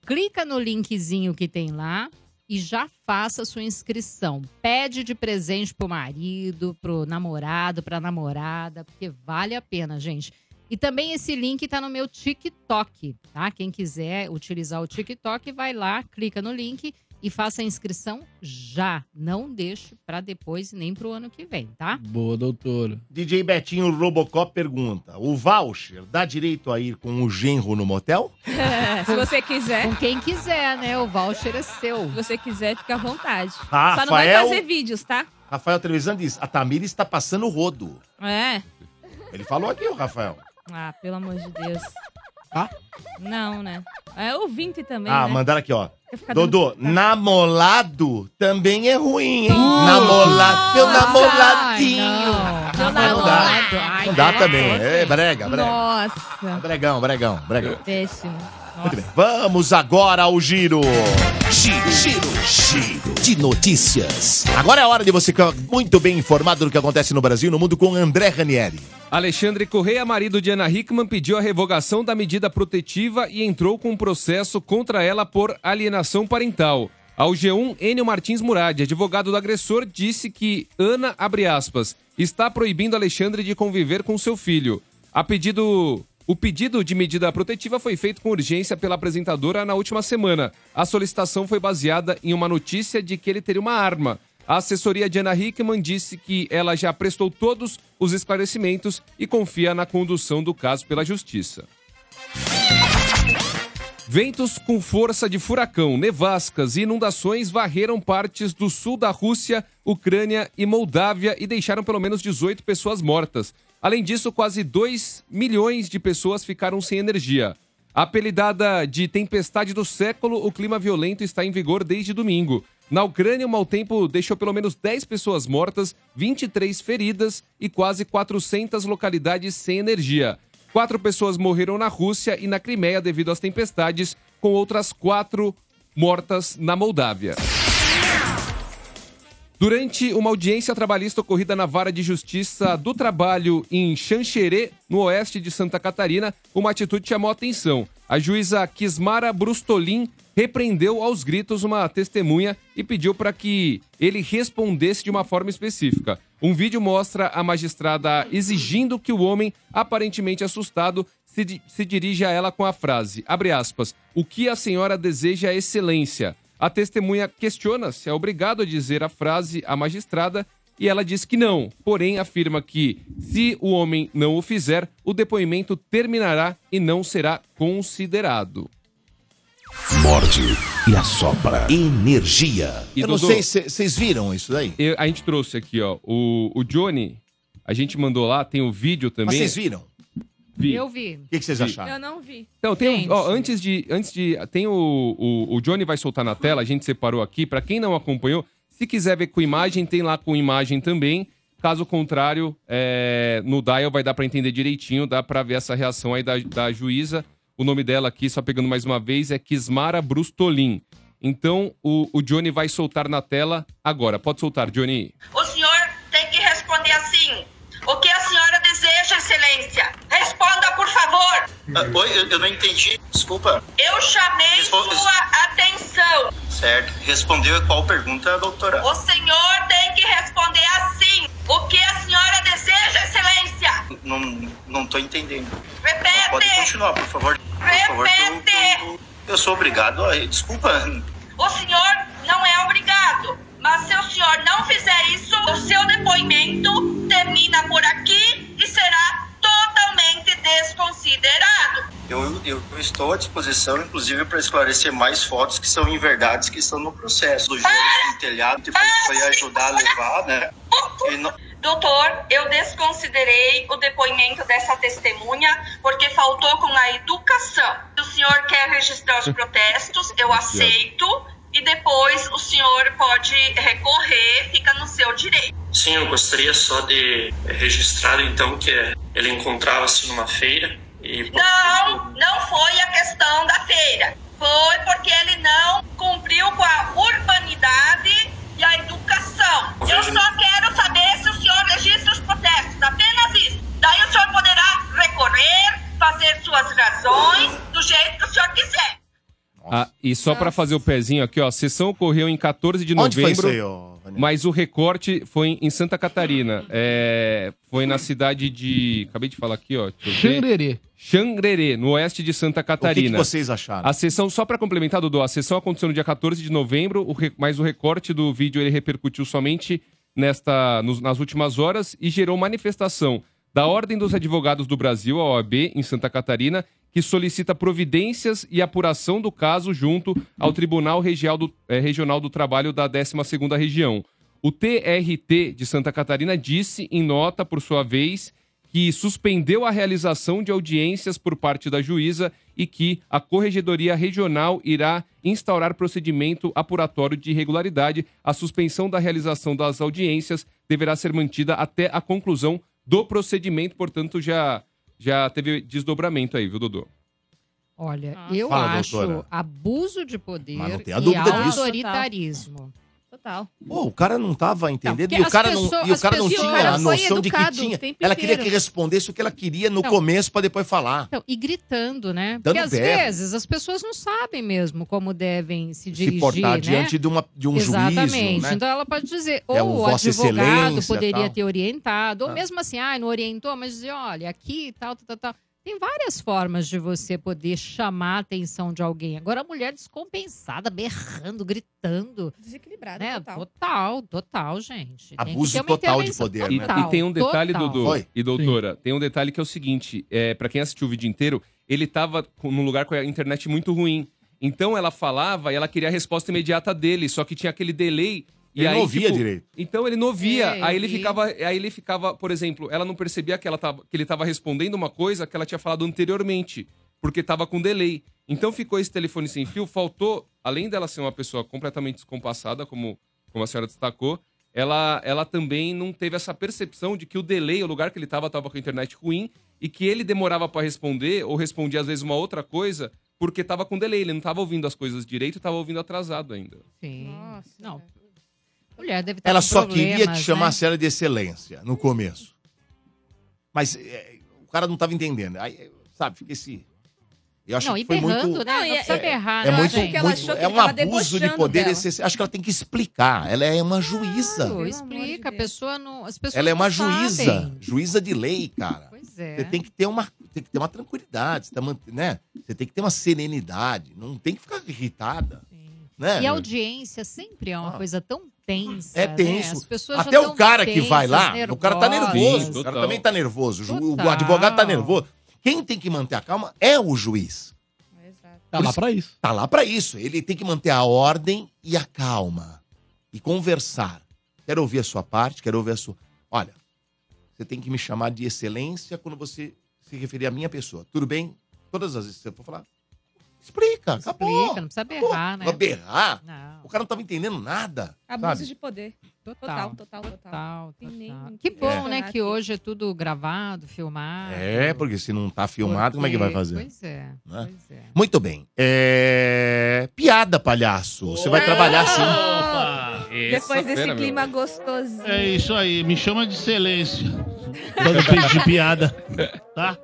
[SPEAKER 9] Clica no linkzinho que tem lá e já faça a sua inscrição. Pede de presente pro marido, pro namorado, pra namorada, porque vale a pena, gente. E também esse link tá no meu TikTok, tá? Quem quiser utilizar o TikTok, vai lá, clica no link e faça a inscrição já. Não deixe pra depois nem pro ano que vem, tá?
[SPEAKER 7] um
[SPEAKER 5] Boa, doutora.
[SPEAKER 1] DJ Betinho Robocop pergunta: o voucher dá direito a ir com o genro no motel?
[SPEAKER 7] É, Se você quiser. Com
[SPEAKER 9] quem quiser, né? O voucher é seu. Se
[SPEAKER 7] você quiser, fica à vontade.
[SPEAKER 1] Ah,
[SPEAKER 7] Só não vai
[SPEAKER 1] Rafael.
[SPEAKER 7] fazer vídeos, tá?
[SPEAKER 1] Rafael Trevisan diz: a Tamira está passando o rodo.
[SPEAKER 7] É.
[SPEAKER 1] Ele falou aqui, o Rafael.
[SPEAKER 7] Ah, pelo amor de Deus.
[SPEAKER 1] Tá?
[SPEAKER 7] Não, né? É ouvinte também,
[SPEAKER 1] ah,
[SPEAKER 7] né?
[SPEAKER 1] mandaram aqui, ó.
[SPEAKER 7] Quer ficar
[SPEAKER 1] Dodô, namolado também é ruim, hein?
[SPEAKER 7] Nossa!
[SPEAKER 1] Namolado, meu
[SPEAKER 7] Ai,
[SPEAKER 1] namoladinho.
[SPEAKER 7] não.
[SPEAKER 1] Não dá, não
[SPEAKER 7] Namorado.
[SPEAKER 1] dá.
[SPEAKER 7] Ai,
[SPEAKER 1] Não dá
[SPEAKER 7] é.
[SPEAKER 1] também. É brega, brega.
[SPEAKER 7] Nossa.
[SPEAKER 1] Bregão, bregão, bregão.
[SPEAKER 7] Péssimo.
[SPEAKER 1] Muito bem. Vamos agora ao giro. Giro, giro, giro de notícias. Agora é a hora de você ficar muito bem informado do que acontece no Brasil e no mundo com André Ranieri.
[SPEAKER 8] Alexandre Correia, marido de Ana Hickman, pediu a revogação da medida protetiva e entrou com um processo contra ela por alienação parental. Ao G1, Enio Martins Murad, advogado do agressor, disse que Ana, abre aspas, está proibindo Alexandre de conviver com seu filho. A pedido o pedido de medida protetiva foi feito com urgência pela apresentadora na última semana. A solicitação foi baseada em uma notícia de que ele teria uma arma. A assessoria de Ana Hickman disse que ela já prestou todos os esclarecimentos e confia na condução do caso pela justiça. Ventos com força de furacão, nevascas e inundações varreram partes do sul da Rússia, Ucrânia e Moldávia e deixaram pelo menos 18 pessoas mortas. Além disso, quase 2 milhões de pessoas ficaram sem energia. Apelidada de tempestade do século, o clima violento está em vigor desde domingo. Na Ucrânia, o mau tempo deixou pelo menos 10 pessoas mortas, 23 feridas e quase 400 localidades sem energia. Quatro pessoas morreram na Rússia e na Crimeia devido às tempestades, com outras quatro mortas na Moldávia. Durante uma audiência trabalhista ocorrida na Vara de Justiça do Trabalho em Xanxerê, no oeste de Santa Catarina, uma atitude chamou atenção. A juíza Kismara Brustolin repreendeu aos gritos uma testemunha e pediu para que ele respondesse de uma forma específica. Um vídeo mostra a magistrada exigindo que o homem, aparentemente assustado, se, di- se dirige a ela com a frase, abre aspas, o que a senhora deseja é excelência. A testemunha questiona se é obrigado a dizer a frase à magistrada e ela diz que não, porém afirma que, se o homem não o fizer, o depoimento terminará e não será considerado.
[SPEAKER 2] Morde e assopra. Energia.
[SPEAKER 8] E
[SPEAKER 1] Eu não
[SPEAKER 8] Dodô?
[SPEAKER 1] sei se vocês viram isso daí.
[SPEAKER 8] Eu- a gente trouxe aqui, ó, o, o Johnny, a gente mandou lá, tem o vídeo também.
[SPEAKER 1] Mas vocês viram?
[SPEAKER 8] Vi.
[SPEAKER 9] Eu vi.
[SPEAKER 1] O que, que vocês acharam?
[SPEAKER 7] Eu não vi.
[SPEAKER 8] Então, tem,
[SPEAKER 7] Gente.
[SPEAKER 8] o- ó, antes de, antes de, tem o, o, o Johnny vai soltar na tela, a gente separou aqui, Pra quem não acompanhou, se quiser ver com imagem, tem lá com imagem também, caso contrário, é, no dial vai dar pra entender direitinho, dá pra ver essa reação aí da, da juíza, o nome dela aqui, só pegando mais uma vez, é Kismara Brustolin. Então, o, o Johnny vai soltar na tela agora, pode soltar, Johnny.
[SPEAKER 12] O senhor tem que responder assim. O que a senhora deseja, excelência? Responda, por favor.
[SPEAKER 14] Ah, oi, eu, não entendi. Desculpa.
[SPEAKER 12] Eu chamei sua atenção.
[SPEAKER 14] Certo. Respondeu qual pergunta, doutora?
[SPEAKER 12] O senhor tem que responder assim. O que a senhora deseja, excelência?
[SPEAKER 14] Não, não tô entendendo.
[SPEAKER 12] Repete.
[SPEAKER 14] Pode continuar, por favor. Por favor, que eu, que eu- eu sou obrigado. a- Desculpa.
[SPEAKER 12] O senhor não é fizer isso, o seu depoimento termina por aqui e será totalmente desconsiderado.
[SPEAKER 14] Eu, eu estou à disposição, inclusive, para esclarecer mais fotos que são inverdades que estão no processo. Do jogo do telhado, que foi, foi ajudar a levar, né? E não-
[SPEAKER 12] Doutor, eu desconsiderei o depoimento dessa testemunha porque faltou com a educação. Se o senhor quer registrar os protestos, eu aceito e depois o senhor pode recorrer, fica no seu direito.
[SPEAKER 15] Sim, eu gostaria só de registrar então que ele encontrava-se numa feira e
[SPEAKER 12] Não, não foi a questão da feira. Foi porque ele não cumpriu com a urbanidade e a educação. Eu só quero saber se o senhor registra os protestos, apenas isso. Daí o senhor poderá recorrer, fazer suas razões do jeito que o senhor quiser.
[SPEAKER 8] Ah, e só pra fazer o pezinho aqui, ó, a sessão ocorreu em 14 de
[SPEAKER 1] Onde
[SPEAKER 8] novembro.
[SPEAKER 1] foi isso aí, ô,
[SPEAKER 8] mas o recorte foi em Santa Catarina. É, foi na cidade de. Acabei de falar aqui, ó. deixa eu ver.
[SPEAKER 5] Xangrerê.
[SPEAKER 8] Xangrerê, no oeste de Santa Catarina.
[SPEAKER 1] O que que vocês acharam?
[SPEAKER 8] A sessão, só pra complementar, Dudu, a sessão aconteceu no dia 14 de novembro, o re- mas o recorte do vídeo ele repercutiu somente nesta, nos- nas últimas horas e gerou manifestação da Ordem dos Advogados do Brasil, a OAB, em Santa Catarina, que solicita providências e apuração do caso junto ao Tribunal Regial do- eh, Regional do Trabalho da 12ª Região. O TRT de Santa Catarina disse, em nota, por sua vez, que suspendeu a realização de audiências por parte da juíza e que a Corregedoria Regional irá instaurar procedimento apuratório de irregularidade. A suspensão da realização das audiências deverá ser mantida até a conclusão do procedimento, portanto, já, já teve desdobramento aí, viu, Dodô?
[SPEAKER 9] Olha, eu
[SPEAKER 8] Fala,
[SPEAKER 9] acho
[SPEAKER 8] doutora.
[SPEAKER 9] abuso de poder
[SPEAKER 1] Mas não
[SPEAKER 9] e
[SPEAKER 1] tem a dúvida disso.
[SPEAKER 9] autoritarismo. Total.
[SPEAKER 1] Pô, o cara não tava entendendo. e
[SPEAKER 9] porque
[SPEAKER 1] o
[SPEAKER 9] as
[SPEAKER 1] cara não,
[SPEAKER 9] pessoas-
[SPEAKER 1] e o
[SPEAKER 9] as
[SPEAKER 1] cara não
[SPEAKER 9] pessoas-
[SPEAKER 1] tinha
[SPEAKER 9] o cara
[SPEAKER 1] a
[SPEAKER 9] foi
[SPEAKER 1] noção de que
[SPEAKER 9] educado o
[SPEAKER 1] tinha.
[SPEAKER 9] tempo
[SPEAKER 1] Ela queria
[SPEAKER 9] inteiro.
[SPEAKER 1] que respondesse o que ela queria no
[SPEAKER 9] Não.
[SPEAKER 1] começo pra depois falar.
[SPEAKER 9] Então, e gritando, né?
[SPEAKER 1] Tá. Dando
[SPEAKER 9] Porque às
[SPEAKER 1] berro.
[SPEAKER 9] vezes as pessoas não sabem mesmo como devem se dirigir,
[SPEAKER 1] se portar
[SPEAKER 9] né?
[SPEAKER 1] diante de, uma, de um
[SPEAKER 9] Exatamente.
[SPEAKER 1] juízo. Né?
[SPEAKER 9] Então ela pode dizer, ou
[SPEAKER 1] É um
[SPEAKER 9] o
[SPEAKER 1] Vossa
[SPEAKER 9] advogado
[SPEAKER 1] Excelência,
[SPEAKER 9] poderia
[SPEAKER 1] tal.
[SPEAKER 9] ter orientado, ou
[SPEAKER 1] Ah.
[SPEAKER 9] mesmo assim, ah, não orientou, mas dizer, olha, aqui e tal, tal, tal, tal. Tem várias formas de você poder chamar a atenção de alguém. Agora a mulher descompensada, berrando, gritando.
[SPEAKER 7] Desequilibrada,
[SPEAKER 9] né? total.
[SPEAKER 7] total.
[SPEAKER 9] Total, gente. Tem que
[SPEAKER 8] Abuso
[SPEAKER 9] ter uma
[SPEAKER 8] total
[SPEAKER 9] intervenção.
[SPEAKER 8] de poder, né? E,
[SPEAKER 9] Total,
[SPEAKER 8] e tem um detalhe,
[SPEAKER 9] total.
[SPEAKER 8] Dudu e doutora, tem um detalhe que é o seguinte: é, para quem assistiu o vídeo inteiro, ele tava com- num lugar com a internet muito ruim. Então ela falava e ela queria a resposta imediata dele, só que tinha aquele delay. e
[SPEAKER 1] Ele
[SPEAKER 8] aí,
[SPEAKER 1] não ouvia direito.
[SPEAKER 8] Então ele não ouvia.
[SPEAKER 1] É,
[SPEAKER 8] aí ele
[SPEAKER 1] ele-
[SPEAKER 8] ficava. Aí ele ficava, por exemplo, ela não percebia que, ela tava, que ele estava respondendo uma coisa que ela tinha falado anteriormente, porque estava com delay. Então ficou esse telefone sem fio, faltou, além dela ser uma pessoa completamente descompassada, como, como a senhora destacou, ela, ela também não teve essa percepção de que o delay, o lugar que ele estava, estava com a internet ruim e que ele demorava para responder ou respondia às vezes uma outra coisa porque estava com delay, ele não estava ouvindo as coisas direito, estava ouvindo atrasado ainda.
[SPEAKER 9] Sim. Não. Mulher deve estar
[SPEAKER 1] Ela
[SPEAKER 9] com
[SPEAKER 1] só queria te
[SPEAKER 9] problemas,
[SPEAKER 1] chamar
[SPEAKER 9] né?
[SPEAKER 1] a senhora de excelência no começo. Mas é, o cara não tava entendendo. Aí, sabe, fica esse. Eu acho
[SPEAKER 9] Não,
[SPEAKER 1] que
[SPEAKER 9] e
[SPEAKER 1] foi
[SPEAKER 9] berrando,
[SPEAKER 1] muito.
[SPEAKER 9] né? Não precisa berrar,
[SPEAKER 1] é
[SPEAKER 9] né,
[SPEAKER 1] muito,
[SPEAKER 9] gente? Ela
[SPEAKER 1] muito-
[SPEAKER 9] achou que
[SPEAKER 1] é
[SPEAKER 9] ele
[SPEAKER 1] um
[SPEAKER 9] tava
[SPEAKER 1] abuso de
[SPEAKER 9] debochando
[SPEAKER 1] poder
[SPEAKER 9] dela.
[SPEAKER 1] excessivo. Acho que ela tem que explicar. Ela é uma juíza.
[SPEAKER 9] Claro, explica, a pessoa não. As pessoas
[SPEAKER 1] Ela é uma
[SPEAKER 9] não sabem.
[SPEAKER 1] juíza, juíza de lei, cara.
[SPEAKER 9] Pois é.
[SPEAKER 1] Você tem que ter uma, tem que ter uma tranquilidade, você, tá mant- né? você tem que ter uma serenidade, não tem que ficar irritada, né? Ah.
[SPEAKER 9] E a audiência sempre é uma coisa tão tensa.
[SPEAKER 1] É
[SPEAKER 9] Né? As
[SPEAKER 1] tenso.
[SPEAKER 9] pessoas já
[SPEAKER 1] Até o
[SPEAKER 9] tão
[SPEAKER 1] cara que vai
[SPEAKER 9] tensas,
[SPEAKER 1] lá, o cara tá
[SPEAKER 9] nervosas.
[SPEAKER 1] nervoso,
[SPEAKER 8] Sim,
[SPEAKER 1] o cara
[SPEAKER 8] total.
[SPEAKER 1] também tá nervoso, o ju- o
[SPEAKER 9] Total.
[SPEAKER 1] advogado tá nervoso. Quem tem que manter a calma é o juiz.
[SPEAKER 5] Tá lá pra isso.
[SPEAKER 1] Tá lá pra isso. Ele tem que manter a ordem e a calma. E conversar. Quero ouvir a sua parte, quero ouvir a sua. Olha, você tem que me chamar de excelência quando você se referir à minha pessoa. Tudo bem? Todas as vezes que você for falar, explica, acabou.
[SPEAKER 9] Explica, não precisa berrar, né?
[SPEAKER 1] Vai berrar.
[SPEAKER 9] Não.
[SPEAKER 1] O cara não tava entendendo nada.
[SPEAKER 7] Abuso
[SPEAKER 1] sabe?
[SPEAKER 7] de poder.
[SPEAKER 9] Total,
[SPEAKER 7] Total, total, total. Tem nem-
[SPEAKER 9] Que bom,
[SPEAKER 7] É.
[SPEAKER 9] né? Que hoje é tudo gravado, filmado.
[SPEAKER 1] É, porque se não tá filmado, como é que vai
[SPEAKER 9] Porque-
[SPEAKER 1] fazer?
[SPEAKER 9] Pois é.
[SPEAKER 1] Né?
[SPEAKER 9] Pois é.
[SPEAKER 1] Muito bem. É... Piada, palhaço. Você vai trabalhar sim.
[SPEAKER 7] Depois desse
[SPEAKER 6] Sexta-feira,
[SPEAKER 7] clima gostosinho.
[SPEAKER 6] É isso aí, me chama de excelência. Quando pedir piada, tá?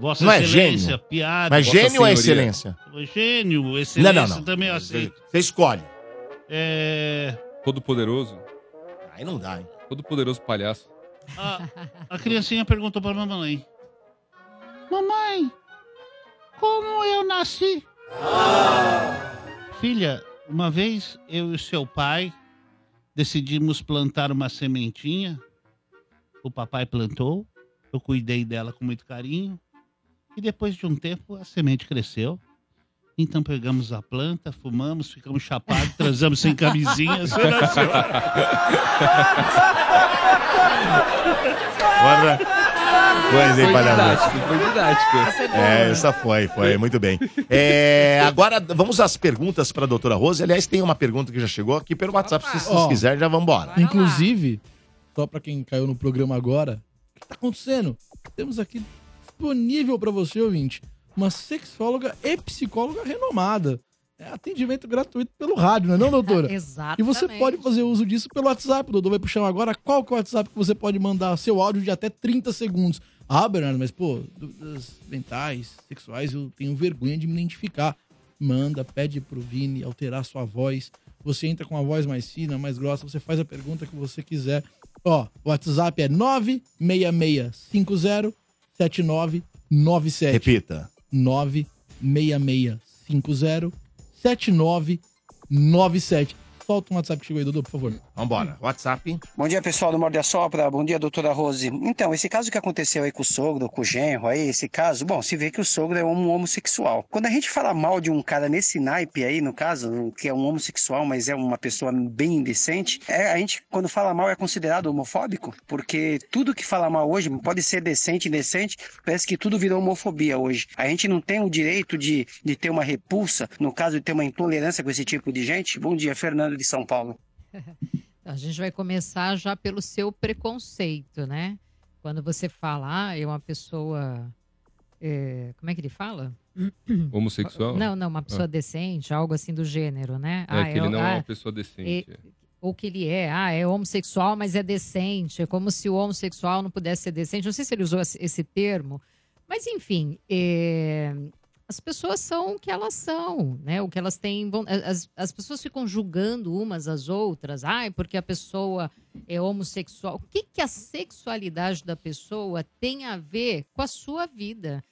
[SPEAKER 6] Vossa
[SPEAKER 1] Não é
[SPEAKER 6] excelência,
[SPEAKER 1] gênio?
[SPEAKER 6] piada.
[SPEAKER 1] Mas
[SPEAKER 6] Vossa
[SPEAKER 1] gênio ou é
[SPEAKER 6] Senhoria.
[SPEAKER 1] excelência?
[SPEAKER 6] Gênio, excelência
[SPEAKER 1] Não, não, não.
[SPEAKER 6] também eu aceito.
[SPEAKER 1] Você escolhe.
[SPEAKER 6] assim. É...
[SPEAKER 8] Todo poderoso.
[SPEAKER 1] Aí não dá, hein?
[SPEAKER 8] Todo poderoso palhaço.
[SPEAKER 6] A, Ah, a criancinha perguntou pra mamãe. Mamãe, como eu nasci? Filha, uma vez eu e seu pai decidimos plantar uma sementinha. O papai plantou, eu cuidei dela com muito carinho. E depois de um tempo, a semente cresceu. Então pegamos a planta, fumamos, ficamos chapados, transamos sem camisinha. Você nasceu.
[SPEAKER 1] Bora. Coisa, hein,
[SPEAKER 8] Foi
[SPEAKER 1] é, palhaço?
[SPEAKER 8] didático, foi didático.
[SPEAKER 9] né?
[SPEAKER 1] É, essa foi, foi, muito bem. É, agora vamos às perguntas para a doutora Rose. Aliás, tem uma pergunta que já chegou aqui pelo WhatsApp, se vocês
[SPEAKER 5] Ó.
[SPEAKER 1] quiserem, já vamos embora.
[SPEAKER 5] Inclusive, só pra quem caiu no programa agora, o que tá acontecendo? Temos aqui disponível pra você, ouvinte, uma sexóloga e psicóloga renomada. É atendimento gratuito pelo rádio, não é não, doutora?
[SPEAKER 9] Exatamente.
[SPEAKER 5] E você pode fazer uso disso pelo WhatsApp. O Dodô vai puxar agora qual que é o WhatsApp que você pode mandar seu áudio de até 30 segundos. Ah, Bernardo, mas pô, dúvidas mentais, sexuais, eu tenho vergonha de me identificar. Manda, pede pro Vini alterar sua voz. Você entra com uma voz mais fina, mais grossa, você faz a pergunta que você quiser. Ó, o WhatsApp é 96650 7997.
[SPEAKER 1] Repita.
[SPEAKER 5] 96650 7997. Solta um WhatsApp que chegou aí, Dudu, por favor.
[SPEAKER 1] Vambora. WhatsApp.
[SPEAKER 16] Bom dia, pessoal do Morde a Sopra. Bom dia, doutora Rose. Então, esse caso que aconteceu aí com o sogro, com o genro aí, esse caso, bom, se vê que o sogro é um homossexual. Quando a gente fala mal de um cara nesse naipe aí, no caso, que é um homossexual, mas é uma pessoa bem indecente, é, a gente, quando fala mal, é considerado homofóbico? Porque tudo que fala mal hoje pode ser decente, indecente, parece que tudo virou homofobia hoje. A gente não tem o direito de, de ter uma repulsa, no caso, de ter uma intolerância com esse tipo de gente. Bom dia, Fernando de São Paulo.
[SPEAKER 9] Então, A gente vai começar já pelo seu preconceito, né? Quando você fala, ah, é uma pessoa. é, como é que ele fala?
[SPEAKER 8] Homossexual?
[SPEAKER 9] Não, não, uma pessoa
[SPEAKER 8] Ah.
[SPEAKER 9] decente, algo assim do gênero, né?
[SPEAKER 8] É que ele não é
[SPEAKER 9] ah,
[SPEAKER 8] uma pessoa decente.
[SPEAKER 9] é, ou que ele é, ah, é homossexual, mas é decente. É como se o homossexual não pudesse ser decente. Não sei se ele usou esse- esse termo, mas enfim, é, as pessoas são o que elas são, né? O que elas têm. von- As, as pessoas ficam julgando umas às outras, ai, porque a pessoa é homossexual. O que, que a sexualidade da pessoa tem a ver com a sua vida?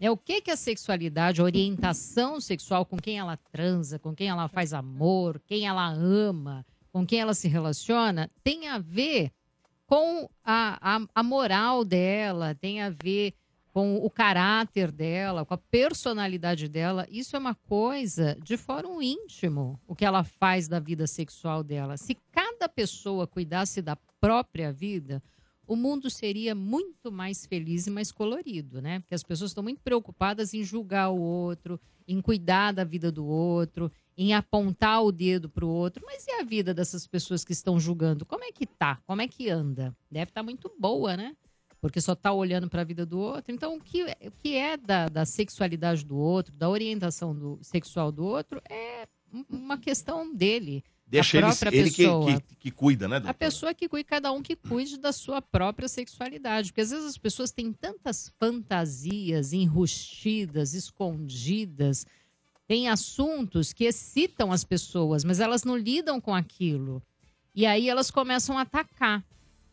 [SPEAKER 9] É o que que a sexualidade, a orientação sexual, com quem ela transa, com quem ela faz amor, quem ela ama, com quem ela se relaciona, tem a ver com a, a, a moral dela, tem a ver com o caráter dela, com a personalidade dela. Isso é uma coisa de fórum íntimo, o que ela faz da vida sexual dela. Se cada pessoa cuidasse da própria vida, o mundo seria muito mais feliz e mais colorido, né? Porque as pessoas estão muito preocupadas em julgar o outro, em cuidar da vida do outro, em apontar o dedo para o outro. Mas e a vida dessas pessoas que estão julgando? Como é que tá? Como é que anda? Deve estar muito boa, né? Porque só tá olhando para a vida do outro. Então, o que, o que é da, da sexualidade do outro, da orientação do- sexual do outro, é um- uma questão dele.
[SPEAKER 1] Deixa
[SPEAKER 9] da
[SPEAKER 1] ele,
[SPEAKER 9] própria
[SPEAKER 1] ele que,
[SPEAKER 9] pessoa.
[SPEAKER 1] que- que cuida, né,
[SPEAKER 9] A
[SPEAKER 1] doutor?
[SPEAKER 9] pessoa que cuida, cada um que cuide da sua própria sexualidade. Porque às vezes as pessoas têm tantas fantasias enrustidas, escondidas, tem assuntos que excitam as pessoas, mas elas não lidam com aquilo. E aí elas começam a atacar,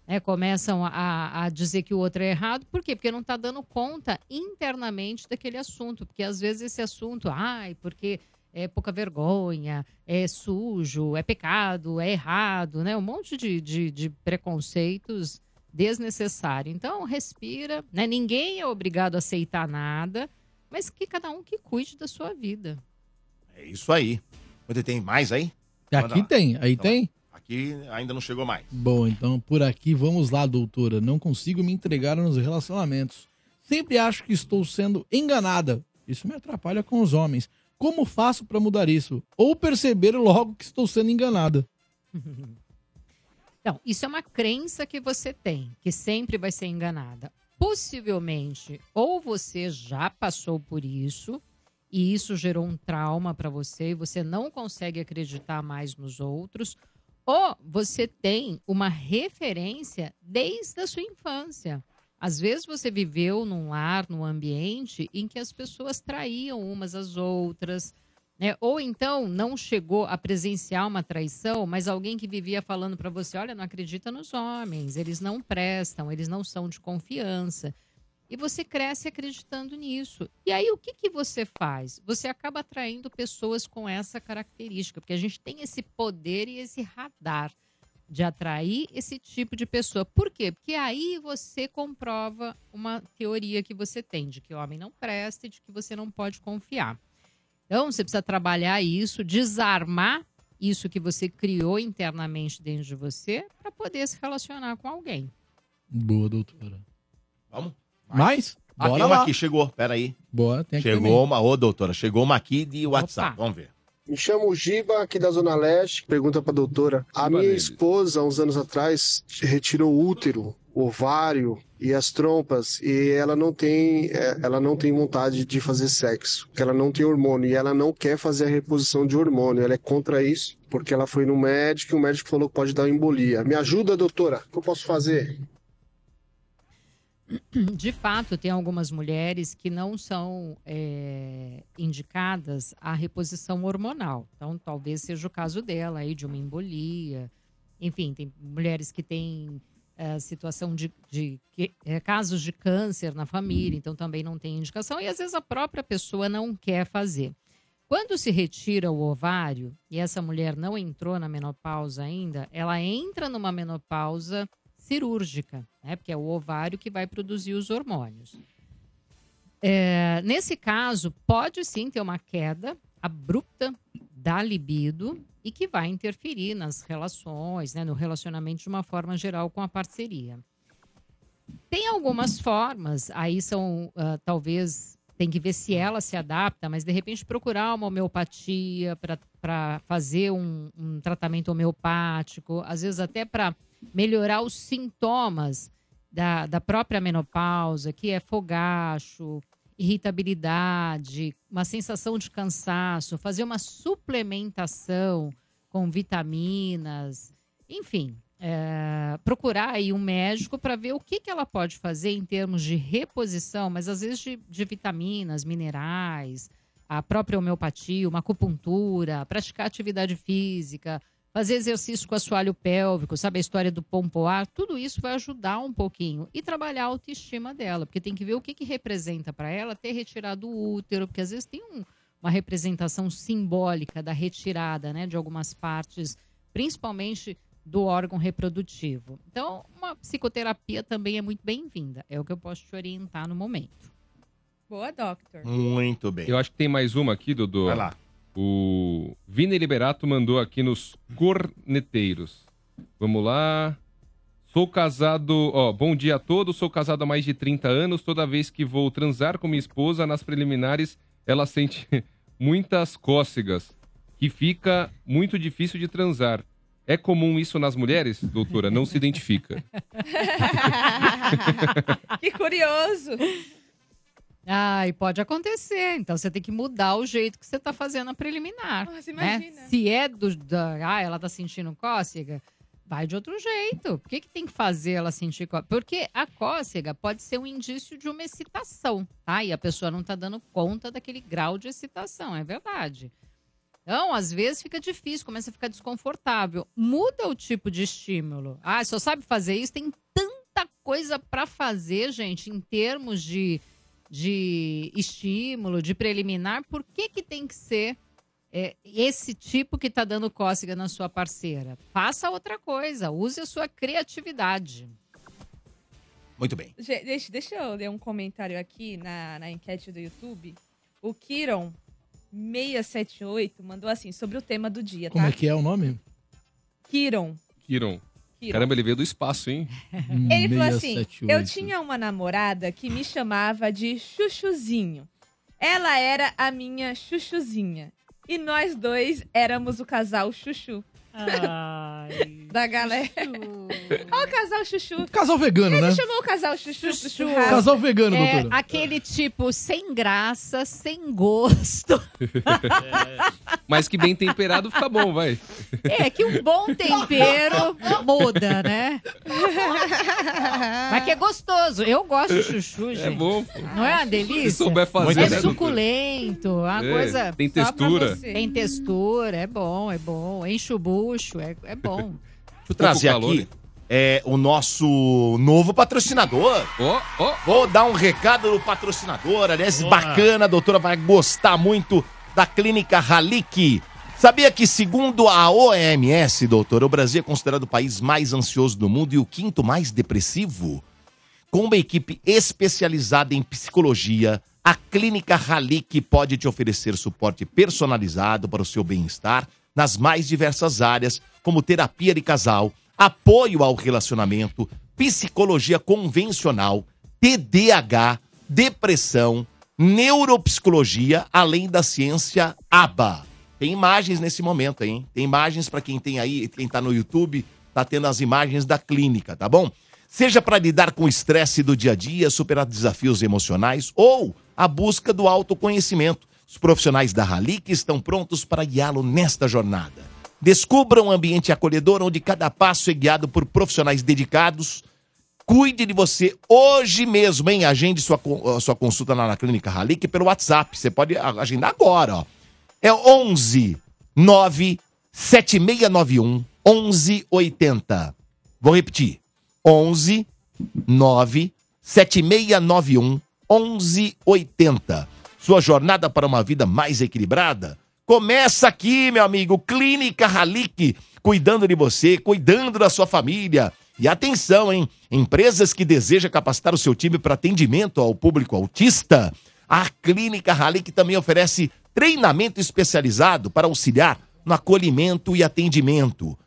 [SPEAKER 9] né? começam a, a dizer que o outro é errado. Por quê? Porque não está dando conta internamente daquele assunto. Porque às vezes esse assunto, ai, porque é pouca vergonha, é sujo, é pecado, é errado, né? Um monte de, de, de preconceitos desnecessários. Então, respira, né? Ninguém é obrigado a aceitar nada, mas que cada um que cuide da sua vida.
[SPEAKER 1] É isso aí. Mas Tem mais aí? Manda
[SPEAKER 5] Aqui
[SPEAKER 1] lá.
[SPEAKER 5] tem, aí
[SPEAKER 1] Então,
[SPEAKER 5] tem.
[SPEAKER 1] Aqui ainda não chegou mais.
[SPEAKER 5] Bom, então por aqui vamos lá, doutora. Não consigo me entregar nos relacionamentos. Sempre acho que estou sendo enganada. Isso me atrapalha com os homens. Como faço pra mudar isso? Ou perceber logo que estou sendo enganada?
[SPEAKER 9] Então, isso é uma crença que você tem, que sempre vai ser enganada. Possivelmente, ou você já passou por isso, e isso gerou um trauma para você, e você não consegue acreditar mais nos outros, ou você tem uma referência desde a sua infância. Às vezes você viveu num lar, num ambiente em que as pessoas traíam umas às outras, né? Ou então não chegou a presenciar uma traição, mas alguém que vivia falando para você, olha, não acredita nos homens, eles não prestam, eles não são de confiança. E você cresce acreditando nisso. E aí o que, que você faz? Você acaba atraindo pessoas com essa característica, porque a gente tem esse poder e esse radar. de atrair esse tipo de pessoa. Por quê? Porque aí você comprova uma teoria que você tem de que o homem não presta e de que você não pode confiar. Então, você precisa trabalhar isso, desarmar isso que você criou internamente dentro de você para poder se relacionar com alguém.
[SPEAKER 5] Boa, doutora.
[SPEAKER 1] Vamos?
[SPEAKER 5] Mais?
[SPEAKER 1] Ah, tem
[SPEAKER 5] Bora
[SPEAKER 1] uma
[SPEAKER 5] lá.
[SPEAKER 1] aqui, chegou, peraí.
[SPEAKER 5] Boa, tem aqui
[SPEAKER 1] Chegou
[SPEAKER 5] também.
[SPEAKER 1] uma, ô doutora, chegou uma aqui de WhatsApp,
[SPEAKER 17] Opa.
[SPEAKER 1] vamos ver.
[SPEAKER 17] Me chamo Giba, aqui da Zona Leste. Pergunta pra doutora. A minha esposa, uns anos atrás, retirou o útero, o ovário e as trompas. E ela não tem, é, ela não tem vontade de fazer sexo. Porque ela não tem hormônio. E ela não quer fazer a reposição de hormônio. Ela é contra isso. Porque ela foi no médico e o médico falou que pode dar embolia. Me ajuda, doutora. O que eu posso fazer?
[SPEAKER 9] De fato, tem algumas mulheres que não são é, indicadas à reposição hormonal. Então, talvez seja o caso dela aí, de uma embolia. Enfim, tem mulheres que têm é, situação de, de que- é, casos de câncer na família, então também não tem indicação. E às vezes a própria pessoa não quer fazer. Quando se retira o ovário e essa mulher não entrou na menopausa ainda, ela entra numa menopausa cirúrgica, né? Porque é o ovário que vai produzir os hormônios. É, nesse caso, pode sim ter uma queda abrupta da libido e que vai interferir nas relações, né, no relacionamento de uma forma geral com a parceria. Tem algumas formas, aí são, ah, talvez, tem que ver se ela se adapta, mas de repente procurar uma homeopatia para fazer um, um tratamento homeopático, às vezes até para melhorar os sintomas da, da própria menopausa, que é fogacho, irritabilidade, uma sensação de cansaço, fazer uma suplementação com vitaminas, enfim, é, procurar aí um médico para ver o que, que ela pode fazer em termos de reposição, mas às vezes de, de vitaminas, minerais, a própria homeopatia, uma acupuntura, praticar atividade física, fazer exercício com assoalho pélvico, sabe a história do pompoar, tudo isso vai ajudar um pouquinho e trabalhar a autoestima dela, porque tem que ver o que, que representa para ela ter retirado o útero, porque às vezes tem um- uma representação simbólica da retirada, né, de algumas partes, principalmente do órgão reprodutivo. Então, uma psicoterapia também é muito bem-vinda. É o que eu posso te orientar no momento.
[SPEAKER 7] Boa, Doctor.
[SPEAKER 1] Muito bem.
[SPEAKER 8] Eu acho que tem mais uma aqui, Dodô.
[SPEAKER 1] Vai lá.
[SPEAKER 8] O Vini Liberato mandou aqui nos corneteiros. Vamos lá. Sou casado, ó, bom dia a todos. Sou casado há mais de 30 anos. Toda vez que vou transar com minha esposa, nas preliminares, ela sente muitas cócegas, que fica muito difícil de transar. É comum isso nas mulheres, doutora? Não se identifica.
[SPEAKER 7] Que curioso.
[SPEAKER 9] Ah, e pode acontecer. Então você tem que mudar o jeito que você está fazendo a preliminar.
[SPEAKER 7] Nossa,
[SPEAKER 9] né?
[SPEAKER 7] imagina.
[SPEAKER 9] Se é do. Da, ah, ela tá sentindo cócega, vai de outro jeito. Por que, que tem que fazer ela sentir cócega? Porque a cócega pode ser um indício de uma excitação, tá? E a pessoa não tá dando conta daquele grau de excitação, é verdade. Então, às vezes fica difícil, começa a ficar desconfortável. Muda o tipo de estímulo. Ah, só sabe fazer isso? Tem tanta coisa pra fazer, gente, em termos de, de estímulo, de preliminar. Por que, que tem que ser é, esse tipo que tá dando cócega na sua parceira? Faça outra coisa, use a sua criatividade.
[SPEAKER 1] Muito bem.
[SPEAKER 7] Ge- Deixa, deixa eu ler um comentário aqui na, na enquete do YouTube. O Kiron 678 mandou assim sobre o tema do dia,
[SPEAKER 5] Como
[SPEAKER 7] tá?
[SPEAKER 5] é que é o nome?
[SPEAKER 7] Kiron.
[SPEAKER 8] Kiron.
[SPEAKER 7] Kiron.
[SPEAKER 8] Caramba, ele veio do espaço, hein?
[SPEAKER 7] Ele falou assim: Eu tinha uma namorada que me chamava de Chuchuzinho. Ela era a minha Chuchuzinha. E nós dois éramos o casal Chuchu. da galera. Olha o casal Chuchu.
[SPEAKER 5] Casal vegano,
[SPEAKER 7] Você
[SPEAKER 5] né?
[SPEAKER 7] chamou o casal Chuchu, pro churrasco?
[SPEAKER 5] Casal vegano,
[SPEAKER 9] É,
[SPEAKER 5] doutora.
[SPEAKER 9] aquele tipo sem graça, sem gosto.
[SPEAKER 8] Mas que bem temperado fica bom, vai.
[SPEAKER 9] É que um bom tempero muda, né? Mas que é gostoso. Eu gosto de chuchu,
[SPEAKER 8] É
[SPEAKER 9] gente.
[SPEAKER 8] bom, pô.
[SPEAKER 9] Não é uma delícia?
[SPEAKER 8] Se souber fazer,
[SPEAKER 9] é
[SPEAKER 8] né,
[SPEAKER 9] suculento, uma
[SPEAKER 8] É,
[SPEAKER 9] coisa.
[SPEAKER 8] tem
[SPEAKER 9] só pra
[SPEAKER 8] textura.
[SPEAKER 9] você. Tem textura, é bom, é bom. Enche o bucho, é, é bom.
[SPEAKER 1] Deixa eu trazer aqui é, o nosso novo patrocinador. Vou dar um recado do patrocinador. Aliás, bacana, a doutora vai gostar muito da Clínica Halik. Sabia que, segundo a OMS, doutor, o Brasil é considerado o país mais ansioso do mundo e o quinto mais depressivo? Com uma equipe especializada em psicologia, a Clínica Halik pode te oferecer suporte personalizado para o seu bem-estar nas mais diversas áreas, como terapia de casal, apoio ao relacionamento, psicologia convencional, TDAH, depressão, neuropsicologia, além da ciência ABA. Tem imagens nesse momento, aí, hein? Tem imagens para quem tem aí, quem tá no YouTube, tá tendo as imagens da clínica, tá bom? Seja para lidar com o estresse do dia a dia, superar desafios emocionais ou a busca do autoconhecimento. Os profissionais da Halik estão prontos para guiá-lo nesta jornada. Descubra um ambiente acolhedor onde cada passo é guiado por profissionais dedicados. Cuide de você hoje mesmo, hein? Agende sua, con- sua consulta lá na Clínica Halik pelo WhatsApp. Você pode a- agendar agora, ó é 11 9 7691 1180. Vou repetir. 11 9 7691 1180. Sua jornada para uma vida mais equilibrada começa aqui, meu amigo. Clínica Halik, cuidando de você, cuidando da sua família. E atenção, hein? Empresas que desejam capacitar o seu time para atendimento ao público autista, a Clínica Halik também oferece treinamento especializado para auxiliar no acolhimento e atendimento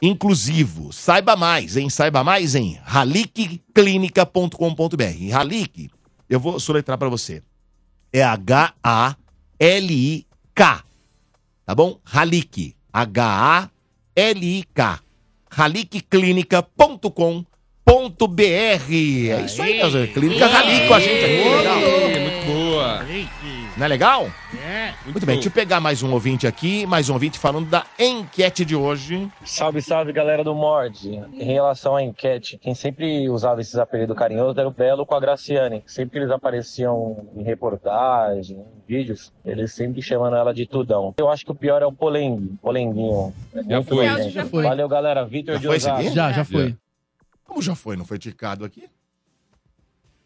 [SPEAKER 1] inclusivo. Saiba mais, hein? Saiba mais em halikclinica.com.br. Halik, eu vou soletrar para você. É H-A-L-I-K. Tá bom? Halik. H-A-L-I-K. halikclinica.com.br. É isso aí, meus amigos.
[SPEAKER 9] É.
[SPEAKER 1] Clínica Halik com a gente aqui. Legal.
[SPEAKER 8] Muito boa.
[SPEAKER 1] Não é legal?
[SPEAKER 6] É.
[SPEAKER 1] Muito bem, deixa eu pegar mais um ouvinte aqui, mais um ouvinte falando da enquete de hoje.
[SPEAKER 18] Salve, salve, galera do Mord. Em relação à enquete, quem sempre usava esses apelidos carinhosos era o Belo com a Graciane. Sempre que eles apareciam em reportagem, em vídeos, eles sempre chamando ela de Tudão. Eu acho que o pior é o Polenguinho. Polenguinho. É
[SPEAKER 1] Já
[SPEAKER 18] muito
[SPEAKER 1] foi.
[SPEAKER 18] nojento.
[SPEAKER 1] Já foi.
[SPEAKER 18] Valeu, galera. Vitor
[SPEAKER 1] Já
[SPEAKER 18] de
[SPEAKER 1] foi esse
[SPEAKER 18] Osasco.
[SPEAKER 1] aqui? É. Como já foi? Não foi ticado aqui?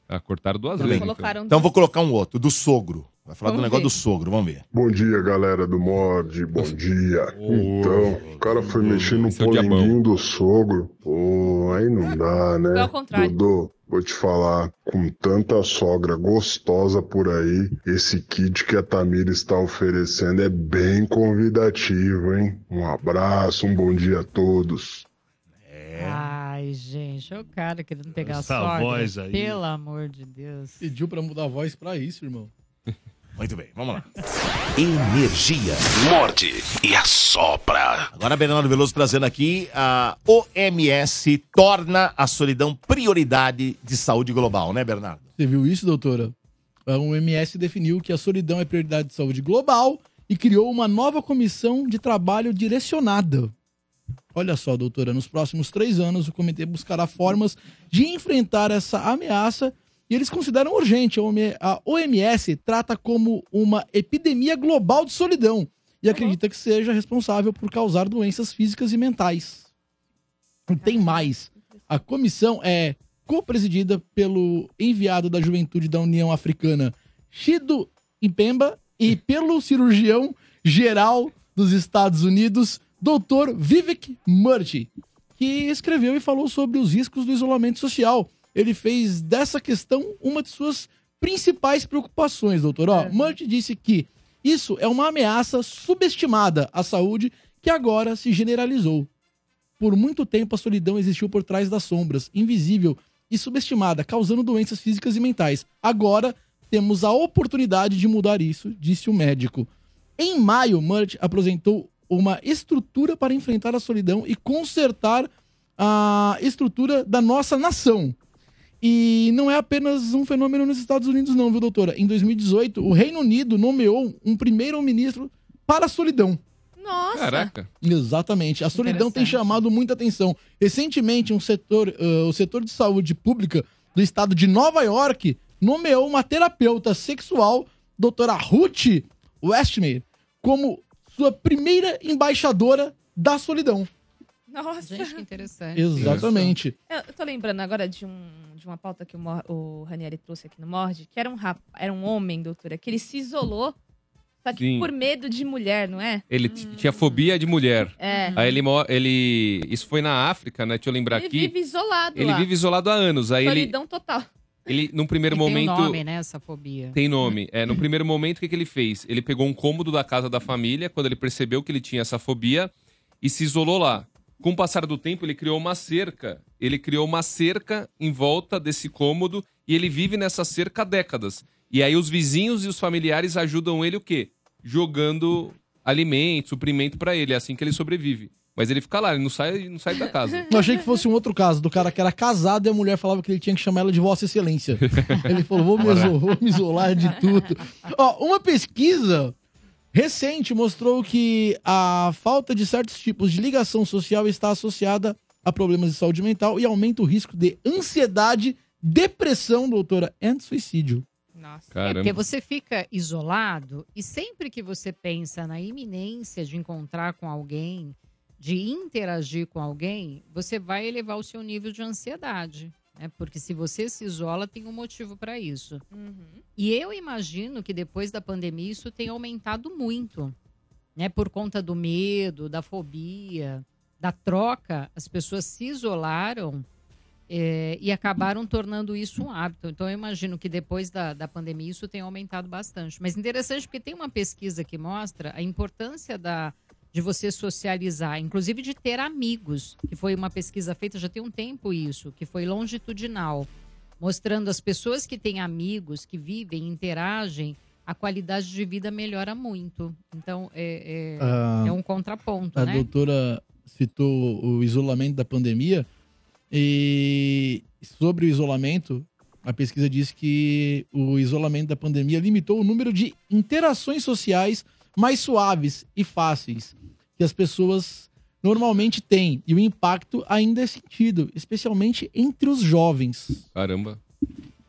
[SPEAKER 8] Ah, cortaram duas
[SPEAKER 1] Tudo
[SPEAKER 8] vezes.
[SPEAKER 1] bem. Então vou colocar um outro, do sogro. Vai falar
[SPEAKER 8] Vamos
[SPEAKER 1] do negócio
[SPEAKER 8] ver.
[SPEAKER 1] do sogro, vamos ver.
[SPEAKER 19] Bom dia, galera do Mod, bom dia. Então, o cara foi mexer no polenguinho do sogro. Pô, aí não dá, né?
[SPEAKER 20] Foi ao contrário.
[SPEAKER 19] Dodô, vou te falar, com tanta sogra gostosa por aí, esse kit que a Tamira está oferecendo é bem convidativo, hein? Um abraço, um bom dia a todos.
[SPEAKER 8] É,
[SPEAKER 9] Ai, gente, é o cara querendo pegar
[SPEAKER 5] Essa
[SPEAKER 9] a sogra.
[SPEAKER 5] voz aí.
[SPEAKER 9] né? Pelo amor de Deus.
[SPEAKER 5] Pediu pra mudar a voz pra isso, irmão.
[SPEAKER 1] Muito bem, vamos lá.
[SPEAKER 2] Energia. Morde e assopra.
[SPEAKER 1] Agora Bernardo Veloso trazendo aqui a OMS torna a solidão prioridade de saúde global, né, Bernardo?
[SPEAKER 5] Você viu isso, doutora? A OMS definiu que a solidão é prioridade de saúde global e criou uma nova comissão de trabalho direcionada. Olha só, doutora, nos próximos três anos o comitê buscará formas de enfrentar essa ameaça e eles consideram urgente. A OMS A OMS trata como uma epidemia global de solidão e acredita que seja responsável por causar doenças físicas e mentais. E tem mais. A comissão é co-presidida pelo enviado da Juventude da União Africana, Chido Impemba, e pelo cirurgião geral dos Estados Unidos, Dr. Vivek Murthy, que escreveu e falou sobre os riscos do isolamento social. Ele fez dessa questão uma de suas principais preocupações, doutor. Ó, Murthy disse que isso é uma ameaça subestimada à saúde que agora se generalizou. Por muito tempo, a solidão existiu por trás das sombras, invisível e subestimada, causando doenças físicas e mentais. Agora, temos a oportunidade de mudar isso, disse o médico. Em maio, Murt apresentou uma estrutura para enfrentar a solidão e consertar a estrutura da nossa nação. E não é apenas um fenômeno nos Estados Unidos, não, viu, doutora? Em 2018, o Reino Unido nomeou um primeiro-ministro para a solidão.
[SPEAKER 7] Nossa.
[SPEAKER 8] Caraca.
[SPEAKER 5] Exatamente. A solidão tem chamado muita atenção. Recentemente, um setor, ah, o setor de saúde pública do estado de Nova York nomeou uma terapeuta sexual, doutora Ruth Westmere, como sua primeira embaixadora da solidão.
[SPEAKER 7] Nossa.
[SPEAKER 9] Gente, que interessante.
[SPEAKER 5] Exatamente.
[SPEAKER 7] Eu, eu tô lembrando agora de, um, de uma pauta que o, Mor- o Ranieri trouxe aqui no Mord, que era um, rap, era um homem, doutora, que ele se isolou Só que
[SPEAKER 8] Sim.
[SPEAKER 7] por medo de mulher, não é?
[SPEAKER 8] Ele t- tinha fobia de mulher.
[SPEAKER 7] É.
[SPEAKER 8] Aí ele, mo- ele. Isso foi na África, né? Deixa eu lembrar
[SPEAKER 7] Ele
[SPEAKER 8] aqui.
[SPEAKER 7] vive isolado
[SPEAKER 8] ele
[SPEAKER 7] lá.
[SPEAKER 8] vive isolado há anos. Aí ele,
[SPEAKER 7] Solidão total.
[SPEAKER 8] ele, num primeiro
[SPEAKER 9] E
[SPEAKER 8] momento.
[SPEAKER 9] Tem um nome, né? Essa fobia.
[SPEAKER 8] Tem nome. É, no primeiro momento, o que, que ele fez? Ele pegou um cômodo da casa da família, quando ele percebeu que ele tinha essa fobia, e se isolou lá. Com o passar do tempo, ele criou uma cerca. Ele criou uma cerca em volta desse cômodo e ele vive nessa cerca há décadas. E aí os vizinhos e os familiares ajudam ele o quê? Jogando alimento, suprimento pra ele. É assim que ele sobrevive. Mas ele fica lá, ele não sai, não sai da casa.
[SPEAKER 5] Eu achei que fosse um outro caso, do cara que era casado e a mulher falava que ele tinha que chamar ela de Vossa Excelência. Ele falou, vou me, iso- vou me isolar de tudo. Ó, uma pesquisa recente mostrou que a falta de certos tipos de ligação social está associada a problemas de saúde mental e aumenta o risco de ansiedade, depressão, doutora, e suicídio.
[SPEAKER 9] É
[SPEAKER 8] Caramba.
[SPEAKER 9] porque você fica isolado e sempre que você pensa na iminência de encontrar com alguém, de interagir com alguém, você vai elevar o seu nível de ansiedade. Né? Porque se você se isola, tem um motivo para isso. E eu imagino que depois da pandemia isso tenha aumentado muito. Né? Por conta do medo, da fobia, da troca, as pessoas se isolaram é, e acabaram tornando isso um hábito. Então, eu imagino que depois da, da pandemia isso tenha aumentado bastante. Mas interessante porque tem uma pesquisa que mostra a importância da, de você socializar, inclusive de ter amigos, que foi uma pesquisa feita já tem um tempo isso, que foi longitudinal, mostrando as pessoas que têm amigos, que vivem, interagem, a qualidade de vida melhora muito. Então, é, é,
[SPEAKER 5] Ah,
[SPEAKER 9] é um contraponto,
[SPEAKER 5] A
[SPEAKER 9] né?
[SPEAKER 5] doutora citou o isolamento da pandemia e sobre o isolamento, a pesquisa diz que o isolamento da pandemia limitou o número de interações sociais mais suaves e fáceis que as pessoas normalmente têm e o impacto ainda é sentido, especialmente entre os jovens
[SPEAKER 8] Caramba.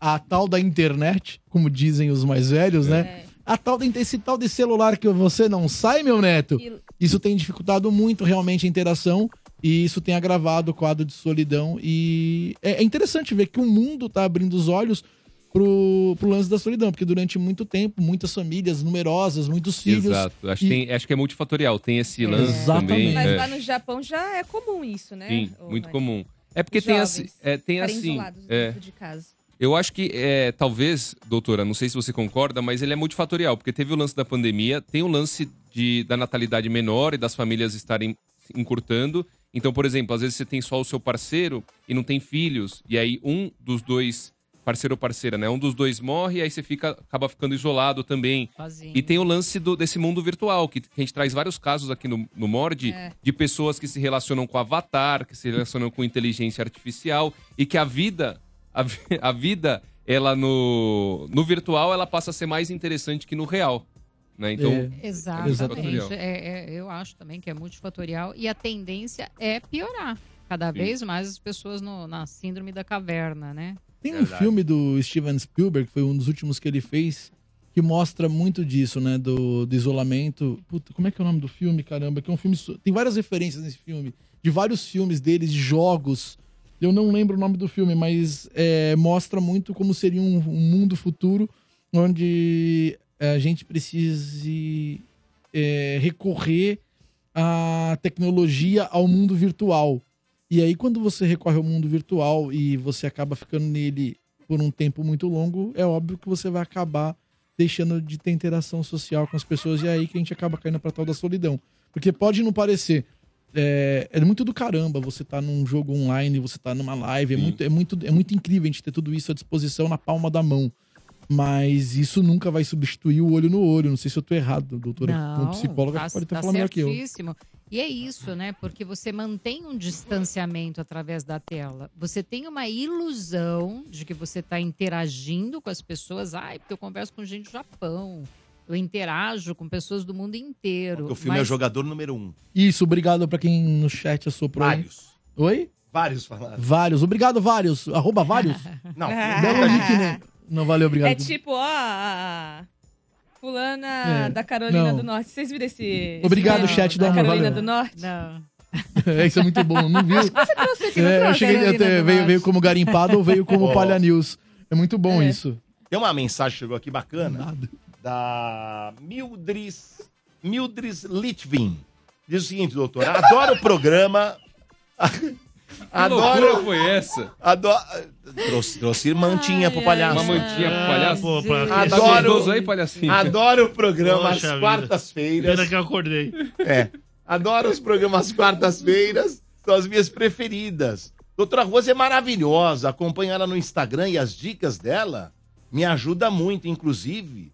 [SPEAKER 5] a tal da internet, como dizem os mais velhos, né? A tal da, esse tal de celular que você não sai, meu neto. Isso tem dificultado muito realmente a interação e isso tem agravado o quadro de solidão. E é, é interessante ver que o mundo tá abrindo os olhos pro, pro lance da solidão, porque durante muito tempo, muitas famílias numerosas, muitos filhos.
[SPEAKER 8] Exato. Acho, que
[SPEAKER 5] e-
[SPEAKER 8] tem- acho que é multifatorial. Tem esse lance também.
[SPEAKER 7] Mas
[SPEAKER 8] é.
[SPEAKER 7] lá no Japão já é comum isso, né?
[SPEAKER 8] Sim,
[SPEAKER 7] Ô,
[SPEAKER 8] muito
[SPEAKER 7] Rony?
[SPEAKER 8] comum. É porque
[SPEAKER 7] Os
[SPEAKER 8] tem
[SPEAKER 7] jovens
[SPEAKER 8] assim. É, tem
[SPEAKER 7] ficarem
[SPEAKER 8] assim
[SPEAKER 7] isolados
[SPEAKER 8] é.
[SPEAKER 7] dentro de casa.
[SPEAKER 8] Eu acho que, é, talvez, doutora, não sei se você concorda, mas ele é multifatorial, porque teve o lance da pandemia, tem o lance de, da natalidade menor e das famílias estarem encurtando. Então, por exemplo, às vezes você tem só o seu parceiro e não tem filhos, e aí um dos dois, parceiro ou parceira, né? Um dos dois morre, e aí você fica, acaba ficando isolado também.
[SPEAKER 9] Sozinho.
[SPEAKER 8] E tem o lance do- desse mundo virtual, que, que a gente traz vários casos aqui no, no Mord,
[SPEAKER 9] É.
[SPEAKER 8] de pessoas que se relacionam com avatar, que se relacionam com inteligência artificial, e que a vida, a, vi- a vida, ela no, no virtual, ela passa a ser mais interessante que no real. Né? Então, é
[SPEAKER 9] Exatamente.
[SPEAKER 8] multifatorial.
[SPEAKER 9] É, é, eu acho também que é multifatorial e a tendência é piorar. Cada
[SPEAKER 5] Sim.
[SPEAKER 9] vez mais as pessoas no- na síndrome da caverna, né?
[SPEAKER 5] Tem um filme do Steven Spielberg, que foi um dos últimos que ele fez, que mostra muito disso, né? Do, do isolamento. Puta, como é que é o nome do filme, caramba? Que é um filme. so- Tem várias referências nesse filme. De vários filmes deles, de jogos. Eu não lembro o nome do filme, mas é, mostra muito como seria um, um mundo futuro onde a gente precise é, recorrer a tecnologia ao mundo virtual. E aí, quando você recorre ao mundo virtual e você acaba ficando nele por um tempo muito longo, é óbvio que você vai acabar deixando de ter interação social com as pessoas. E é aí que a gente acaba caindo pra tal da solidão. Porque pode não parecer. É, é muito do caramba você tá num jogo online, você tá numa live. É muito, é, muito, é muito incrível a gente ter tudo isso à disposição na palma da mão. Mas isso nunca vai substituir o olho no olho. Não sei se eu tô errado, doutora. um psicólogo
[SPEAKER 9] tá-
[SPEAKER 5] pode até
[SPEAKER 9] tá
[SPEAKER 5] falar melhor que eu.
[SPEAKER 9] certíssimo. E é isso, né? Porque você mantém um distanciamento através da tela. Você tem uma ilusão de que você está interagindo com as pessoas. Ai, porque eu converso com gente do Japão. Eu interajo com pessoas do mundo inteiro.
[SPEAKER 20] O filme é o
[SPEAKER 9] Mas-
[SPEAKER 20] jogador número um.
[SPEAKER 5] Isso, obrigado pra quem no chat assoprou. aí.
[SPEAKER 20] Vários.
[SPEAKER 5] Oi?
[SPEAKER 20] Vários falaram.
[SPEAKER 5] Vários. Obrigado, vários. Arroba vários. Um
[SPEAKER 20] Não.
[SPEAKER 5] Belo nickname. Não, valeu, obrigado.
[SPEAKER 7] É tipo, ó, a fulana
[SPEAKER 5] É,
[SPEAKER 7] da Carolina
[SPEAKER 5] não.
[SPEAKER 7] do Norte. Vocês viram esse...
[SPEAKER 5] Obrigado,
[SPEAKER 7] esse
[SPEAKER 5] chat do
[SPEAKER 7] da
[SPEAKER 5] amor,
[SPEAKER 7] Carolina
[SPEAKER 5] valeu.
[SPEAKER 7] do Norte?
[SPEAKER 9] Não.
[SPEAKER 5] Isso é muito bom, não viu?
[SPEAKER 7] Você trouxe aqui, não
[SPEAKER 5] É, eu
[SPEAKER 7] trouxe?
[SPEAKER 5] cheguei
[SPEAKER 7] Carolina
[SPEAKER 5] até,
[SPEAKER 7] do
[SPEAKER 5] veio,
[SPEAKER 7] Norte?
[SPEAKER 5] veio como garimpado ou veio como
[SPEAKER 20] Ó.
[SPEAKER 5] palha news. É muito bom isso.
[SPEAKER 20] Tem uma mensagem que chegou aqui bacana.
[SPEAKER 1] da Mildris, Mildris Litvin. Diz o seguinte, doutor, adoro o programa.
[SPEAKER 8] Que loucura
[SPEAKER 1] Adoro.
[SPEAKER 8] foi essa?
[SPEAKER 1] adoro trouxe, trouxe mantinha pro palhaço.
[SPEAKER 8] Uma mantinha pro palhaço?
[SPEAKER 1] Ah,
[SPEAKER 8] pra-
[SPEAKER 1] gente.
[SPEAKER 8] Tá gostoso aí, palhacinho?
[SPEAKER 1] Adoro o programa
[SPEAKER 8] Poxa
[SPEAKER 1] às
[SPEAKER 8] vida.
[SPEAKER 1] quartas-feiras.
[SPEAKER 8] Pena que eu
[SPEAKER 1] acordei. É. Adoro os programas às quartas-feiras. São as minhas preferidas. Doutora Rosa é maravilhosa. Acompanho ela no Instagram e as dicas dela me ajuda muito. Inclusive,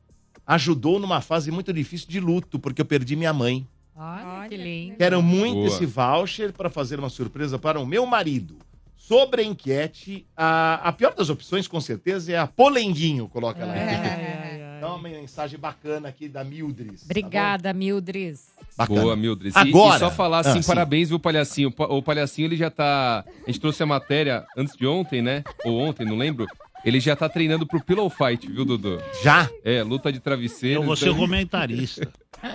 [SPEAKER 1] ajudou numa fase muito difícil de luto, porque eu perdi minha mãe.
[SPEAKER 9] Olha, que lindo.
[SPEAKER 1] Quero muito
[SPEAKER 9] Boa.
[SPEAKER 1] esse voucher para fazer uma surpresa para o meu marido. Sobre a enquete, a, a pior das opções, com certeza, é a Polenguinho, coloca ela aqui. Dá uma mensagem bacana aqui da Mildres. tá
[SPEAKER 9] Obrigada, Mildres.
[SPEAKER 1] Bacana.
[SPEAKER 8] Boa, Mildred. E-
[SPEAKER 1] Agora.
[SPEAKER 8] E só falar
[SPEAKER 1] Ah,
[SPEAKER 8] assim,
[SPEAKER 1] sim.
[SPEAKER 8] parabéns, viu, Palhacinho. Pa- O Palhacinho, ele já tá... A gente trouxe a matéria antes de ontem, né? Ou ontem, não lembro. Ele já tá treinando pro Pillow Fight, viu, Dudu?
[SPEAKER 1] Já?
[SPEAKER 8] É, luta de travesseiro. então.
[SPEAKER 6] Eu vou ser o comentarista.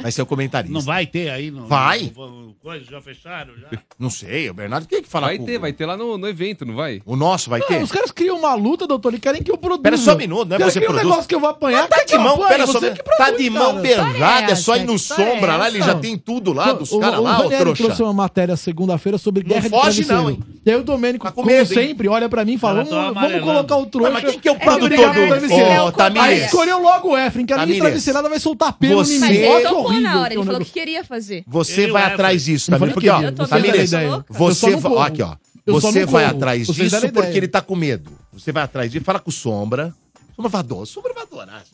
[SPEAKER 1] Vai ser o comentarista.
[SPEAKER 6] Não vai ter aí? Não,
[SPEAKER 1] Vai.
[SPEAKER 6] Não, coisa, já fecharam? Já?
[SPEAKER 1] Não sei, o Bernardo tem que falar
[SPEAKER 8] Vai ter, vai ter lá no, no evento, não vai?
[SPEAKER 1] O nosso vai ter?
[SPEAKER 5] Os caras criam uma luta, doutor, e querem que eu produza.
[SPEAKER 1] Pera só um minuto, não é
[SPEAKER 5] Querem
[SPEAKER 1] você
[SPEAKER 5] que um
[SPEAKER 1] produz.
[SPEAKER 5] negócio que eu vou apanhar.
[SPEAKER 1] Tá
[SPEAKER 5] quer que
[SPEAKER 1] de
[SPEAKER 5] eu
[SPEAKER 1] mão,
[SPEAKER 5] apanhe,
[SPEAKER 1] pera
[SPEAKER 5] você
[SPEAKER 1] só.
[SPEAKER 5] que produz,
[SPEAKER 1] tá de mão
[SPEAKER 5] cara.
[SPEAKER 1] berrada, é só ir no sombra lá, ele já
[SPEAKER 5] essa?
[SPEAKER 1] tem tudo lá dos
[SPEAKER 5] O- o-
[SPEAKER 1] caras
[SPEAKER 5] o
[SPEAKER 1] lá, ô
[SPEAKER 5] Ranieri
[SPEAKER 1] trouxa.
[SPEAKER 5] trouxe uma matéria segunda-feira sobre guerra
[SPEAKER 1] foge
[SPEAKER 5] de travesseiro.
[SPEAKER 1] não, hein?
[SPEAKER 5] E aí o Domênico,
[SPEAKER 1] Tá com
[SPEAKER 5] como
[SPEAKER 1] medo, hein?
[SPEAKER 5] sempre, olha pra mim e fala,
[SPEAKER 1] Cara, tô
[SPEAKER 5] vamos, vamos
[SPEAKER 1] amarelando.
[SPEAKER 5] colocar o trouxa.
[SPEAKER 1] Mas quem que é o
[SPEAKER 5] pra
[SPEAKER 1] produtor
[SPEAKER 5] brigar com o
[SPEAKER 1] do-
[SPEAKER 5] travesseiro?
[SPEAKER 1] Ô,
[SPEAKER 5] Aí
[SPEAKER 1] Tamires.
[SPEAKER 5] escolheu logo o Efren, que era de
[SPEAKER 1] Tamires,
[SPEAKER 5] travesseirada, vai soltar pelo
[SPEAKER 1] você-
[SPEAKER 5] em
[SPEAKER 7] Mas
[SPEAKER 5] mim.
[SPEAKER 7] ele
[SPEAKER 5] Olha que
[SPEAKER 7] tocou
[SPEAKER 5] horrível
[SPEAKER 7] na hora,
[SPEAKER 5] que é o
[SPEAKER 7] ele falou que
[SPEAKER 5] negócio.
[SPEAKER 7] queria fazer.
[SPEAKER 1] Você vai atrás disso
[SPEAKER 5] Não
[SPEAKER 1] né?
[SPEAKER 5] falei
[SPEAKER 1] também, porque,
[SPEAKER 5] que
[SPEAKER 1] ó,
[SPEAKER 5] eu tô
[SPEAKER 1] Tamires,
[SPEAKER 5] vendo a ideia.
[SPEAKER 1] você
[SPEAKER 5] Eu só não
[SPEAKER 1] vai, ó,
[SPEAKER 5] como.
[SPEAKER 1] aqui, ó,
[SPEAKER 5] Eu só
[SPEAKER 1] você
[SPEAKER 5] não
[SPEAKER 1] vai
[SPEAKER 5] como.
[SPEAKER 1] atrás
[SPEAKER 5] Vocês deram
[SPEAKER 1] disso
[SPEAKER 5] ideia.
[SPEAKER 1] porque ele tá com medo. Você vai atrás disso, fala com o Sombra. Sombra vai adorar, Sombra vai adorar.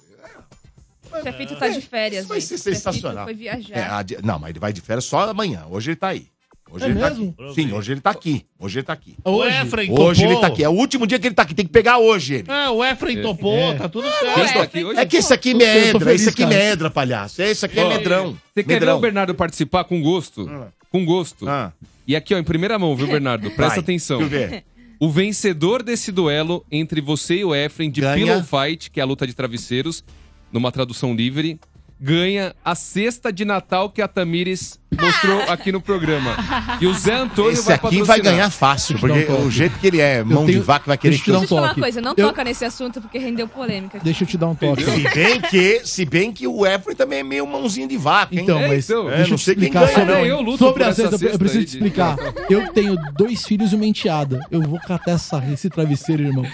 [SPEAKER 7] O Chefito tá de férias,
[SPEAKER 1] Isso vai
[SPEAKER 7] gente.
[SPEAKER 1] ser
[SPEAKER 7] O Chefito
[SPEAKER 1] sensacional.
[SPEAKER 7] Foi
[SPEAKER 1] É, a
[SPEAKER 5] um
[SPEAKER 7] viajar.
[SPEAKER 1] de- não, mas ele vai de férias só amanhã. Hoje ele tá aí. Hoje
[SPEAKER 5] É
[SPEAKER 1] ele
[SPEAKER 5] mesmo?
[SPEAKER 1] tá aqui. Sim, hoje ele tá aqui. Hoje ele tá aqui.
[SPEAKER 6] O Efraim
[SPEAKER 1] Hoje
[SPEAKER 6] topou.
[SPEAKER 1] ele tá aqui. É o último dia que ele tá aqui. Tem que pegar hoje ele.
[SPEAKER 6] Ah, o Efraim
[SPEAKER 1] É.
[SPEAKER 6] topou,
[SPEAKER 1] É.
[SPEAKER 6] tá tudo
[SPEAKER 1] Quem
[SPEAKER 6] certo.
[SPEAKER 1] tá aqui hoje? É que esse aqui medra, esse aqui medra, palhaço. Esse aqui é
[SPEAKER 8] Ó,
[SPEAKER 1] medrão.
[SPEAKER 8] Você quer ver
[SPEAKER 1] Medrão. Ah.
[SPEAKER 8] o Bernardo participar com gosto? Com gosto. E aqui, ó, em primeira mão, viu, Bernardo? Presta
[SPEAKER 1] Vai,
[SPEAKER 8] atenção.
[SPEAKER 1] deixa eu ver.
[SPEAKER 8] O vencedor desse duelo entre você e o Efren de
[SPEAKER 1] Ganha.
[SPEAKER 8] Pillow Fight, que é a luta de travesseiros, numa tradução livre, ganha a cesta de Natal que a Tamires mostrou aqui no programa. E o Zé Antônio
[SPEAKER 1] Esse
[SPEAKER 8] vai
[SPEAKER 1] aqui vai
[SPEAKER 8] patrocinar.
[SPEAKER 1] ganhar fácil, porque
[SPEAKER 5] dar um toque.
[SPEAKER 1] o jeito que ele é, mão
[SPEAKER 5] tenho-
[SPEAKER 1] de vaca, vai querer
[SPEAKER 5] Deixa eu te dar um
[SPEAKER 7] Deixa eu falar uma
[SPEAKER 1] toque.
[SPEAKER 7] coisa, não
[SPEAKER 1] Eu-
[SPEAKER 7] toca nesse assunto porque rendeu polêmica.
[SPEAKER 5] Deixa eu te dar um toque.
[SPEAKER 1] Se bem que, se bem que o Efraim também é meio mãozinho de vaca, hein?
[SPEAKER 5] Então, mas
[SPEAKER 1] É,
[SPEAKER 5] deixa
[SPEAKER 1] não
[SPEAKER 5] eu te
[SPEAKER 1] sei quem
[SPEAKER 5] explicar
[SPEAKER 1] ganha, né?
[SPEAKER 5] sobre,
[SPEAKER 1] não, hein?
[SPEAKER 5] sobre a cesta. Eu preciso te explicar. Eu tenho dois filhos e uma enteada. Eu vou catar essa, esse travesseiro, irmão.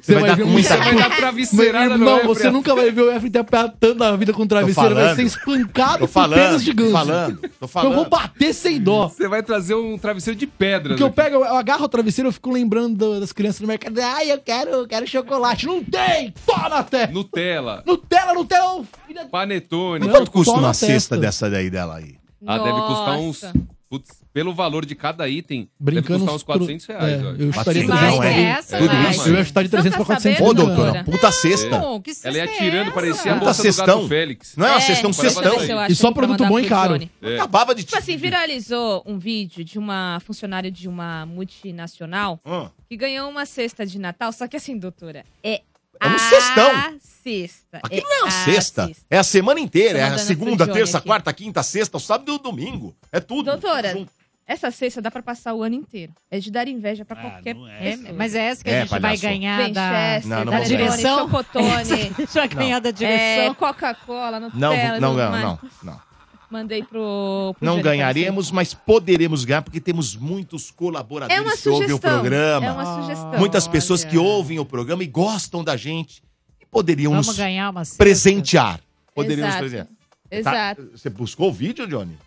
[SPEAKER 1] Você vai dar com muita-
[SPEAKER 5] Você um
[SPEAKER 1] Vai dar
[SPEAKER 8] travesseirada no
[SPEAKER 5] Não,
[SPEAKER 8] Efraim.
[SPEAKER 5] você nunca vai ver o Efraim tratando a vida com um travesseiro. Vai
[SPEAKER 1] falando.
[SPEAKER 5] ser espancado
[SPEAKER 1] Tô
[SPEAKER 5] por penas
[SPEAKER 1] falando,
[SPEAKER 5] de ganso.
[SPEAKER 1] tô falando, tô falando.
[SPEAKER 5] Eu vou bater sem dó.
[SPEAKER 8] Você vai trazer um travesseiro de pedra.
[SPEAKER 5] Porque eu
[SPEAKER 8] né?
[SPEAKER 5] pego, eu agarro o travesseiro, eu fico lembrando do- das crianças no mercado. Ai, eu quero, eu quero chocolate. Não tem! Tó na terra!
[SPEAKER 8] Nutella,
[SPEAKER 5] Nutella, Nutella!
[SPEAKER 8] panetone.
[SPEAKER 1] Mas quanto custa uma cesta dessa daí dela aí?
[SPEAKER 8] Ah, deve custar uns...
[SPEAKER 9] Nossa.
[SPEAKER 8] putz, pelo valor de cada item, deve
[SPEAKER 5] Brincando
[SPEAKER 8] custar uns 400 reais.
[SPEAKER 5] é,
[SPEAKER 8] acho.
[SPEAKER 5] eu chutaria
[SPEAKER 1] Mas não,
[SPEAKER 5] 300
[SPEAKER 1] é
[SPEAKER 5] essa,
[SPEAKER 1] tudo
[SPEAKER 5] vai.
[SPEAKER 1] isso.
[SPEAKER 5] Eu ia chutar de 300
[SPEAKER 9] tá
[SPEAKER 5] pra 400.
[SPEAKER 1] Ô, doutora, puta cesta.
[SPEAKER 9] Não, que cesta
[SPEAKER 8] Ela ia
[SPEAKER 9] é
[SPEAKER 8] tirando, parecia a
[SPEAKER 1] Puta
[SPEAKER 8] bolsa do
[SPEAKER 1] cestão.
[SPEAKER 8] Gato Félix.
[SPEAKER 1] Tá Não é uma É, cesta, é um É parece cestão. isso, eu acho, E só que pra produto mandar bom e pro caro. Johnny. Acabava de
[SPEAKER 7] Tipo assim, viralizou um vídeo de uma funcionária de uma multinacional
[SPEAKER 1] Hum.
[SPEAKER 7] que ganhou uma cesta de Natal, só que assim, doutora, é
[SPEAKER 1] É um
[SPEAKER 7] a
[SPEAKER 1] cestão.
[SPEAKER 7] cesta.
[SPEAKER 1] Aqui não é uma
[SPEAKER 7] a
[SPEAKER 1] sexta. É a semana inteira.
[SPEAKER 7] Tô
[SPEAKER 1] É a
[SPEAKER 7] mandando
[SPEAKER 1] segunda,
[SPEAKER 7] pro Johnny
[SPEAKER 1] terça,
[SPEAKER 7] aqui.
[SPEAKER 1] quarta, quinta, sexta, o sábado e o domingo. É tudo.
[SPEAKER 7] Doutora, essa cesta dá pra passar o ano inteiro. É de dar inveja pra qualquer
[SPEAKER 9] É,
[SPEAKER 7] pessoa.
[SPEAKER 9] mas é essa que
[SPEAKER 1] É,
[SPEAKER 9] a gente vai
[SPEAKER 1] palhaço.
[SPEAKER 9] ganhar
[SPEAKER 7] Vem,
[SPEAKER 9] da,
[SPEAKER 7] Chester, tá Não, não
[SPEAKER 9] da
[SPEAKER 1] vou ganhar.
[SPEAKER 9] direção.
[SPEAKER 7] Chocotone.
[SPEAKER 9] Já ganhar da direção.
[SPEAKER 7] É, Coca-Cola,
[SPEAKER 1] Não,
[SPEAKER 7] Nutella,
[SPEAKER 1] não,
[SPEAKER 7] tudo
[SPEAKER 1] não,
[SPEAKER 7] mais.
[SPEAKER 1] não, não.
[SPEAKER 7] Mandei pro. pro
[SPEAKER 1] Não
[SPEAKER 7] Jânio
[SPEAKER 1] ganharemos, mas poderemos ganhar, porque temos muitos
[SPEAKER 7] Aparecida. É
[SPEAKER 1] colaboradores
[SPEAKER 7] uma
[SPEAKER 1] que ouvem
[SPEAKER 7] sugestão.
[SPEAKER 1] o programa.
[SPEAKER 7] É uma sugestão.
[SPEAKER 1] Muitas pessoas que ouvem o programa e gostam da gente e poderiam
[SPEAKER 9] Vamos
[SPEAKER 1] nos
[SPEAKER 9] ganhar uma cesta.
[SPEAKER 1] presentear. Poderiam
[SPEAKER 9] Exato.
[SPEAKER 1] nos presentear.
[SPEAKER 9] Exato.
[SPEAKER 1] Tá- Você buscou o vídeo, Johnny?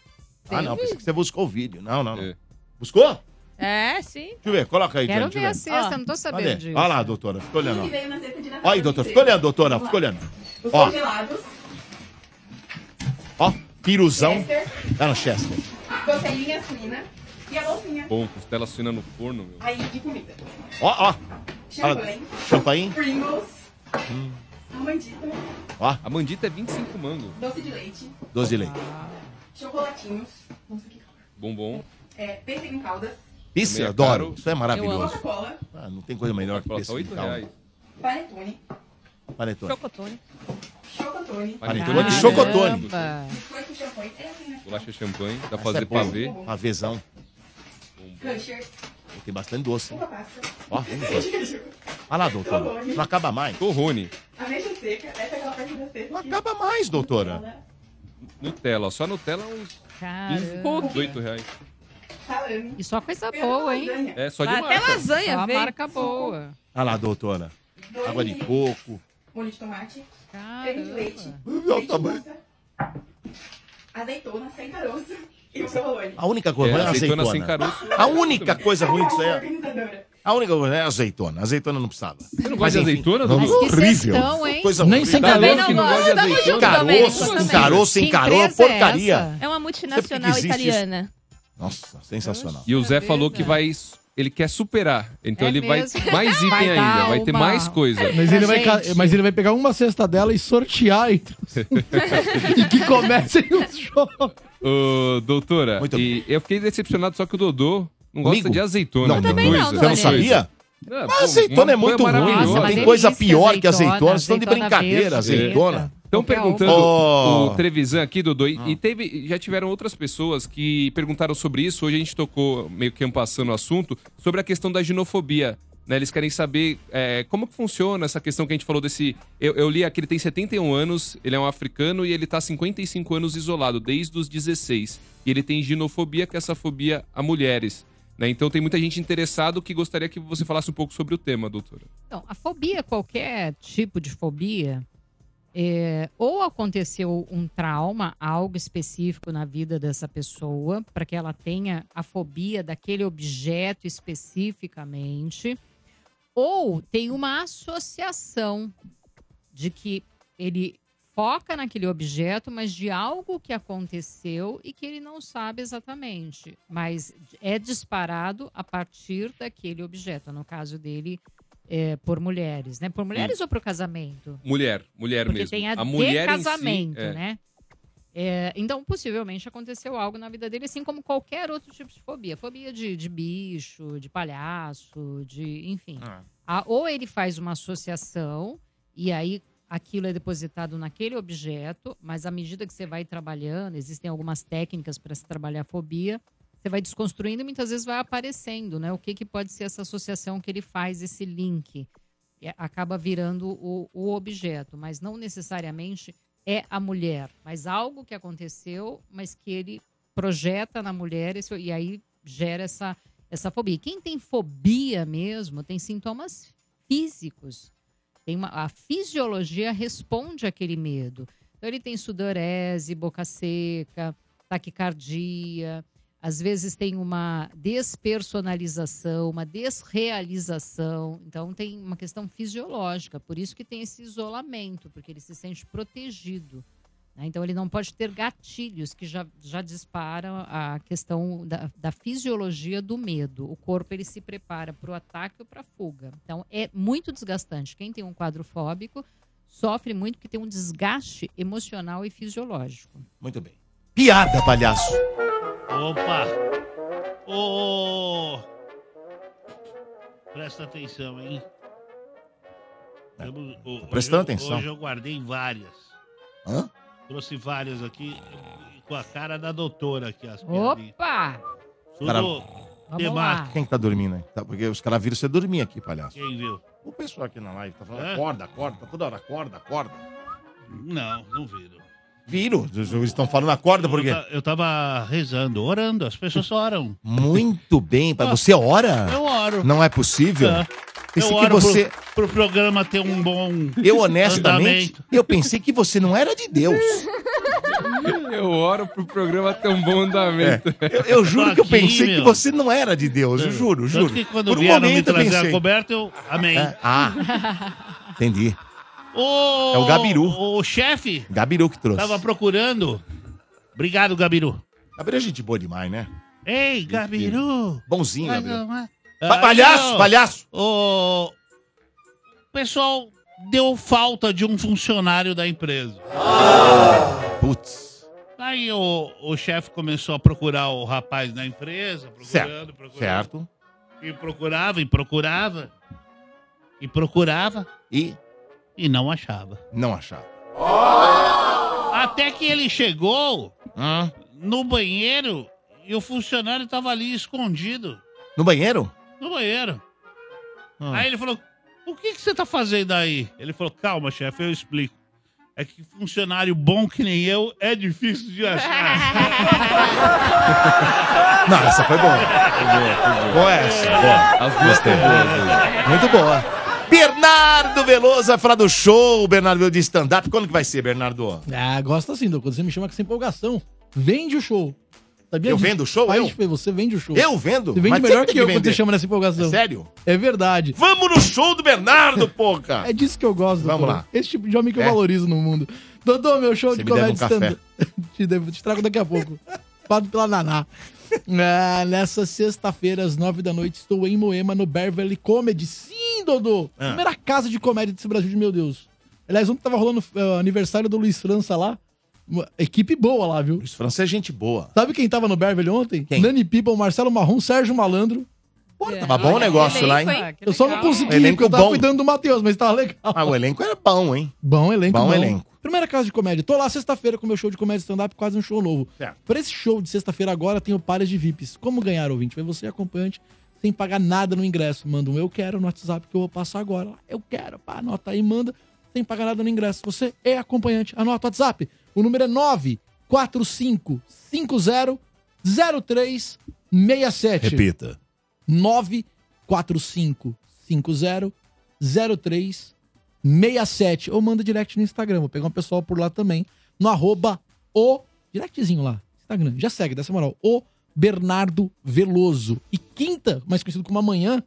[SPEAKER 9] Tem
[SPEAKER 1] ah,
[SPEAKER 9] o
[SPEAKER 1] não,
[SPEAKER 9] vídeo.
[SPEAKER 1] pensei que você buscou o vídeo. Não, não, não. Buscou? Deixa
[SPEAKER 7] É, sim.
[SPEAKER 1] eu ver, coloca aí,
[SPEAKER 9] Quero
[SPEAKER 1] Johnny.
[SPEAKER 9] ver a cesta, não tô sabendo
[SPEAKER 1] Olha,
[SPEAKER 9] disso.
[SPEAKER 1] olha lá, doutora, fica olhando. ó.
[SPEAKER 9] Olha
[SPEAKER 20] é
[SPEAKER 1] Olha aí, doutora, fica olhando, doutora, fica olhando. Ó, ó, piruzão.
[SPEAKER 9] é
[SPEAKER 1] Ah, não, Chester.
[SPEAKER 20] Costelinha suína e a bolsinha.
[SPEAKER 8] Bom, costela suína no forno, meu.
[SPEAKER 20] Aí, e comida.
[SPEAKER 1] Ó, ó.
[SPEAKER 20] Champanhe.
[SPEAKER 1] Champanhe. Hum.
[SPEAKER 20] Pringles. Amandita.
[SPEAKER 1] Ó.
[SPEAKER 8] A mandita é 25 mango.
[SPEAKER 20] Doce de leite.
[SPEAKER 1] Doce de leite.
[SPEAKER 20] Chocolatinhos. Nossa, que...
[SPEAKER 8] Bombom.
[SPEAKER 20] É, pêssego em caldas.
[SPEAKER 1] Isso, eu
[SPEAKER 8] Também é
[SPEAKER 1] adoro.
[SPEAKER 8] caro.
[SPEAKER 1] Isso é maravilhoso.
[SPEAKER 20] Coca-Cola.
[SPEAKER 1] Ah, não tem coisa melhor que um
[SPEAKER 8] Coca-Cola tá oito
[SPEAKER 1] pêssego em calda.
[SPEAKER 8] reais.
[SPEAKER 20] Panetone.
[SPEAKER 1] Panetone.
[SPEAKER 7] Chocotone.
[SPEAKER 20] Chocotone.
[SPEAKER 1] Panetone de
[SPEAKER 8] Caramba.
[SPEAKER 1] chocotone.
[SPEAKER 20] Biscoito com champanhe. É assim, né?
[SPEAKER 8] Bolacha champanhe, dá pra
[SPEAKER 1] Essa
[SPEAKER 8] fazer
[SPEAKER 1] é boa.
[SPEAKER 8] pavê.
[SPEAKER 1] Pavêzão.
[SPEAKER 20] Lancher.
[SPEAKER 1] Tem bastante doce.
[SPEAKER 20] Uva passa.
[SPEAKER 1] Ó, vamos lá. Olha lá, doutora.
[SPEAKER 20] Torrone.
[SPEAKER 1] Não acaba mais.
[SPEAKER 8] Torrone.
[SPEAKER 20] Ameixa seca. Essa é aquela parte da seca. que-
[SPEAKER 1] Acaba mais, doutora.
[SPEAKER 8] Nutella, ó. Só Nutella uns
[SPEAKER 9] Caramba.
[SPEAKER 8] 18 reais.
[SPEAKER 20] Salame.
[SPEAKER 9] E só coisa boa, hein?
[SPEAKER 8] É, só de Ah, até marca.
[SPEAKER 20] lasanha
[SPEAKER 9] Só
[SPEAKER 20] veio.
[SPEAKER 9] marca é boa.
[SPEAKER 1] Olha lá, doutora.
[SPEAKER 20] Dois
[SPEAKER 1] Água de
[SPEAKER 20] litros.
[SPEAKER 1] coco.
[SPEAKER 20] Molho de tomate. Creme de
[SPEAKER 9] Caramba.
[SPEAKER 20] leite.
[SPEAKER 1] Olha o tamanho.
[SPEAKER 20] Azeitona sem caroço. E o provolone.
[SPEAKER 1] A única
[SPEAKER 8] É,
[SPEAKER 1] coisa ruim é a
[SPEAKER 8] azeitona
[SPEAKER 1] azeitona.
[SPEAKER 8] sem caroço.
[SPEAKER 1] A única coisa ruim disso aí é.
[SPEAKER 20] Organizadora.
[SPEAKER 1] A única coisa é a azeitona. A azeitona não precisava. Você
[SPEAKER 8] não gosta de azeitona,
[SPEAKER 1] Não,
[SPEAKER 8] Dudu? Mas que
[SPEAKER 1] horrível.
[SPEAKER 9] cestão, hein?
[SPEAKER 1] Coisa
[SPEAKER 9] Nem
[SPEAKER 1] horrível.
[SPEAKER 9] sem Também caroço, não que não gosta. gosta de Tamo azeitona. junto, Domênico,
[SPEAKER 1] Caroço,
[SPEAKER 9] também.
[SPEAKER 1] com caroço, sem
[SPEAKER 9] Que
[SPEAKER 1] caroço, é uma
[SPEAKER 9] empresa é
[SPEAKER 1] porcaria.
[SPEAKER 9] essa?
[SPEAKER 7] É uma multinacional
[SPEAKER 1] Sempre que existe
[SPEAKER 7] italiana.
[SPEAKER 1] Nossa, sensacional.
[SPEAKER 8] E o Zé falou que vai. Ele quer superar. Então
[SPEAKER 7] É
[SPEAKER 8] ele
[SPEAKER 7] mesmo?
[SPEAKER 8] vai mais item
[SPEAKER 7] Vai dar
[SPEAKER 8] ainda. Vai ter
[SPEAKER 7] uma-
[SPEAKER 8] mais coisa.
[SPEAKER 5] Ah. Mas ele, vai, ca- mas ele vai pegar uma cesta dela e sortear então. entre os... e que comecem os jogos.
[SPEAKER 8] Ô, doutora, e eu fiquei decepcionado, só que o Dodô não gosta de azeitona.
[SPEAKER 1] Não,
[SPEAKER 8] que
[SPEAKER 1] também
[SPEAKER 8] coisa.
[SPEAKER 1] não, Você não Dona sabia? Helena.
[SPEAKER 8] Não,
[SPEAKER 1] Mas
[SPEAKER 8] pô,
[SPEAKER 1] azeitona é
[SPEAKER 8] uma
[SPEAKER 1] muito
[SPEAKER 8] coisa
[SPEAKER 1] ruim.
[SPEAKER 8] maravilhosa.
[SPEAKER 1] Tem coisa pior que azeitona. Vocês estão de brincadeira, azeitona.
[SPEAKER 8] Estão perguntando
[SPEAKER 1] Ó.
[SPEAKER 8] o Trevisan aqui, Dodô, e, e teve, já tiveram outras pessoas que perguntaram sobre isso. Hoje a gente tocou, meio que passando o assunto, sobre a questão da ginofobia. né? Eles querem saber é, como que funciona essa questão que a gente falou desse. Eu, eu li aqui, ele tem 71 anos, ele é um africano e ele está 55 anos isolado, desde os 16. E ele tem ginofobia, que é essa fobia a mulheres. né? Então tem muita gente interessado que gostaria que você falasse um pouco sobre o tema, doutora.
[SPEAKER 9] Então, a fobia, qualquer tipo de fobia, é, ou aconteceu um trauma, algo específico na vida dessa pessoa, para que ela tenha a fobia daquele objeto especificamente, ou tem uma associação de que ele foca naquele objeto, mas de algo que aconteceu e que ele não sabe exatamente, mas é disparado a partir daquele objeto. No caso dele, é, por mulheres, né? Por mulheres ou por casamento?
[SPEAKER 8] Mulher, mulher
[SPEAKER 9] Porque
[SPEAKER 8] mesmo.
[SPEAKER 9] tem a, de
[SPEAKER 8] em si,
[SPEAKER 9] casamento,
[SPEAKER 8] é.
[SPEAKER 9] né? É, então, possivelmente aconteceu algo na vida dele, assim como qualquer outro tipo de fobia. Fobia de, de bicho, de palhaço, de. enfim.
[SPEAKER 8] Ah.
[SPEAKER 9] A- ou ele faz uma associação e aí aquilo é depositado naquele objeto, mas à medida que você vai trabalhando, existem algumas técnicas para se trabalhar a fobia, você vai desconstruindo e muitas vezes vai aparecendo, né? O que, que pode ser essa associação que ele faz, esse link. E a- é, acaba virando o, o objeto, mas não necessariamente é a mulher, mas algo que aconteceu, mas que ele projeta na mulher esse- e aí gera essa, essa fobia. Quem tem fobia mesmo tem sintomas físicos. Tem uma- a fisiologia responde àquele medo. Então, ele tem sudorese, boca seca, taquicardia. Às vezes tem uma despersonalização, uma desrealização. Então, tem uma questão fisiológica. Por isso que tem esse isolamento, porque ele se sente protegido. né? Então, ele não pode ter gatilhos que já, já disparam a questão da, da fisiologia do medo. O corpo ele se prepara para o ataque ou para a fuga. Então, é muito desgastante. Quem tem um quadro fóbico sofre muito porque tem um desgaste emocional e fisiológico.
[SPEAKER 1] Muito bem. Piada, palhaço.
[SPEAKER 6] Opa! Ô! Presta atenção, hein? Tamo- ho- hoje
[SPEAKER 1] É. prestando
[SPEAKER 6] eu-
[SPEAKER 1] atenção.
[SPEAKER 6] Hoje eu guardei várias.
[SPEAKER 1] Hã?
[SPEAKER 6] Trouxe várias aqui com a cara da doutora aqui, as piadinhas.
[SPEAKER 9] Opa!
[SPEAKER 6] Tudo
[SPEAKER 1] Cara-
[SPEAKER 6] temático.
[SPEAKER 1] Quem que tá dormindo aí? Tá, porque os caras viram você dormir aqui, palhaço.
[SPEAKER 6] Quem viu?
[SPEAKER 1] O pessoal aqui na live tá falando,
[SPEAKER 6] É?
[SPEAKER 1] acorda, acorda, tá toda hora, acorda, acorda.
[SPEAKER 6] Não, não viram.
[SPEAKER 1] Viram? Eles estão falando, acorda por quê?
[SPEAKER 6] Eu ta- Eu tava rezando, orando, as pessoas oram.
[SPEAKER 1] Muito bem, pai. Você é ora?
[SPEAKER 6] Eu oro.
[SPEAKER 1] Não é possível?
[SPEAKER 6] É.
[SPEAKER 1] Pensei
[SPEAKER 6] eu
[SPEAKER 1] que
[SPEAKER 6] oro
[SPEAKER 1] você.
[SPEAKER 6] pro, pro programa ter um bom.
[SPEAKER 1] Eu honestamente,
[SPEAKER 6] andamento.
[SPEAKER 1] eu pensei que você não era de Deus.
[SPEAKER 8] Eu oro pro programa ter um bom andamento.
[SPEAKER 1] É. Eu, eu juro que eu pensei que você não era de Deus. Eu juro, juro.
[SPEAKER 6] Tanto que quando
[SPEAKER 1] Por um
[SPEAKER 6] vieram me
[SPEAKER 1] momento eu
[SPEAKER 6] trazer
[SPEAKER 1] pensei.
[SPEAKER 6] a coberta, eu amei.
[SPEAKER 1] É, ah, entendi.
[SPEAKER 6] O,
[SPEAKER 1] É o Gabiru.
[SPEAKER 6] O chefe
[SPEAKER 1] Gabiru que trouxe.
[SPEAKER 6] tava procurando. Obrigado, Gabiru.
[SPEAKER 1] Gabiru é gente boa demais, né?
[SPEAKER 6] Ei, Gabiru.
[SPEAKER 1] Bonzinho,
[SPEAKER 6] Vai
[SPEAKER 1] Gabiru.
[SPEAKER 6] tomar-
[SPEAKER 1] Pa-
[SPEAKER 6] Ah,
[SPEAKER 1] palhaço,
[SPEAKER 6] não.
[SPEAKER 1] palhaço.
[SPEAKER 6] O pessoal deu falta de um funcionário da empresa.
[SPEAKER 1] Putz.
[SPEAKER 6] Aí o, o chefe começou a procurar o rapaz na empresa, procurando,
[SPEAKER 1] Certo.
[SPEAKER 6] procurando.
[SPEAKER 1] Certo.
[SPEAKER 6] E procurava, e procurava. E procurava.
[SPEAKER 1] E?
[SPEAKER 6] E não achava.
[SPEAKER 1] Não achava.
[SPEAKER 6] Até que ele chegou
[SPEAKER 1] Hã?
[SPEAKER 6] no banheiro e o funcionário tava ali escondido
[SPEAKER 1] No banheiro?
[SPEAKER 6] no banheiro. Aí ele falou: O que, que você tá fazendo aí? Ele falou, calma, chefe, eu explico. É que funcionário bom que nem eu é difícil de achar.
[SPEAKER 1] Não, essa foi boa. Boa essa. Boa.
[SPEAKER 6] As duas
[SPEAKER 1] Gostei. Muito boa. Bernardo Veloso vai falar do show, Bernardo Veloso de stand-up. Quando que vai ser, Bernardo?
[SPEAKER 5] Ah, gosta assim, Douglas. Você me chama com essa empolgação. Vende o show. Sabia
[SPEAKER 1] Eu
[SPEAKER 5] disso?
[SPEAKER 1] vendo o show,
[SPEAKER 5] Aí,
[SPEAKER 1] eu?
[SPEAKER 5] tipo, Você vende o show.
[SPEAKER 1] Eu vendo?
[SPEAKER 5] Você vende
[SPEAKER 1] Mas
[SPEAKER 5] melhor
[SPEAKER 1] sempre
[SPEAKER 5] que
[SPEAKER 1] tem
[SPEAKER 5] eu
[SPEAKER 1] que
[SPEAKER 5] quando você
[SPEAKER 1] vender.
[SPEAKER 5] chama nessa empolgação.
[SPEAKER 1] É sério?
[SPEAKER 5] É verdade.
[SPEAKER 1] Vamos no show do Bernardo, porca!
[SPEAKER 5] É disso que eu gosto.
[SPEAKER 1] Tá. Vamos
[SPEAKER 5] doutor.
[SPEAKER 1] lá.
[SPEAKER 5] Esse tipo de homem que eu
[SPEAKER 1] É?
[SPEAKER 5] valorizo no mundo. Dodô, meu show
[SPEAKER 1] Você
[SPEAKER 5] de
[SPEAKER 1] me deve
[SPEAKER 5] comédia
[SPEAKER 1] um café.
[SPEAKER 5] stand-up. te, devo- te trago daqui a pouco. Pago pela Naná. Ah, nessa sexta-feira, às nove da noite, estou em Moema, no Beverly Comedy. Sim, Dodô!
[SPEAKER 21] Ah.
[SPEAKER 5] Primeira casa de comédia desse Brasil, de meu Deus. Aliás, ontem tava rolando eh, o aniversário do Luiz França lá. Uma equipe boa lá, viu?
[SPEAKER 1] Luiz França é gente boa.
[SPEAKER 5] Sabe quem tava no Beverly ontem? Nani People, Marcelo Marrom, Sérgio Malandro.
[SPEAKER 1] Tava bom o negócio lá, hein?
[SPEAKER 5] Eu só não consegui,
[SPEAKER 1] Elenco
[SPEAKER 5] porque eu tava
[SPEAKER 1] bom.
[SPEAKER 5] cuidando do Matheus, mas tava legal.
[SPEAKER 1] Ah, o elenco era bom, hein?
[SPEAKER 5] Bom elenco.
[SPEAKER 1] Bom
[SPEAKER 5] bom.
[SPEAKER 1] elenco.
[SPEAKER 5] Primeira casa de comédia. Tô lá sexta-feira com meu show de comédia stand-up, quase um show novo.
[SPEAKER 1] Certo.
[SPEAKER 5] Pra esse show de sexta-feira agora, tenho pares de VIPs. Como ganhar, ouvinte? Vai você acompanhante, sem pagar nada no ingresso. Manda um eu quero no WhatsApp que eu vou passar agora. Eu quero, pá, anota aí, manda. Sem pagar nada no ingresso. Você é acompanhante. Anota o WhatsApp. O número é 945500367.
[SPEAKER 1] Repita.
[SPEAKER 5] 945500367. Ou manda direct no Instagram. Vou pegar um pessoal por lá também. No arroba o. Directzinho lá. Instagram. Já segue, dessa moral. O Bernardo Veloso. E quinta, mais conhecido como amanhã,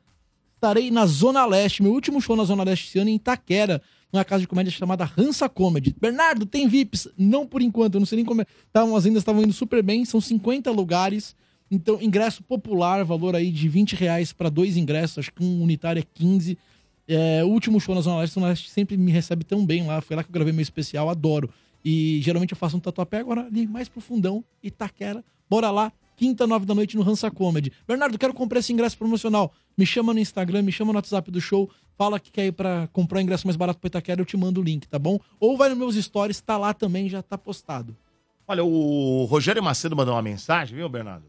[SPEAKER 5] estarei na Zona Leste. Meu último show na Zona Leste esse ano em Itaquera. Numa casa de comédia chamada Hansa Comedy. Bernardo, tem VIPs? Não por enquanto, eu não sei nem como é. Tavam, as vendas estavam indo super bem, são 50 lugares. Então, ingresso popular, valor aí de 20 reais para dois ingressos, acho que um unitário é 15. É, o último show na Zona Leste, a Zona Leste sempre me recebe tão bem lá. Foi lá que eu gravei meu especial, adoro. E geralmente eu faço um tatuapé agora ali mais profundão, Itaquera. Bora lá, quinta, nove da noite no Hansa Comedy. Bernardo, quero comprar esse ingresso promocional. Me chama no Instagram, me chama no WhatsApp do show. Fala que quer ir pra comprar o ingresso mais barato pro Itaquera, eu te mando o link, tá bom? Ou vai nos meus stories, tá lá também, já tá postado.
[SPEAKER 1] Olha, o Rogério Macedo mandou uma mensagem, viu, Bernardo?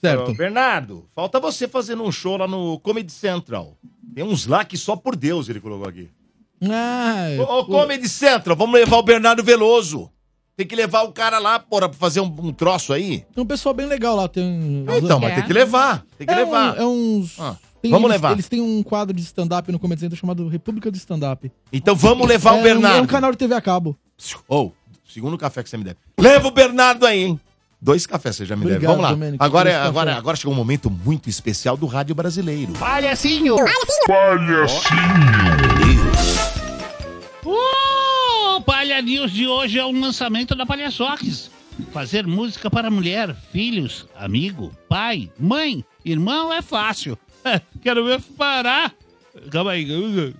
[SPEAKER 5] Certo.
[SPEAKER 1] Ô, Bernardo, falta você fazendo um show lá no Comedy Central. Tem uns lá que só por Deus ele colocou aqui.
[SPEAKER 5] Ah,
[SPEAKER 1] Ô, ô, Comedy Central, vamos levar o Bernardo Veloso. Tem que levar o cara lá, porra, pra fazer um, um troço aí.
[SPEAKER 5] Tem um pessoal bem legal lá. Tem... um-
[SPEAKER 1] Ah, então, mas tem que levar, tem que
[SPEAKER 5] É um-
[SPEAKER 1] levar.
[SPEAKER 5] é uns.
[SPEAKER 1] Ah,
[SPEAKER 5] tem-
[SPEAKER 1] vamos
[SPEAKER 5] eles,
[SPEAKER 1] levar.
[SPEAKER 5] Eles têm um quadro de stand-up no Comedy Central chamado República do Stand-up.
[SPEAKER 1] Então vamos levar
[SPEAKER 5] É
[SPEAKER 1] o
[SPEAKER 5] um-
[SPEAKER 1] Bernardo.
[SPEAKER 5] é um canal de TV a cabo.
[SPEAKER 1] Ou, segundo café que você me deve. Leva o Bernardo aí, hein? Dois cafés você já me deve.
[SPEAKER 5] Obrigado,
[SPEAKER 1] Vamos lá.
[SPEAKER 5] Domênico,
[SPEAKER 1] Agora, é-
[SPEAKER 5] dois cafés.
[SPEAKER 1] agora, agora chegou um momento muito especial do rádio brasileiro.
[SPEAKER 4] Palhacinho! O Uh, Palha News de hoje é um lançamento da Palhaçoques. Fazer música para mulher, filhos, amigo, pai, mãe, irmão é fácil. Quero ver parar. Calma aí.
[SPEAKER 1] Quero ver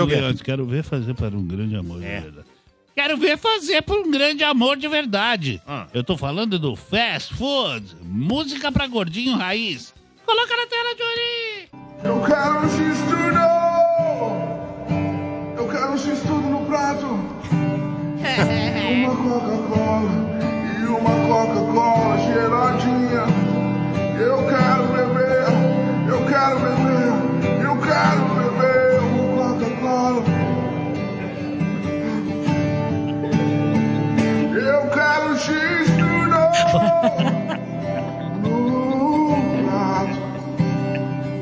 [SPEAKER 1] o quê? É.
[SPEAKER 6] Quero ver fazer para um grande amor de verdade. Quero ver fazer por um grande amor de verdade.
[SPEAKER 1] Ah.
[SPEAKER 6] Eu tô falando do fast food, música pra gordinho raiz. Coloca na tela, Johnny!
[SPEAKER 22] Eu quero um x-tudo! Eu quero um x-tudo no prato! Uma Coca-Cola e uma Coca-Cola geladinha! Eu quero beber, eu quero beber, eu quero beber uma Coca-Cola! Eu quero um x-tudo! No prato!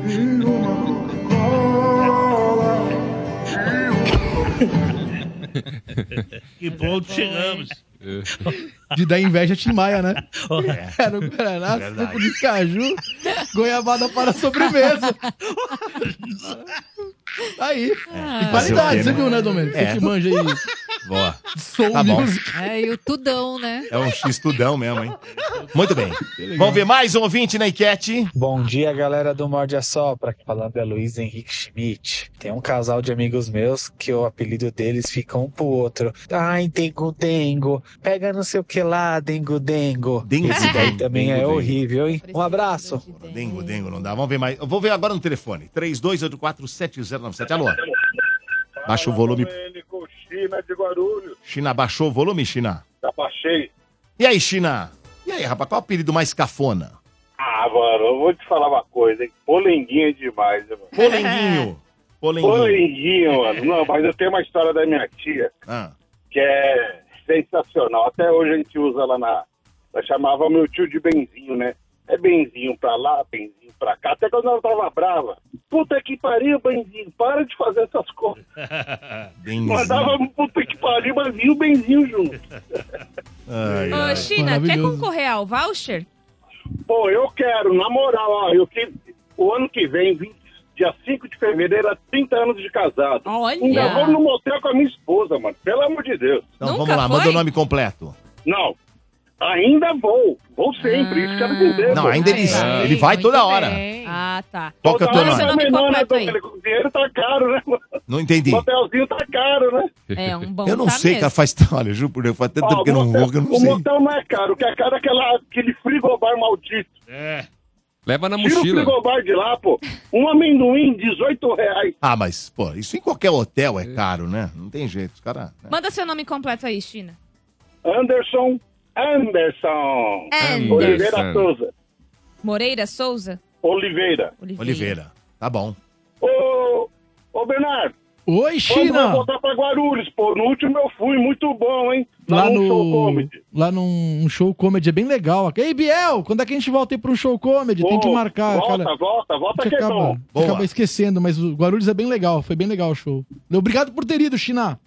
[SPEAKER 22] E uma Coca-Cola.
[SPEAKER 6] Que ponto chegamos.
[SPEAKER 5] De dar inveja a Tim Maia, né? Era o Guaraná,
[SPEAKER 6] Verdade.
[SPEAKER 5] suco de caju, goiabada para a sobremesa. Aí.
[SPEAKER 9] Ah.
[SPEAKER 5] E qualidade,
[SPEAKER 1] Fazer
[SPEAKER 5] você
[SPEAKER 1] o quê,
[SPEAKER 5] viu,
[SPEAKER 1] né?
[SPEAKER 5] né, Domênico?
[SPEAKER 1] É.
[SPEAKER 5] Você que manja aí.
[SPEAKER 1] Boa.
[SPEAKER 8] É.
[SPEAKER 5] Soul
[SPEAKER 1] Tá bom.
[SPEAKER 5] music.
[SPEAKER 9] É, e o tudão, né?
[SPEAKER 1] É um X-tudão mesmo, hein? Muito bem. Vamos ver mais um ouvinte na enquete.
[SPEAKER 23] Bom dia, galera do Morde a Sopra. Falando é Luiz Henrique Schmidt. Tem um casal de amigos meus que o apelido deles fica um pro outro. Ai, dengo, dengo. Pega não sei o que lá, dengo, dengo. Esse daí também é horrível, hein?
[SPEAKER 1] Um abraço. Dengo, dengo, não dá. Vamos ver mais. Eu vou ver agora no telefone. 32847097. Alô? Baixa o volume.
[SPEAKER 24] Domênico, China de Guarulhos. tá
[SPEAKER 1] China, baixou o volume, China?
[SPEAKER 24] Já baixei.
[SPEAKER 1] E aí, China? E aí, rapaz, qual o apelido mais cafona?
[SPEAKER 24] Ah, mano, eu vou te falar uma coisa, hein? Polenguinho é demais, né, mano.
[SPEAKER 1] Polenguinho. Polenguinho.
[SPEAKER 24] Polenguinho, mano. Não, mas eu tenho uma história da minha tia
[SPEAKER 1] Ah,
[SPEAKER 24] que é sensacional. Até hoje a gente usa lá na. Ela chamava meu tio de Benzinho, né? É Benzinho pra lá, Benzinho pra cá. Até quando ela tava brava. Puta que pariu, Benzinho. Para de fazer essas coisas. Mandava puta que pariu, mas vinha o Benzinho junto.
[SPEAKER 1] Ai,
[SPEAKER 8] Ah.
[SPEAKER 7] Ô, China, quer concorrer ao voucher?
[SPEAKER 24] Pô, eu quero, na moral, ó, eu que, o ano que vem, 20, dia 5 de fevereiro, era 30 anos de casado. Olha! Eu vou no motel com a minha esposa, mano, pelo amor de Deus.
[SPEAKER 1] Então vamos lá, manda o nome completo.
[SPEAKER 24] Não, ainda vou, vou sempre, isso quero dizer.
[SPEAKER 1] Não,
[SPEAKER 24] mano.
[SPEAKER 1] ainda ele, ele vai toda hora.
[SPEAKER 7] Ah, tá.
[SPEAKER 1] Qual que é o teu
[SPEAKER 24] Toda hora
[SPEAKER 1] nome?
[SPEAKER 24] também não, né,
[SPEAKER 7] completo aí.
[SPEAKER 24] Dom? O dinheiro tá caro, né, mano?
[SPEAKER 1] Não entendi.
[SPEAKER 24] O motelzinho tá caro, né?
[SPEAKER 7] É, um bom
[SPEAKER 1] Eu não sei, cara, faz. Olha, juro por Deus, faz tanto
[SPEAKER 24] Ó,
[SPEAKER 1] tempo que eu não
[SPEAKER 24] o motel-
[SPEAKER 1] vou, que eu não
[SPEAKER 24] O
[SPEAKER 1] sei.
[SPEAKER 24] motel não é caro, o que é caro é aquela, aquele frigobar maldito.
[SPEAKER 4] É.
[SPEAKER 8] Leva na
[SPEAKER 24] Tira o
[SPEAKER 8] mochila.
[SPEAKER 24] frigobar de lá, pô. Um amendoim, 18 reais.
[SPEAKER 1] Ah, mas, pô, isso em qualquer hotel é caro, né? Não tem jeito, os caras. né?
[SPEAKER 7] Manda seu nome completo aí, China.
[SPEAKER 24] Anderson, Anderson.
[SPEAKER 7] Anderson.
[SPEAKER 24] Oliveira Souza.
[SPEAKER 7] Moreira Souza?
[SPEAKER 24] Oliveira.
[SPEAKER 1] Oliveira. Tá bom.
[SPEAKER 24] Ô, ô Bernardo.
[SPEAKER 5] Oi, China.
[SPEAKER 24] Vamos voltar pra Guarulhos, pô. No último eu fui, muito bom, hein?
[SPEAKER 5] Lá
[SPEAKER 24] num show
[SPEAKER 5] no,
[SPEAKER 24] comedy.
[SPEAKER 5] lá num show comedy, é bem legal. Ei, Biel, quando é que a gente volta aí pra um show comedy? Tem que
[SPEAKER 24] Pô,
[SPEAKER 5] marcar,
[SPEAKER 24] volta,
[SPEAKER 5] cara.
[SPEAKER 24] Volta, volta,
[SPEAKER 5] A gente
[SPEAKER 24] que é
[SPEAKER 5] acaba,
[SPEAKER 24] bom.
[SPEAKER 5] a gente acaba esquecendo, mas o Guarulhos é bem legal, foi bem legal o show. Obrigado por ter ido, China.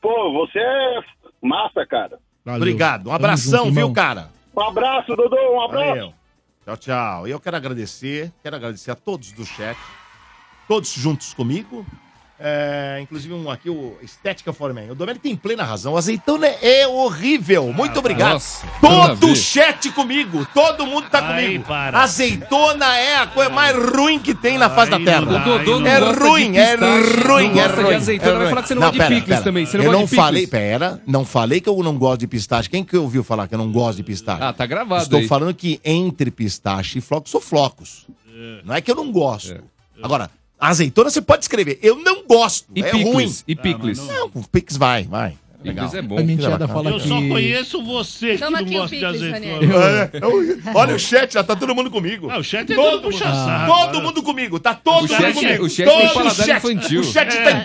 [SPEAKER 24] Pô, você é massa, cara.
[SPEAKER 1] Obrigado. Um
[SPEAKER 5] Tamo
[SPEAKER 1] abração,
[SPEAKER 5] junto,
[SPEAKER 1] viu,
[SPEAKER 5] irmão.
[SPEAKER 1] cara?
[SPEAKER 24] Um abraço, Dodô. Um abraço.
[SPEAKER 1] Valeu. Tchau, tchau. E eu quero agradecer, quero agradecer a todos do chat, todos juntos comigo. É, inclusive um aqui, o Estética Foreman. O Domênico tem plena razão. O azeitona é horrível. Muito obrigado.
[SPEAKER 6] nossa, nada a
[SPEAKER 1] Todo
[SPEAKER 6] ver.
[SPEAKER 1] o chat comigo. Todo mundo tá
[SPEAKER 6] Aí,
[SPEAKER 1] comigo.
[SPEAKER 6] para.
[SPEAKER 1] Azeitona é a coisa mais ruim que tem na face da terra.
[SPEAKER 6] não dá, aí não
[SPEAKER 1] é
[SPEAKER 6] gosta de
[SPEAKER 1] ruim, é
[SPEAKER 6] pistache, não
[SPEAKER 1] ruim, é
[SPEAKER 6] gosta de
[SPEAKER 1] ruim.
[SPEAKER 6] azeitona,
[SPEAKER 1] é
[SPEAKER 6] vai
[SPEAKER 1] ruim.
[SPEAKER 6] falar que você não gosta de
[SPEAKER 1] pera,
[SPEAKER 6] picles
[SPEAKER 1] pera.
[SPEAKER 6] também, você não
[SPEAKER 1] eu
[SPEAKER 6] gosta
[SPEAKER 1] não
[SPEAKER 6] de picles?
[SPEAKER 1] falei, pera, não falei que eu não gosto de pistache. Quem que ouviu falar que eu não gosto de pistache?
[SPEAKER 8] Ah, tá gravado
[SPEAKER 1] Estou
[SPEAKER 8] aí.
[SPEAKER 1] falando que entre pistache e flocos são flocos. Não é que eu não gosto. Agora, azeitona você pode escrever. Eu não gosto.
[SPEAKER 8] E
[SPEAKER 1] é
[SPEAKER 8] picles,
[SPEAKER 1] ruim.
[SPEAKER 4] Ah,
[SPEAKER 8] e picles.
[SPEAKER 1] Não, não, com picles vai, vai. É legal.
[SPEAKER 8] Picles é bom.
[SPEAKER 1] Picles
[SPEAKER 8] Menteada
[SPEAKER 1] bacana.
[SPEAKER 8] fala
[SPEAKER 4] Eu só conheço você
[SPEAKER 7] Toma
[SPEAKER 4] que
[SPEAKER 7] aqui
[SPEAKER 4] não
[SPEAKER 7] o
[SPEAKER 4] gosta de
[SPEAKER 7] picles,
[SPEAKER 4] azeitona.
[SPEAKER 1] É, é, Olha o chat, já tá todo mundo comigo.
[SPEAKER 4] Ah, o chat é
[SPEAKER 1] todo
[SPEAKER 4] todo
[SPEAKER 1] mundo.
[SPEAKER 4] puxa saco,
[SPEAKER 1] Todo
[SPEAKER 4] olha.
[SPEAKER 1] mundo comigo, tá todo
[SPEAKER 4] O
[SPEAKER 1] mundo
[SPEAKER 4] chat-
[SPEAKER 1] comigo.
[SPEAKER 4] o chat
[SPEAKER 1] todo
[SPEAKER 4] tem paladar
[SPEAKER 1] chat.
[SPEAKER 4] infantil.
[SPEAKER 1] O chat
[SPEAKER 4] É,
[SPEAKER 1] tá
[SPEAKER 4] assim,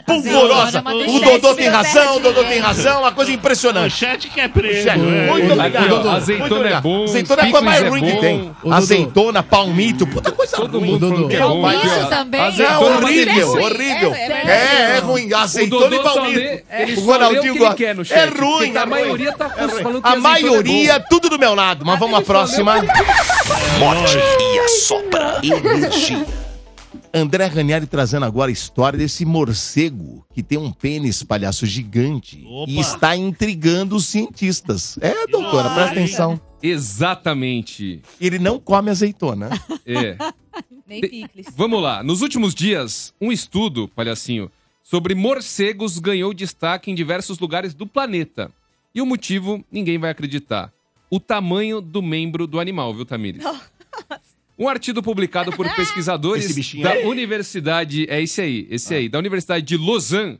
[SPEAKER 4] agora
[SPEAKER 1] empolvorosa.
[SPEAKER 4] é uma
[SPEAKER 1] O
[SPEAKER 4] delícia,
[SPEAKER 1] Dodô tem
[SPEAKER 4] meu
[SPEAKER 1] razão, o Dodô tem
[SPEAKER 4] perdinho.
[SPEAKER 1] razão, uma coisa impressionante.
[SPEAKER 4] O chat que é preso.
[SPEAKER 1] Chefe,
[SPEAKER 4] é.
[SPEAKER 1] né? Muito
[SPEAKER 8] Aqui, ó,
[SPEAKER 1] obrigado.
[SPEAKER 8] azeitona
[SPEAKER 1] Muito obrigado.
[SPEAKER 8] é bom,
[SPEAKER 1] Azeitona é a coisa
[SPEAKER 8] picles
[SPEAKER 1] mais
[SPEAKER 8] é
[SPEAKER 1] ruim
[SPEAKER 8] bom.
[SPEAKER 1] que tem.
[SPEAKER 8] Ô, Dudu.
[SPEAKER 1] Azeitona, palmito, puta coisa
[SPEAKER 8] Todo
[SPEAKER 1] ruim.
[SPEAKER 8] mundo falando que é ruim.
[SPEAKER 1] Palmito
[SPEAKER 8] aqui, ó.
[SPEAKER 1] também?
[SPEAKER 8] Azeitona
[SPEAKER 1] Não,
[SPEAKER 8] é uma
[SPEAKER 1] horrível,
[SPEAKER 8] delícia.
[SPEAKER 1] horrível.
[SPEAKER 8] É,
[SPEAKER 1] É, é ruim.
[SPEAKER 8] O
[SPEAKER 1] Azeitona e
[SPEAKER 8] Dodô só
[SPEAKER 1] palmito. É.
[SPEAKER 8] lê- ele só lê o
[SPEAKER 1] O
[SPEAKER 8] que
[SPEAKER 1] Ronaldinho
[SPEAKER 8] ele
[SPEAKER 1] gosta.
[SPEAKER 8] quer no chat,
[SPEAKER 1] É
[SPEAKER 8] porque
[SPEAKER 1] ruim.
[SPEAKER 8] a
[SPEAKER 1] é ruim.
[SPEAKER 8] maioria tá
[SPEAKER 1] É
[SPEAKER 8] falando
[SPEAKER 1] ruim.
[SPEAKER 8] que
[SPEAKER 1] A
[SPEAKER 8] azeitona é
[SPEAKER 1] maioria, tudo do meu lado. Mas vamos à próxima.
[SPEAKER 2] Morte e a sopra energia.
[SPEAKER 1] André Ranieri trazendo agora a história desse morcego que tem um pênis palhaço gigante e está intrigando os cientistas. É, doutora, presta atenção.
[SPEAKER 8] Exatamente.
[SPEAKER 1] Ele não come azeitona.
[SPEAKER 8] É.
[SPEAKER 7] Nem picles.
[SPEAKER 8] Vamos lá. Nos últimos dias, um estudo, palhacinho, sobre morcegos ganhou destaque em diversos lugares do planeta. E o motivo, ninguém vai acreditar. O tamanho do membro do animal, viu, Tamires? Um artigo publicado por pesquisadores
[SPEAKER 1] Esse bichinho
[SPEAKER 8] da
[SPEAKER 1] aí? Ah.
[SPEAKER 8] universidade. É esse aí, esse aí. Da Universidade de Lausanne,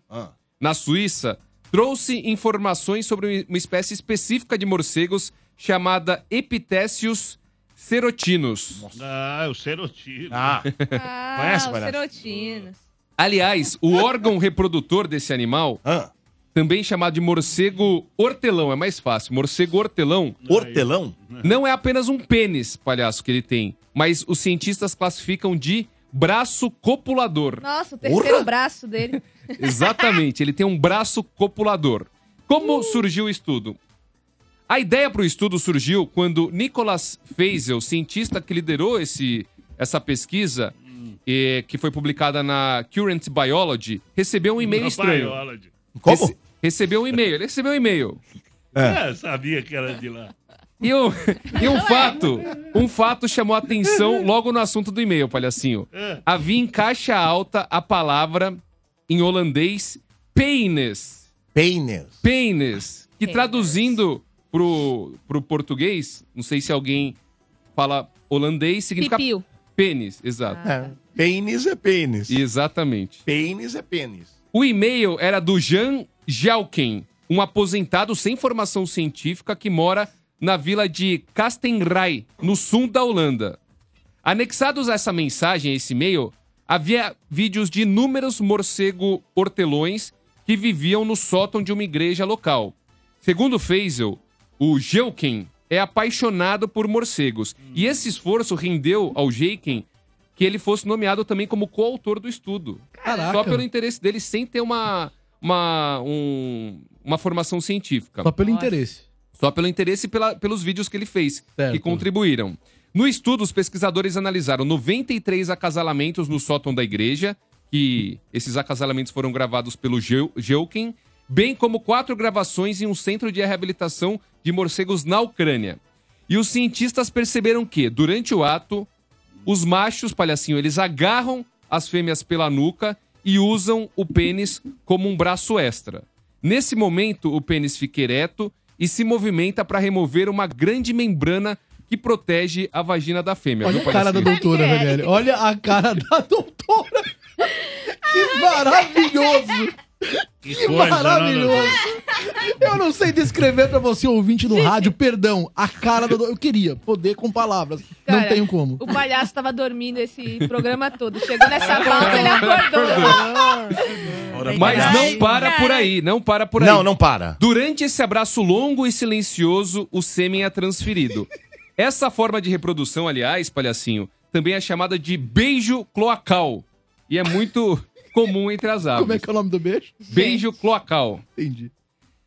[SPEAKER 8] na Suíça, trouxe informações sobre uma espécie específica de morcegos chamada Epitecius cerotinus.
[SPEAKER 4] Ah, o serotino.
[SPEAKER 1] Ah.
[SPEAKER 7] Ah, os serotinos.
[SPEAKER 8] Aliás, o órgão reprodutor desse animal,
[SPEAKER 1] Ah.
[SPEAKER 8] também chamado de morcego hortelão, é mais fácil. Morcego hortelão.
[SPEAKER 1] Hortelão?
[SPEAKER 8] Não é apenas um pênis, palhaço, que ele tem, mas os cientistas classificam de braço copulador.
[SPEAKER 7] Nossa, o terceiro braço dele.
[SPEAKER 8] Exatamente, ele tem um braço copulador. Como surgiu o estudo? A ideia para o estudo surgiu quando Nicholas Feisel, cientista que liderou esse, essa pesquisa, eh, que foi publicada na Current Biology, recebeu um e-mail
[SPEAKER 4] Na
[SPEAKER 8] estranho.
[SPEAKER 4] Biology.
[SPEAKER 1] Como?
[SPEAKER 8] recebeu um e-mail, ele recebeu um e-mail.
[SPEAKER 4] É, sabia que era de lá.
[SPEAKER 8] E um, e um fato, um fato chamou a atenção logo no assunto do e-mail, palhacinho.
[SPEAKER 4] É.
[SPEAKER 8] Havia em caixa alta a palavra em holandês peines.
[SPEAKER 1] Peines.
[SPEAKER 8] Peines, que traduzindo pro, pro português, não sei se alguém fala holandês, significa
[SPEAKER 7] Pipiu.
[SPEAKER 8] pênis, exato.
[SPEAKER 1] É. Pênis é pênis.
[SPEAKER 8] Exatamente.
[SPEAKER 1] Pênis é pênis.
[SPEAKER 8] O e-mail era do Jean Jalken, um aposentado sem formação científica que mora na vila de Kastenray, no sul da Holanda. Anexados a essa mensagem, a esse e-mail, Havia vídeos de inúmeros morcego hortelões que viviam no sótão de uma igreja local. Segundo Faisal, o Jeuken é apaixonado por morcegos. E esse esforço rendeu ao Jeuken que ele fosse nomeado também como coautor do estudo.
[SPEAKER 5] Caraca.
[SPEAKER 8] Só pelo interesse dele, sem ter uma, uma, um- uma formação científica.
[SPEAKER 5] Só pelo interesse.
[SPEAKER 8] Só pelo interesse e pela- pelos vídeos que ele fez, que
[SPEAKER 5] Certo.
[SPEAKER 8] contribuíram. No estudo, os pesquisadores analisaram 93 acasalamentos no sótão da igreja, que esses acasalamentos foram gravados pelo Geu- Geuken, bem como quatro gravações em um centro de reabilitação de morcegos na Ucrânia. E os cientistas perceberam que, durante o ato, os machos, palhacinho, eles agarram as fêmeas pela nuca e usam o pênis como um braço extra. Nesse momento, o pênis fica ereto e se movimenta para remover uma grande membrana que protege a vagina da fêmea.
[SPEAKER 5] Olha
[SPEAKER 8] viu,
[SPEAKER 5] a cara da
[SPEAKER 8] palhacinho?
[SPEAKER 5] doutora, né, velho. Olha a cara da doutora. Que maravilhoso. Que
[SPEAKER 4] coisa, né,
[SPEAKER 5] maravilhoso. Eu não sei descrever pra você, ouvinte do rádio, perdão, a cara da doutora. Eu queria poder com palavras. não
[SPEAKER 7] Cara,
[SPEAKER 5] tenho como.
[SPEAKER 7] O palhaço tava dormindo esse programa todo. Chegou nessa pauta, ele acordou.
[SPEAKER 8] Mas não para por aí, não para por aí.
[SPEAKER 1] Não, não para.
[SPEAKER 8] Durante esse abraço longo e silencioso, o sêmen é transferido. Essa forma de reprodução, aliás, palhacinho, também é chamada de beijo cloacal. E é muito comum entre as aves.
[SPEAKER 5] Como é que é o nome do beijo?
[SPEAKER 8] Beijo cloacal.
[SPEAKER 5] Entendi.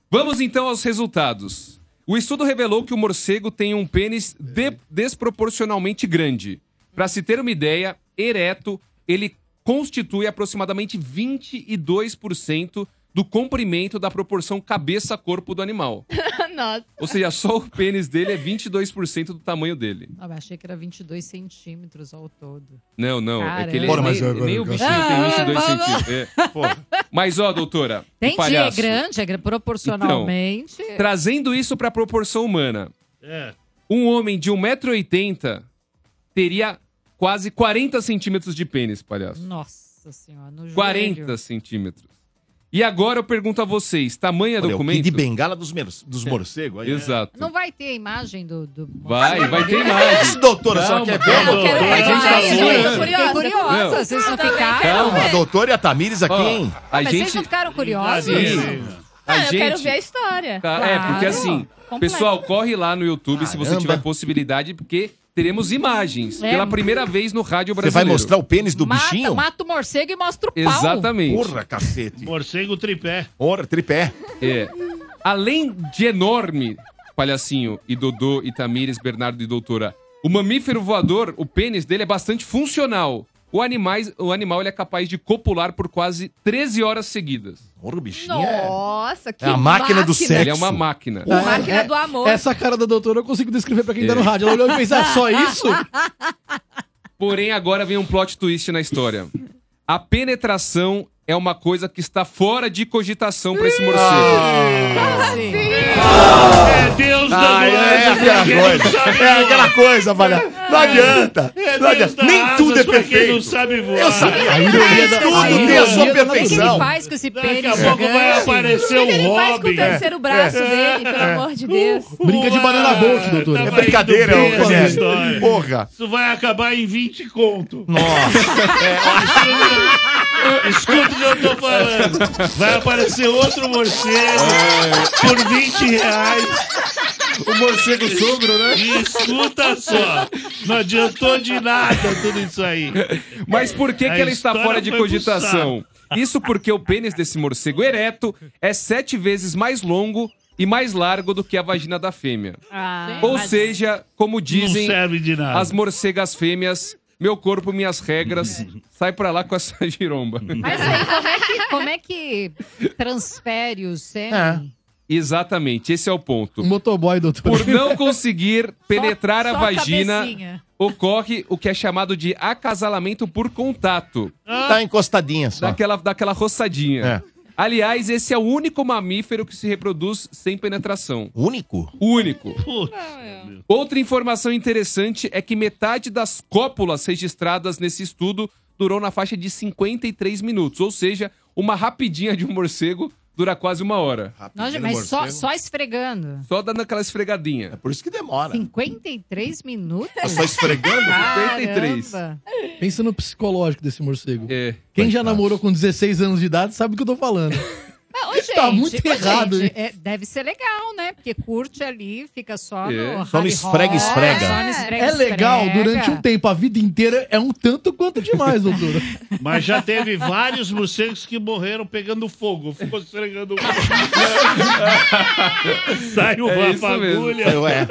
[SPEAKER 8] Vamos então aos resultados. O estudo revelou que o morcego tem um pênis de- desproporcionalmente grande. Para se ter uma ideia, ereto, ele constitui aproximadamente 22% do comprimento da proporção cabeça-corpo do animal.
[SPEAKER 9] Nossa.
[SPEAKER 8] Ou seja, só o pênis dele é 22% do tamanho dele.
[SPEAKER 9] Ah, mas achei que era 22 centímetros ao todo.
[SPEAKER 8] Não, não. É que ele
[SPEAKER 9] Caramba.
[SPEAKER 8] é
[SPEAKER 9] Porra,
[SPEAKER 8] nem,
[SPEAKER 9] mas eu-
[SPEAKER 8] nem o
[SPEAKER 9] eu-
[SPEAKER 8] bichinho
[SPEAKER 9] Ah,
[SPEAKER 8] tem 22
[SPEAKER 9] mas-
[SPEAKER 8] centímetros. É. Mas ó, doutora, o
[SPEAKER 9] Entendi, é
[SPEAKER 8] palhaço, Então,
[SPEAKER 9] grande, é gra- proporcionalmente.
[SPEAKER 8] trazendo isso para a proporção humana,
[SPEAKER 4] É.
[SPEAKER 8] um homem de 1,80m teria quase 40 centímetros de pênis, palhaço.
[SPEAKER 9] Nossa senhora, no joelho.
[SPEAKER 8] 40 centímetros. E agora eu pergunto a vocês, tamanho é
[SPEAKER 1] Olha, o
[SPEAKER 8] documento? É.
[SPEAKER 1] Kid Bengala dos, mer- dos morcegos. aí, né?
[SPEAKER 8] Exato.
[SPEAKER 9] Não vai ter a imagem do. do...
[SPEAKER 8] Vai, vai ter
[SPEAKER 1] Mas,
[SPEAKER 8] mais.
[SPEAKER 1] doutora, só que é bem.
[SPEAKER 9] Eu quero ver
[SPEAKER 1] A gente
[SPEAKER 9] mais.
[SPEAKER 1] tá
[SPEAKER 9] Fiquei
[SPEAKER 1] segurando.
[SPEAKER 9] curiosa,
[SPEAKER 1] Não.
[SPEAKER 9] vocês não
[SPEAKER 1] Calma,
[SPEAKER 9] ficaram.
[SPEAKER 1] a doutora e a Tamires aqui,
[SPEAKER 8] Ó,
[SPEAKER 1] hein?
[SPEAKER 8] a
[SPEAKER 9] Mas vocês
[SPEAKER 8] gente...
[SPEAKER 9] não ficaram curiosos?
[SPEAKER 8] Sim. A
[SPEAKER 7] Ah, eu quero
[SPEAKER 8] gente-
[SPEAKER 7] ver a história.
[SPEAKER 8] Tá, É, porque assim,
[SPEAKER 7] Completo.
[SPEAKER 8] pessoal, corre lá no YouTube se você
[SPEAKER 1] Caramba.
[SPEAKER 8] tiver possibilidade, porque teremos imagens
[SPEAKER 9] É.
[SPEAKER 8] pela primeira vez no rádio
[SPEAKER 1] Você
[SPEAKER 8] brasileiro.
[SPEAKER 1] vai mostrar o pênis do
[SPEAKER 9] Mata,
[SPEAKER 1] bichinho?
[SPEAKER 9] mata o morcego e mostra o pau.
[SPEAKER 8] Exatamente.
[SPEAKER 1] Porra, cacete.
[SPEAKER 4] Morcego tripé.
[SPEAKER 1] Porra, tripé.
[SPEAKER 8] É. Além de enorme, palhacinho e Dodô e Tamires, Bernardo e Doutora, o mamífero voador, o pênis dele é bastante funcional. O, animais, o animal ele é capaz de copular por quase 13 horas seguidas.
[SPEAKER 1] Porra, o bichinho é...
[SPEAKER 7] Nossa, que
[SPEAKER 1] É a máquina do sexo.
[SPEAKER 8] Ele é uma máquina.
[SPEAKER 7] A máquina
[SPEAKER 5] É,
[SPEAKER 7] do amor.
[SPEAKER 5] Essa cara da doutora eu consigo descrever pra quem tá
[SPEAKER 8] É.
[SPEAKER 5] no rádio. Ela olhou e fez, ah, só isso?
[SPEAKER 8] Porém, agora vem um plot twist na história. A penetração é uma coisa que está fora de cogitação pra esse morcego.
[SPEAKER 4] É Deus
[SPEAKER 1] Ah,
[SPEAKER 4] da
[SPEAKER 1] é,
[SPEAKER 4] doença,
[SPEAKER 1] aquela
[SPEAKER 4] pra quem não
[SPEAKER 1] coisa.
[SPEAKER 4] sabe
[SPEAKER 1] É
[SPEAKER 4] voar.
[SPEAKER 1] aquela coisa, valeu. Não adianta.
[SPEAKER 4] É
[SPEAKER 1] Não
[SPEAKER 4] Deus
[SPEAKER 1] adianta.
[SPEAKER 4] da
[SPEAKER 1] Nem
[SPEAKER 4] asas
[SPEAKER 1] tudo é
[SPEAKER 4] pra quem não
[SPEAKER 1] perfeito.
[SPEAKER 4] sabe voar.
[SPEAKER 1] Eu sabia. A
[SPEAKER 9] ironia da-
[SPEAKER 1] Tudo
[SPEAKER 9] a
[SPEAKER 1] tem
[SPEAKER 9] ironia
[SPEAKER 1] a sua
[SPEAKER 9] da-
[SPEAKER 1] perfeição.
[SPEAKER 9] O que, que ele faz com esse
[SPEAKER 4] Daqui
[SPEAKER 9] pênis
[SPEAKER 4] a pouco vai
[SPEAKER 9] gigante?
[SPEAKER 4] aparecer
[SPEAKER 7] O que
[SPEAKER 4] um
[SPEAKER 7] que ele faz com o
[SPEAKER 4] Robin. É.
[SPEAKER 7] terceiro braço
[SPEAKER 6] É.
[SPEAKER 7] dele, pelo amor de Deus?
[SPEAKER 5] Brinca de banana boat, doutora.
[SPEAKER 1] É
[SPEAKER 4] Tava
[SPEAKER 1] brincadeira,
[SPEAKER 4] Ah, tá indo bem
[SPEAKER 1] ô,
[SPEAKER 4] essa
[SPEAKER 1] Daniel.
[SPEAKER 4] história.
[SPEAKER 1] Porra.
[SPEAKER 4] Isso vai acabar em 20 conto.
[SPEAKER 1] Nossa.
[SPEAKER 4] Escuta o que eu tô falando. Vai aparecer outro morcego por 20 reais.
[SPEAKER 8] É. O morcego sogro, né?
[SPEAKER 4] E escuta só. Não adiantou de nada tudo isso aí.
[SPEAKER 8] Mas por que,
[SPEAKER 4] A
[SPEAKER 8] que ela está
[SPEAKER 4] história
[SPEAKER 8] fora de
[SPEAKER 4] foi pro
[SPEAKER 8] cogitação? Isso porque o pênis desse morcego ereto é sete vezes mais longo e mais largo do que a vagina da fêmea.
[SPEAKER 9] Ah,
[SPEAKER 8] Ou
[SPEAKER 9] mas-
[SPEAKER 8] seja, como
[SPEAKER 4] não
[SPEAKER 8] dizem
[SPEAKER 4] serve de nada.
[SPEAKER 8] as morcegas fêmeas, meu corpo, minhas regras, sai pra lá com essa giromba.
[SPEAKER 9] Mas aí, como é que, como é que transfere o
[SPEAKER 5] É.
[SPEAKER 9] sêmen?
[SPEAKER 8] Exatamente, esse é o ponto.
[SPEAKER 5] Motoboy, doutora.
[SPEAKER 8] Por não conseguir penetrar
[SPEAKER 9] Só
[SPEAKER 8] a vagina,
[SPEAKER 9] cabecinha.
[SPEAKER 8] ocorre o que é chamado de acasalamento por contato.
[SPEAKER 1] Tá encostadinha só.
[SPEAKER 8] daquela, daquela roçadinha.
[SPEAKER 1] É.
[SPEAKER 8] Aliás, esse é o único mamífero que se reproduz sem penetração.
[SPEAKER 1] Único?
[SPEAKER 8] O Único.
[SPEAKER 4] Putz.
[SPEAKER 8] Outra informação interessante é que metade das cópulas registradas nesse estudo durou na faixa de 53 minutos, ou seja, uma rapidinha de um morcego dura quase uma hora.
[SPEAKER 9] Nossa,
[SPEAKER 1] um
[SPEAKER 9] mas só, só esfregando.
[SPEAKER 8] Só dando aquela esfregadinha. É
[SPEAKER 1] por isso que demora.
[SPEAKER 9] 53 minutos?
[SPEAKER 1] Só esfregando?
[SPEAKER 9] Caramba.
[SPEAKER 5] 53. Pensa no psicológico desse morcego.
[SPEAKER 8] É.
[SPEAKER 5] Quem já namorou com 16 anos de idade sabe o que eu tô falando.
[SPEAKER 9] Mas, ô, gente,
[SPEAKER 5] Tá muito
[SPEAKER 9] ô,
[SPEAKER 5] errado
[SPEAKER 9] gente,
[SPEAKER 5] isso.
[SPEAKER 9] é, deve ser legal, né? Porque curte ali, fica só
[SPEAKER 5] É.
[SPEAKER 9] no.
[SPEAKER 5] Só no
[SPEAKER 9] rally
[SPEAKER 5] esfrega,
[SPEAKER 9] roll,
[SPEAKER 5] esfrega.
[SPEAKER 9] Só no esfrega,
[SPEAKER 5] É legal
[SPEAKER 9] esfrega.
[SPEAKER 5] durante um tempo, a vida inteira é um tanto quanto demais, doutora.
[SPEAKER 6] Mas já teve vários morcegos que morreram pegando fogo. Ficou esfregando o Saiu
[SPEAKER 8] É
[SPEAKER 6] uma
[SPEAKER 8] isso mesmo.
[SPEAKER 6] fagulha.
[SPEAKER 1] é.
[SPEAKER 8] Ué.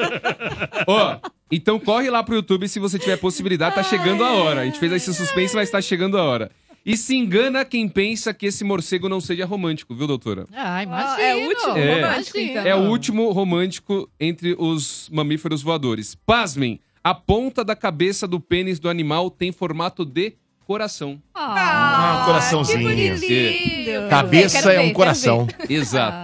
[SPEAKER 8] Ó, então corre lá pro YouTube se você tiver possibilidade, tá chegando a hora. A gente fez esse suspense, mas tá chegando a hora. E se engana quem pensa que esse morcego não seja romântico, viu, doutora?
[SPEAKER 9] Ah, imagina.
[SPEAKER 7] É o último
[SPEAKER 8] É.
[SPEAKER 7] romântico, então.
[SPEAKER 8] É o último romântico entre os mamíferos voadores. Pasmem, a ponta da cabeça do pênis do animal tem formato de coração.
[SPEAKER 1] Ah, coraçãozinho.
[SPEAKER 8] bonitinho.
[SPEAKER 1] Cabeça Quero é ver, um quero coração.
[SPEAKER 8] Exato.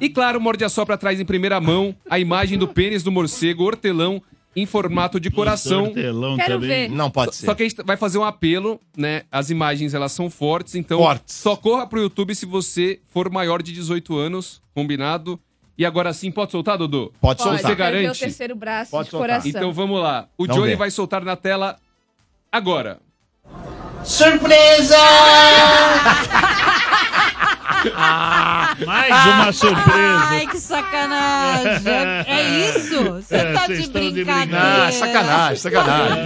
[SPEAKER 8] E claro, o Morde a Sopra traz em primeira mão a imagem do pênis do morcego hortelão em formato de coração.
[SPEAKER 6] hortelão Quero também. ver.
[SPEAKER 1] Não pode ser.
[SPEAKER 8] Só que a gente vai fazer um apelo, né? As imagens, elas são fortes, então só corra pro YouTube se você for maior de 18 anos, combinado? E agora sim, pode soltar, Dudu?
[SPEAKER 7] Pode,
[SPEAKER 8] Você
[SPEAKER 7] vai ver o
[SPEAKER 8] garante?
[SPEAKER 7] terceiro braço
[SPEAKER 8] Pode
[SPEAKER 7] de coração.
[SPEAKER 8] Então vamos lá. O
[SPEAKER 1] Não
[SPEAKER 8] Johnny
[SPEAKER 1] vê.
[SPEAKER 8] vai soltar na tela agora.
[SPEAKER 1] Surpresa!
[SPEAKER 6] Mais uma surpresa.
[SPEAKER 9] Ah, Ai, que sacanagem. É isso? Você tá de brincadeira.
[SPEAKER 6] É.
[SPEAKER 8] Ah, sacanagem, sacanagem.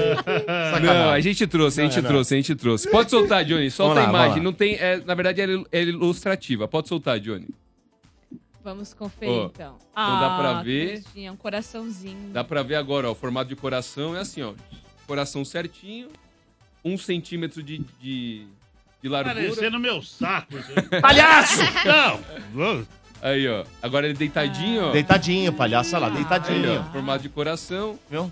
[SPEAKER 8] Não, a gente trouxe, a gente
[SPEAKER 1] Não, não.
[SPEAKER 8] trouxe, a gente trouxe. Pode soltar, Johnny. Solta
[SPEAKER 1] Vamos lá,
[SPEAKER 8] a
[SPEAKER 1] vamos
[SPEAKER 8] imagem.
[SPEAKER 1] lá.
[SPEAKER 8] Não tem, é, na verdade, ela é ilustrativa. Pode soltar, Johnny.
[SPEAKER 7] Vamos conferir,
[SPEAKER 8] Ó,
[SPEAKER 7] então.
[SPEAKER 8] então dá pra
[SPEAKER 7] que
[SPEAKER 8] ver.
[SPEAKER 7] bonitinho, É um coraçãozinho.
[SPEAKER 8] Dá pra ver agora, ó. O formato de coração é assim, ó. Coração certinho. Um centímetro de, de, de largura.
[SPEAKER 6] Parecendo meu saco.
[SPEAKER 1] Palhaço!
[SPEAKER 6] Não.
[SPEAKER 8] Aí, ó. Agora ele deitadinho, ó.
[SPEAKER 1] Deitadinho, palhaço, olha lá,
[SPEAKER 8] Aí, ó.
[SPEAKER 1] deitadinho.
[SPEAKER 8] Formato de coração.
[SPEAKER 1] Viu?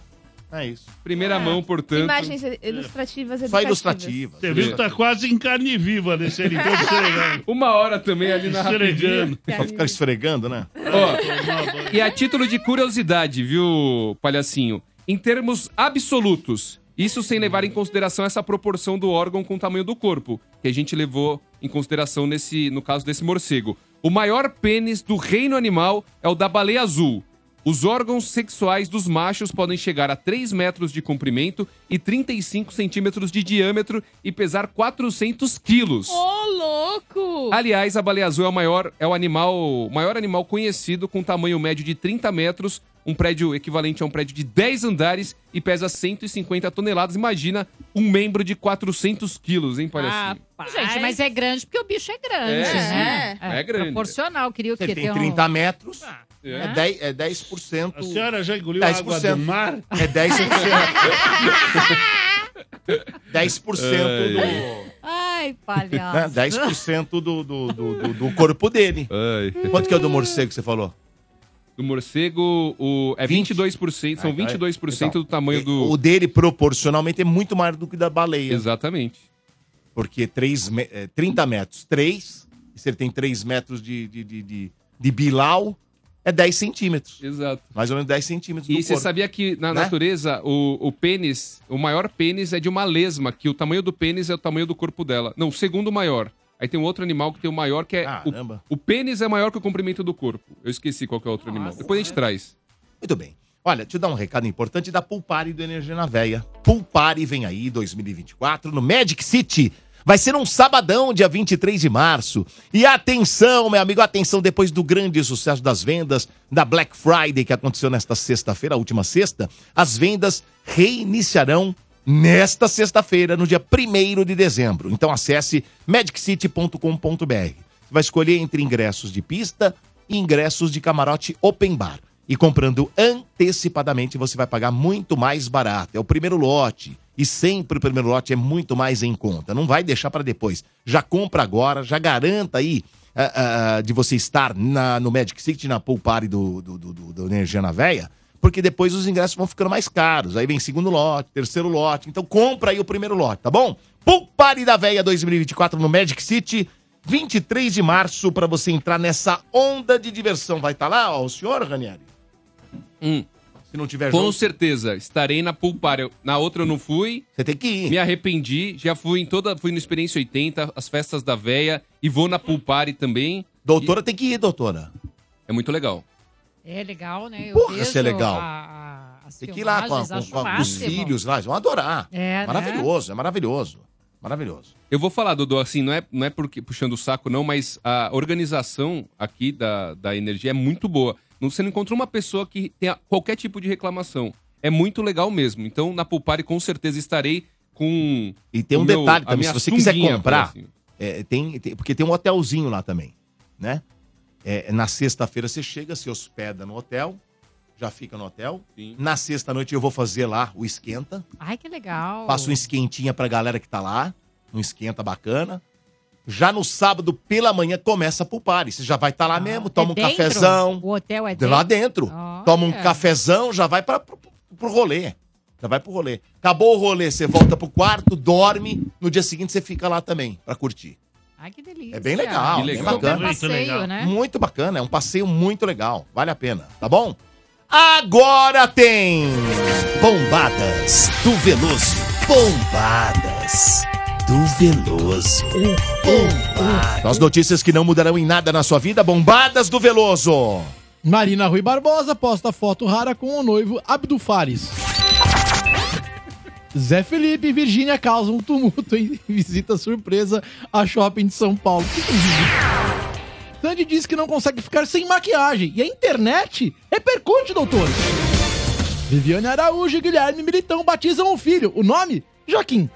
[SPEAKER 1] É isso.
[SPEAKER 8] Primeira mão, portanto.
[SPEAKER 7] Imagens ilustrativas educativas.
[SPEAKER 6] Você viu que tá quase em carne viva nesse ali. todo
[SPEAKER 4] né?
[SPEAKER 6] esfregando.
[SPEAKER 8] Uma hora também ali na
[SPEAKER 6] Esfregando.
[SPEAKER 8] rapidinha.
[SPEAKER 1] Só ficar esfregando, né?
[SPEAKER 8] Ó, e a título de curiosidade, viu, palhacinho? Em termos absolutos, isso sem levar em consideração essa proporção do órgão com o tamanho do corpo, que a gente levou em consideração nesse, no caso desse morcego. O maior pênis do reino animal é o da baleia azul. Os órgãos sexuais dos machos podem chegar a 3 metros de comprimento e 35 centímetros de diâmetro e pesar 400 quilos.
[SPEAKER 7] Ô, louco!
[SPEAKER 3] Tipo,
[SPEAKER 8] Aliás, a baleia azul é o maior, é o animal, maior animal conhecido com tamanho médio de 30 metros, um prédio equivalente a um prédio de 10 andares e pesa 150 toneladas. Imagina um membro de 400 quilos, hein, palhaço?
[SPEAKER 9] Ah, Gente, mas é grande porque o bicho é grande,
[SPEAKER 8] É,
[SPEAKER 9] né?
[SPEAKER 8] sim. É grande.
[SPEAKER 9] Proporcional, queria o
[SPEAKER 1] Você
[SPEAKER 9] quê?
[SPEAKER 1] tem
[SPEAKER 9] um-
[SPEAKER 1] 30 metros,
[SPEAKER 8] é,
[SPEAKER 9] né?
[SPEAKER 1] 10, é 10%. A
[SPEAKER 6] senhora já engoliu a água do mar?
[SPEAKER 1] É 10%. 10% do,
[SPEAKER 9] Ai,
[SPEAKER 1] né,
[SPEAKER 9] palhaço.
[SPEAKER 1] 10% do, do, do, do- do corpo dele. Quanto que é o do morcego que você falou?
[SPEAKER 8] Do morcego, o, é 22%, são 22% do tamanho do...
[SPEAKER 1] O dele, proporcionalmente, é muito maior do que o da baleia.
[SPEAKER 8] Exatamente.
[SPEAKER 1] Porque três me- é, 30 metros, 3, e se ele tem 3 metros de, de, de, de, de bilau, é 10 centímetros.
[SPEAKER 8] Exato.
[SPEAKER 1] Mais ou menos 10 centímetros do
[SPEAKER 8] E você
[SPEAKER 1] corpo.
[SPEAKER 8] sabia que na
[SPEAKER 1] né?
[SPEAKER 8] natureza o, o pênis, o maior pênis é de uma lesma, que o tamanho do pênis é o tamanho do corpo dela. Não, o segundo maior. Aí tem um outro animal que tem o maior, que é.
[SPEAKER 1] Caramba.
[SPEAKER 8] O, o pênis é maior que o comprimento do corpo. Eu esqueci qual que é o outro animal. Depois a gente traz.
[SPEAKER 1] Muito bem. Olha, te dar um recado importante da Pulpari do Energia na Veia. Pulpari vem aí 2024 no Magic City. Vai ser um sabadão, dia 23 de março. E atenção, meu amigo, atenção, depois do grande sucesso das vendas da Black Friday que aconteceu nesta sexta-feira, a última sexta, as vendas reiniciarão nesta sexta-feira, no dia 1 de dezembro. Então acesse magiccity.com.br. Você vai escolher entre ingressos de pista e ingressos de camarote open bar. E comprando antecipadamente, você vai pagar muito mais barato. É o primeiro lote. E sempre o primeiro lote é muito mais em conta. Não vai deixar para depois. Já compra agora, já garanta aí ah, ah, de você estar na- no Magic City, na pool party do, do, do, do- do Energia na Véia, porque depois os ingressos vão ficando mais caros. Aí vem segundo lote, terceiro lote. Então compra aí o primeiro lote, tá bom? Pool Party da Véia 2024 no Magic City. 23 de março pra você entrar nessa onda de diversão. Vai estar lá, ó, o senhor, Ranieri?
[SPEAKER 8] Hum.
[SPEAKER 1] Se não tiver
[SPEAKER 8] Com
[SPEAKER 1] jogo,
[SPEAKER 8] certeza, estarei na Pulpária. Na outra eu não fui.
[SPEAKER 1] Você tem que ir.
[SPEAKER 8] Me arrependi. Já fui em toda. Fui no Experiência 80, as festas da véia. E vou na Pulpária também.
[SPEAKER 1] Doutora tem que ir, doutora.
[SPEAKER 8] É muito legal.
[SPEAKER 9] É legal, né? Eu
[SPEAKER 1] Porra, isso é
[SPEAKER 9] vejo
[SPEAKER 1] legal.
[SPEAKER 9] a- a- as
[SPEAKER 1] Tem que ir lá com, a-
[SPEAKER 9] filmagens, acho
[SPEAKER 1] com- com os
[SPEAKER 9] máximo.
[SPEAKER 1] filhos lá, eles vão adorar.
[SPEAKER 9] É, né?
[SPEAKER 1] maravilhoso, é maravilhoso. Maravilhoso.
[SPEAKER 8] Eu vou falar, Dodô, assim, não é, não é porque puxando o saco, não, mas a organização aqui da, da energia é muito boa. Não- Você não encontra uma pessoa que tenha qualquer tipo de reclamação. É muito legal mesmo. Então, na Pulpari, com certeza estarei com.
[SPEAKER 1] E tem um
[SPEAKER 8] o meu-
[SPEAKER 1] detalhe
[SPEAKER 8] a
[SPEAKER 1] também,
[SPEAKER 8] minha
[SPEAKER 1] se você quiser
[SPEAKER 8] sunguinha,
[SPEAKER 1] comprar,
[SPEAKER 8] por assim.
[SPEAKER 1] é, tem, tem- porque tem um hotelzinho lá também, né? É, na sexta-feira você chega, se hospeda no hotel, já fica no hotel. Na sexta-noite eu vou fazer lá o esquenta.
[SPEAKER 9] Ai, que legal. É
[SPEAKER 1] Faço um esquentinha pra galera que tá lá, um esquenta bacana. Já no sábado pela manhã começa a pulpare. Você já vai estar lá mesmo, toma um
[SPEAKER 9] é Dentro?
[SPEAKER 1] cafezão.
[SPEAKER 9] O hotel é
[SPEAKER 1] De lá dentro. Toma um
[SPEAKER 9] Olha.
[SPEAKER 1] cafezão, já vai para pro, pro rolê. Já vai pro rolê. Acabou o rolê, você volta pro quarto, dorme. No dia seguinte você fica lá também pra curtir.
[SPEAKER 9] Ai, que delícia.
[SPEAKER 1] É bem legal,
[SPEAKER 9] Que
[SPEAKER 1] bem bacana.
[SPEAKER 9] Super passeio, né?
[SPEAKER 1] Muito bacana, é um passeio muito legal. Vale a pena, tá bom? Agora tem Bombadas do Veloso. Bombadas do Veloso. Bombadas. As notícias que não mudarão em nada na sua vida, Bombadas do Veloso.
[SPEAKER 5] Marina Rui Barbosa posta foto rara com o noivo Abdul Fares. Zé Felipe e Virgínia causam um tumulto em visita surpresa a shopping de São Paulo. Que visita? Sandy diz que não consegue ficar sem maquiagem e a internet repercute, doutor. Viviane Araújo e Guilherme Militão batizam o filho. O nome? Joaquim.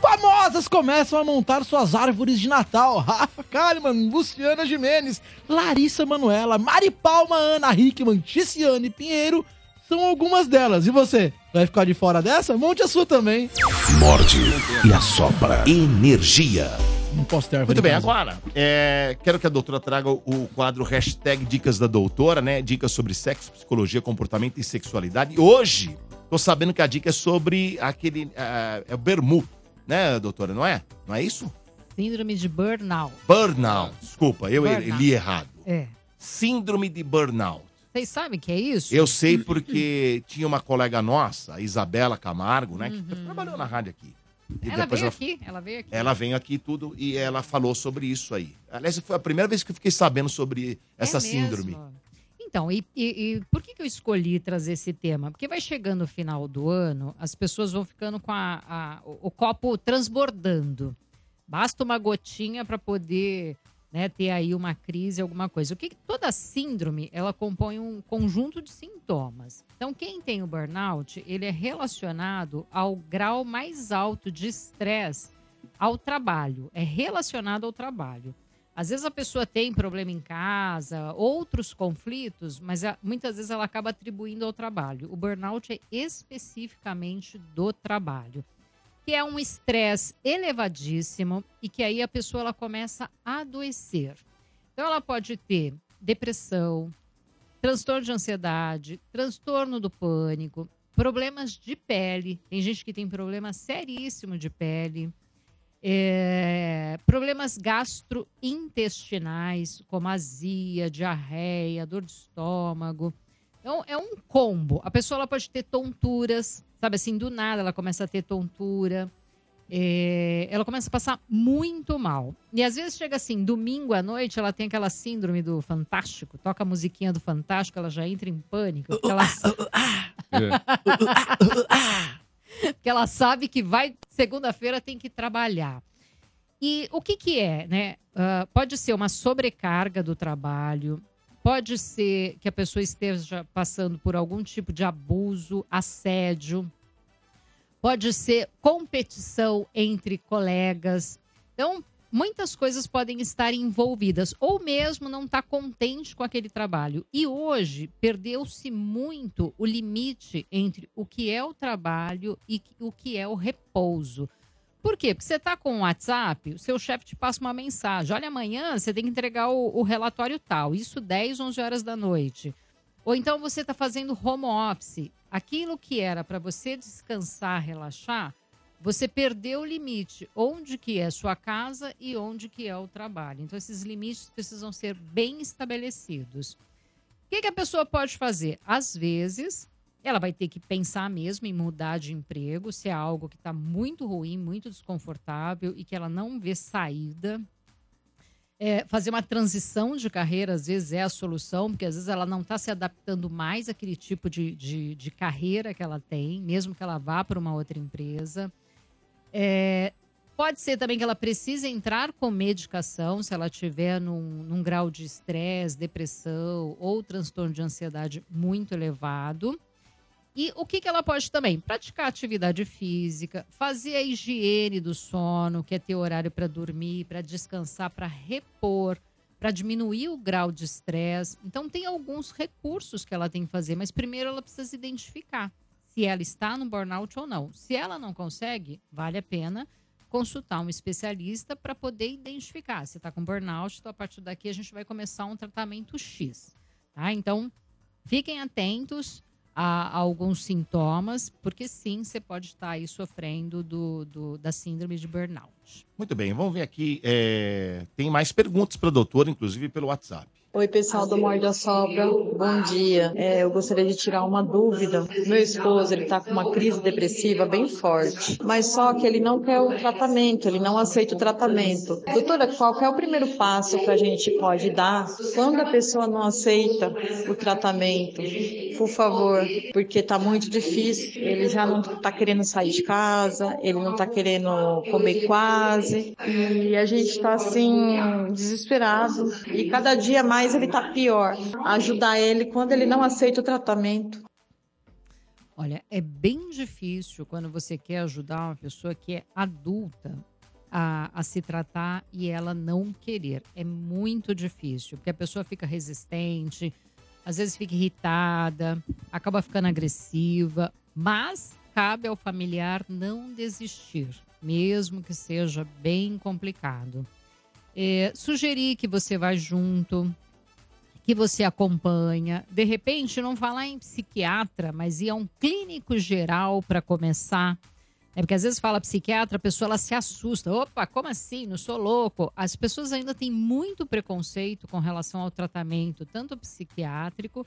[SPEAKER 5] Famosas começam a montar suas árvores de Natal. Rafa Kalimann, Luciana Jimenez, Larissa Manuela, Mari Palma, Ana Hickman, Ticiane Pinheiro são algumas delas. E você, vai ficar de fora dessa? Monte a sua também.
[SPEAKER 2] Morde e assopra. Energia.
[SPEAKER 5] Não posso ter árvore
[SPEAKER 1] Muito
[SPEAKER 5] em
[SPEAKER 1] bem,
[SPEAKER 5] casa.
[SPEAKER 1] agora, é, quero que a doutora traga o- o quadro hashtag Dicas da Doutora, né? Dicas sobre sexo, psicologia, comportamento e sexualidade. E hoje, tô sabendo que a dica é sobre aquele. ah, é o Bermu, né, doutora? Não é? Não é isso?
[SPEAKER 9] Síndrome de burnout.
[SPEAKER 1] Burnout. Desculpa, eu
[SPEAKER 9] Burnout.
[SPEAKER 1] li errado.
[SPEAKER 9] É.
[SPEAKER 1] Síndrome de burnout.
[SPEAKER 9] Vocês sabem o que é isso?
[SPEAKER 1] Eu sei porque tinha uma colega nossa, a Isabela Camargo, né? Que trabalhou na rádio aqui. E
[SPEAKER 9] Uhum. Ela
[SPEAKER 1] depois
[SPEAKER 9] veio aqui, ela veio aqui.
[SPEAKER 1] ela veio aqui e tudo e ela falou sobre isso aí. Aliás, foi a primeira vez que eu fiquei sabendo sobre essa síndrome.
[SPEAKER 9] Então, e, e- e por que, que eu escolhi trazer esse tema? Porque vai chegando o final do ano, as pessoas vão ficando com a- a- o, o copo transbordando. Basta uma gotinha para poder né, ter aí uma crise, alguma coisa. O que, que- toda síndrome ela compõe um conjunto de sintomas. Então, quem tem o burnout, ele é relacionado ao grau mais alto de estresse ao trabalho. É relacionado ao trabalho. Às vezes a pessoa tem problema em casa, outros conflitos, mas a- muitas vezes ela acaba atribuindo ao trabalho. O burnout é especificamente do trabalho, que é um estresse elevadíssimo e que aí a pessoa ela começa a adoecer. Então ela pode ter depressão, transtorno de ansiedade, transtorno do pânico, problemas de pele. Tem gente que tem problema seríssimo de pele. É, problemas gastrointestinais, como azia, diarreia, dor de estômago. Então, é um combo. A pessoa ela pode ter tonturas, sabe assim, do nada ela começa a ter tontura. É, ela começa a passar muito mal. E às vezes chega assim, domingo à noite, ela tem aquela síndrome do Fantástico, toca a musiquinha do Fantástico, ela já entra em pânico. porque ela- porque ela sabe que vai segunda-feira tem que trabalhar. E o que que é, né? Ah, pode ser uma sobrecarga do trabalho, pode ser que a pessoa esteja passando por algum tipo de abuso, assédio, pode ser competição entre colegas. Então, muitas coisas podem estar envolvidas, ou mesmo não estar contente com aquele trabalho. E hoje perdeu-se muito o limite entre o que é o trabalho e o que é o repouso. Por quê? Porque você está com o WhatsApp, o seu chefe te passa uma mensagem. Olha, amanhã você tem que entregar o, o relatório tal. Isso 10, 11 horas da noite. Ou então você está fazendo home office. Aquilo que era para você descansar, relaxar, você perdeu o limite. Onde que é sua casa e onde que é o trabalho. Então, esses limites precisam ser bem estabelecidos. O que, que a pessoa pode fazer? Às vezes, ela vai ter que pensar mesmo em mudar de emprego, se é algo que está muito ruim, muito desconfortável e que ela não vê saída. é, fazer uma transição de carreira, às vezes, é a solução, porque às vezes ela não está se adaptando mais àquele tipo de, de, de carreira que ela tem, mesmo que ela vá para uma outra empresa. É, pode ser também que ela precise entrar com medicação, se ela tiver num, num grau de estresse, depressão ou transtorno de ansiedade muito elevado. E o que, que ela pode também? Praticar atividade física, fazer a higiene do sono, que é ter horário para dormir, para descansar, para repor, para diminuir o grau de estresse. Então, tem alguns recursos que ela tem que fazer, mas primeiro ela precisa identificar se ela está no burnout ou não. Se ela não consegue, vale a pena consultar um especialista para poder identificar se está com burnout. Então, a partir daqui, a gente vai começar um tratamento X. Tá? Então, fiquem atentos a alguns sintomas, porque sim, você pode estar aí sofrendo do, do- da síndrome de burnout.
[SPEAKER 1] Muito bem, vamos ver aqui. é, Tem mais perguntas para a doutora, inclusive pelo WhatsApp.
[SPEAKER 3] Oi, pessoal do Morde a Sopra, bom dia. É, eu gostaria de tirar uma dúvida. Meu esposo, ele tá com uma crise depressiva bem forte, mas só que ele não quer o tratamento, ele não aceita o tratamento. Doutora, qual que é o primeiro passo que a gente pode dar quando a pessoa não aceita o tratamento? Por favor, porque tá muito difícil, ele já não tá querendo sair de casa, ele não tá querendo comer quase, e a gente tá assim, desesperado, e cada dia mais ele tá pior. Ajudar ele quando ele não aceita o tratamento.
[SPEAKER 9] Olha, é bem difícil quando você quer ajudar uma pessoa que é adulta a, a se tratar e ela não querer. É muito difícil, porque a pessoa fica resistente, às vezes fica irritada, acaba ficando agressiva, mas cabe ao familiar não desistir, mesmo que seja bem complicado. É, sugerir que você vá junto, que você acompanha. De repente, não falar em psiquiatra, mas ir a um clínico geral para começar. É porque às vezes fala psiquiatra, a pessoa ela se assusta. Opa, como assim? Não sou louco. As pessoas ainda têm muito preconceito com relação ao tratamento, tanto psiquiátrico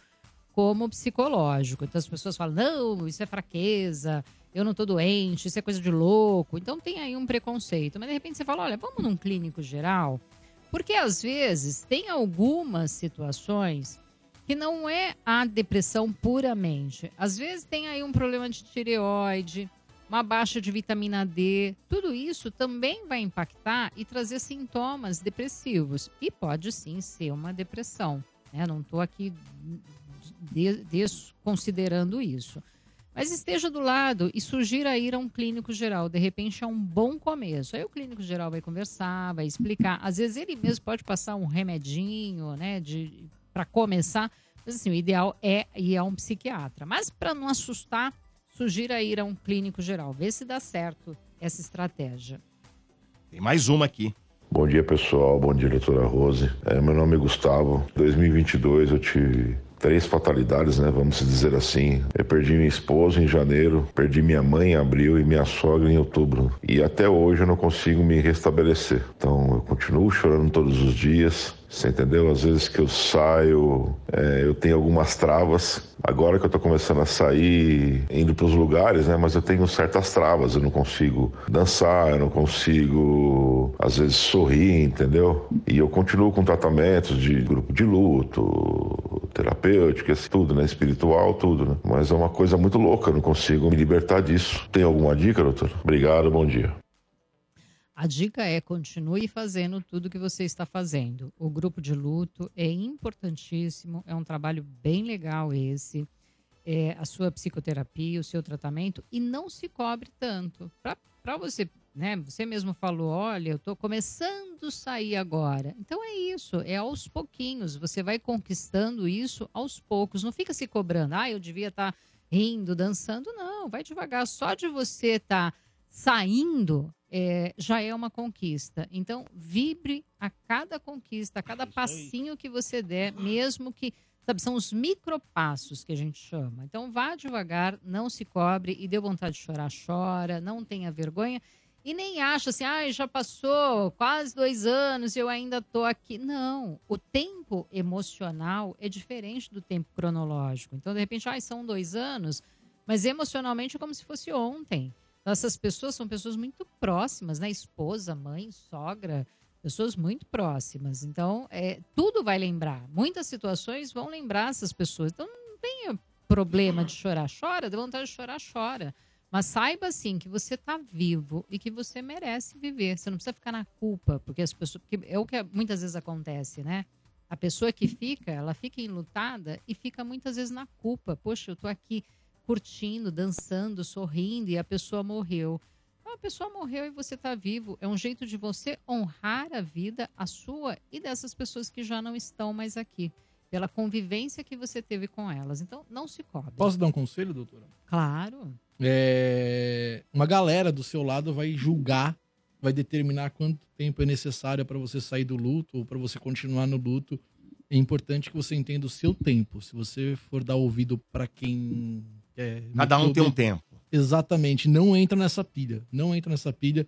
[SPEAKER 9] como psicológico. Então as pessoas falam: não, isso é fraqueza, eu não tô doente, isso é coisa de louco. Então tem aí um preconceito. Mas de repente você fala: olha, vamos num clínico geral. Porque às vezes tem algumas situações que não é a depressão puramente. Às vezes tem aí um problema de tireoide, uma baixa de vitamina D. Tudo isso também vai impactar e trazer sintomas depressivos. E pode sim ser uma depressão. né? Não estou aqui de- desconsiderando isso. Mas esteja do lado e sugira ir a um clínico geral. De repente é um bom começo. Aí o clínico geral vai conversar, vai explicar. Às vezes ele mesmo pode passar um remedinho, né, de para começar. Mas assim, o ideal é ir a um psiquiatra. Mas para não assustar, sugira ir a um clínico geral. Vê se dá certo essa estratégia.
[SPEAKER 1] Tem mais uma aqui.
[SPEAKER 10] Bom dia pessoal, bom dia doutora Rose. É, meu nome é Gustavo. 2022 eu tive três fatalidades, né? Vamos dizer assim. Eu perdi minha esposa em janeiro, perdi minha mãe em abril e minha sogra em outubro. E até hoje eu não consigo me restabelecer. Então eu continuo chorando todos os dias. Você entendeu? Às vezes que eu saio, é, eu tenho algumas travas. Agora que eu tô começando a sair, indo para os lugares, né? Mas eu tenho certas travas. Eu não consigo dançar, eu não consigo, às vezes, sorrir, entendeu? E eu continuo com tratamentos de grupo de luto, terapêutico, esse tudo, né? Espiritual, tudo, né? Mas é uma coisa muito louca. Eu não consigo me libertar disso. Tem alguma dica, doutor? Obrigado, bom dia.
[SPEAKER 9] A dica é continue fazendo tudo que você está fazendo. O grupo de luto é importantíssimo, é um trabalho bem legal esse. É, a sua psicoterapia, o seu tratamento, e não se cobre tanto. Para você, né? Você mesmo falou: olha, eu estou começando a sair agora. Então é isso, é aos pouquinhos. Você vai conquistando isso aos poucos. Não fica se cobrando, ah, eu devia estar rindo, dançando. Não, vai devagar. Só de você tá estar saindo é, já é uma conquista. Então, vibre a cada conquista, a cada passinho que você der, mesmo que. Sabe, são os micropassos que a gente chama. Então, vá devagar, não se cobre e deu vontade de chorar, chora, não tenha vergonha. E nem acha assim, ah, já passou quase dois anos e eu ainda tô aqui. Não, o tempo emocional é diferente do tempo cronológico. Então, de repente, ah, são dois anos, mas emocionalmente é como se fosse ontem. Então, essas pessoas são pessoas muito próximas, né? Esposa, mãe, sogra, pessoas muito próximas. Então, é, tudo vai lembrar. Muitas situações vão lembrar essas pessoas. Então, não tenha problema de chorar. Chora, dá vontade de chorar, chora. Mas saiba, assim, que você está vivo e que você merece viver. Você não precisa ficar na culpa, porque as pessoas. Porque é o que muitas vezes acontece, né? A pessoa que fica, ela fica enlutada e fica muitas vezes na culpa. Poxa, eu tô aqui curtindo, dançando, sorrindo e a pessoa morreu. Então, a pessoa morreu e você está vivo. É um jeito de você honrar a vida, a sua e dessas pessoas que já não estão mais aqui, pela convivência que você teve com elas. Então, não se cobre.
[SPEAKER 5] Posso dar um conselho, doutora?
[SPEAKER 9] Claro.
[SPEAKER 5] É, uma galera do seu lado vai julgar, vai determinar quanto tempo é necessário para você sair do luto ou para você continuar no luto. É importante que você entenda o seu tempo. Se você for dar ouvido para quem quer.
[SPEAKER 1] Cada um
[SPEAKER 5] muito
[SPEAKER 1] tem um
[SPEAKER 5] bem-
[SPEAKER 1] tempo.
[SPEAKER 5] Exatamente. Não entra nessa pilha. Não entra nessa pilha.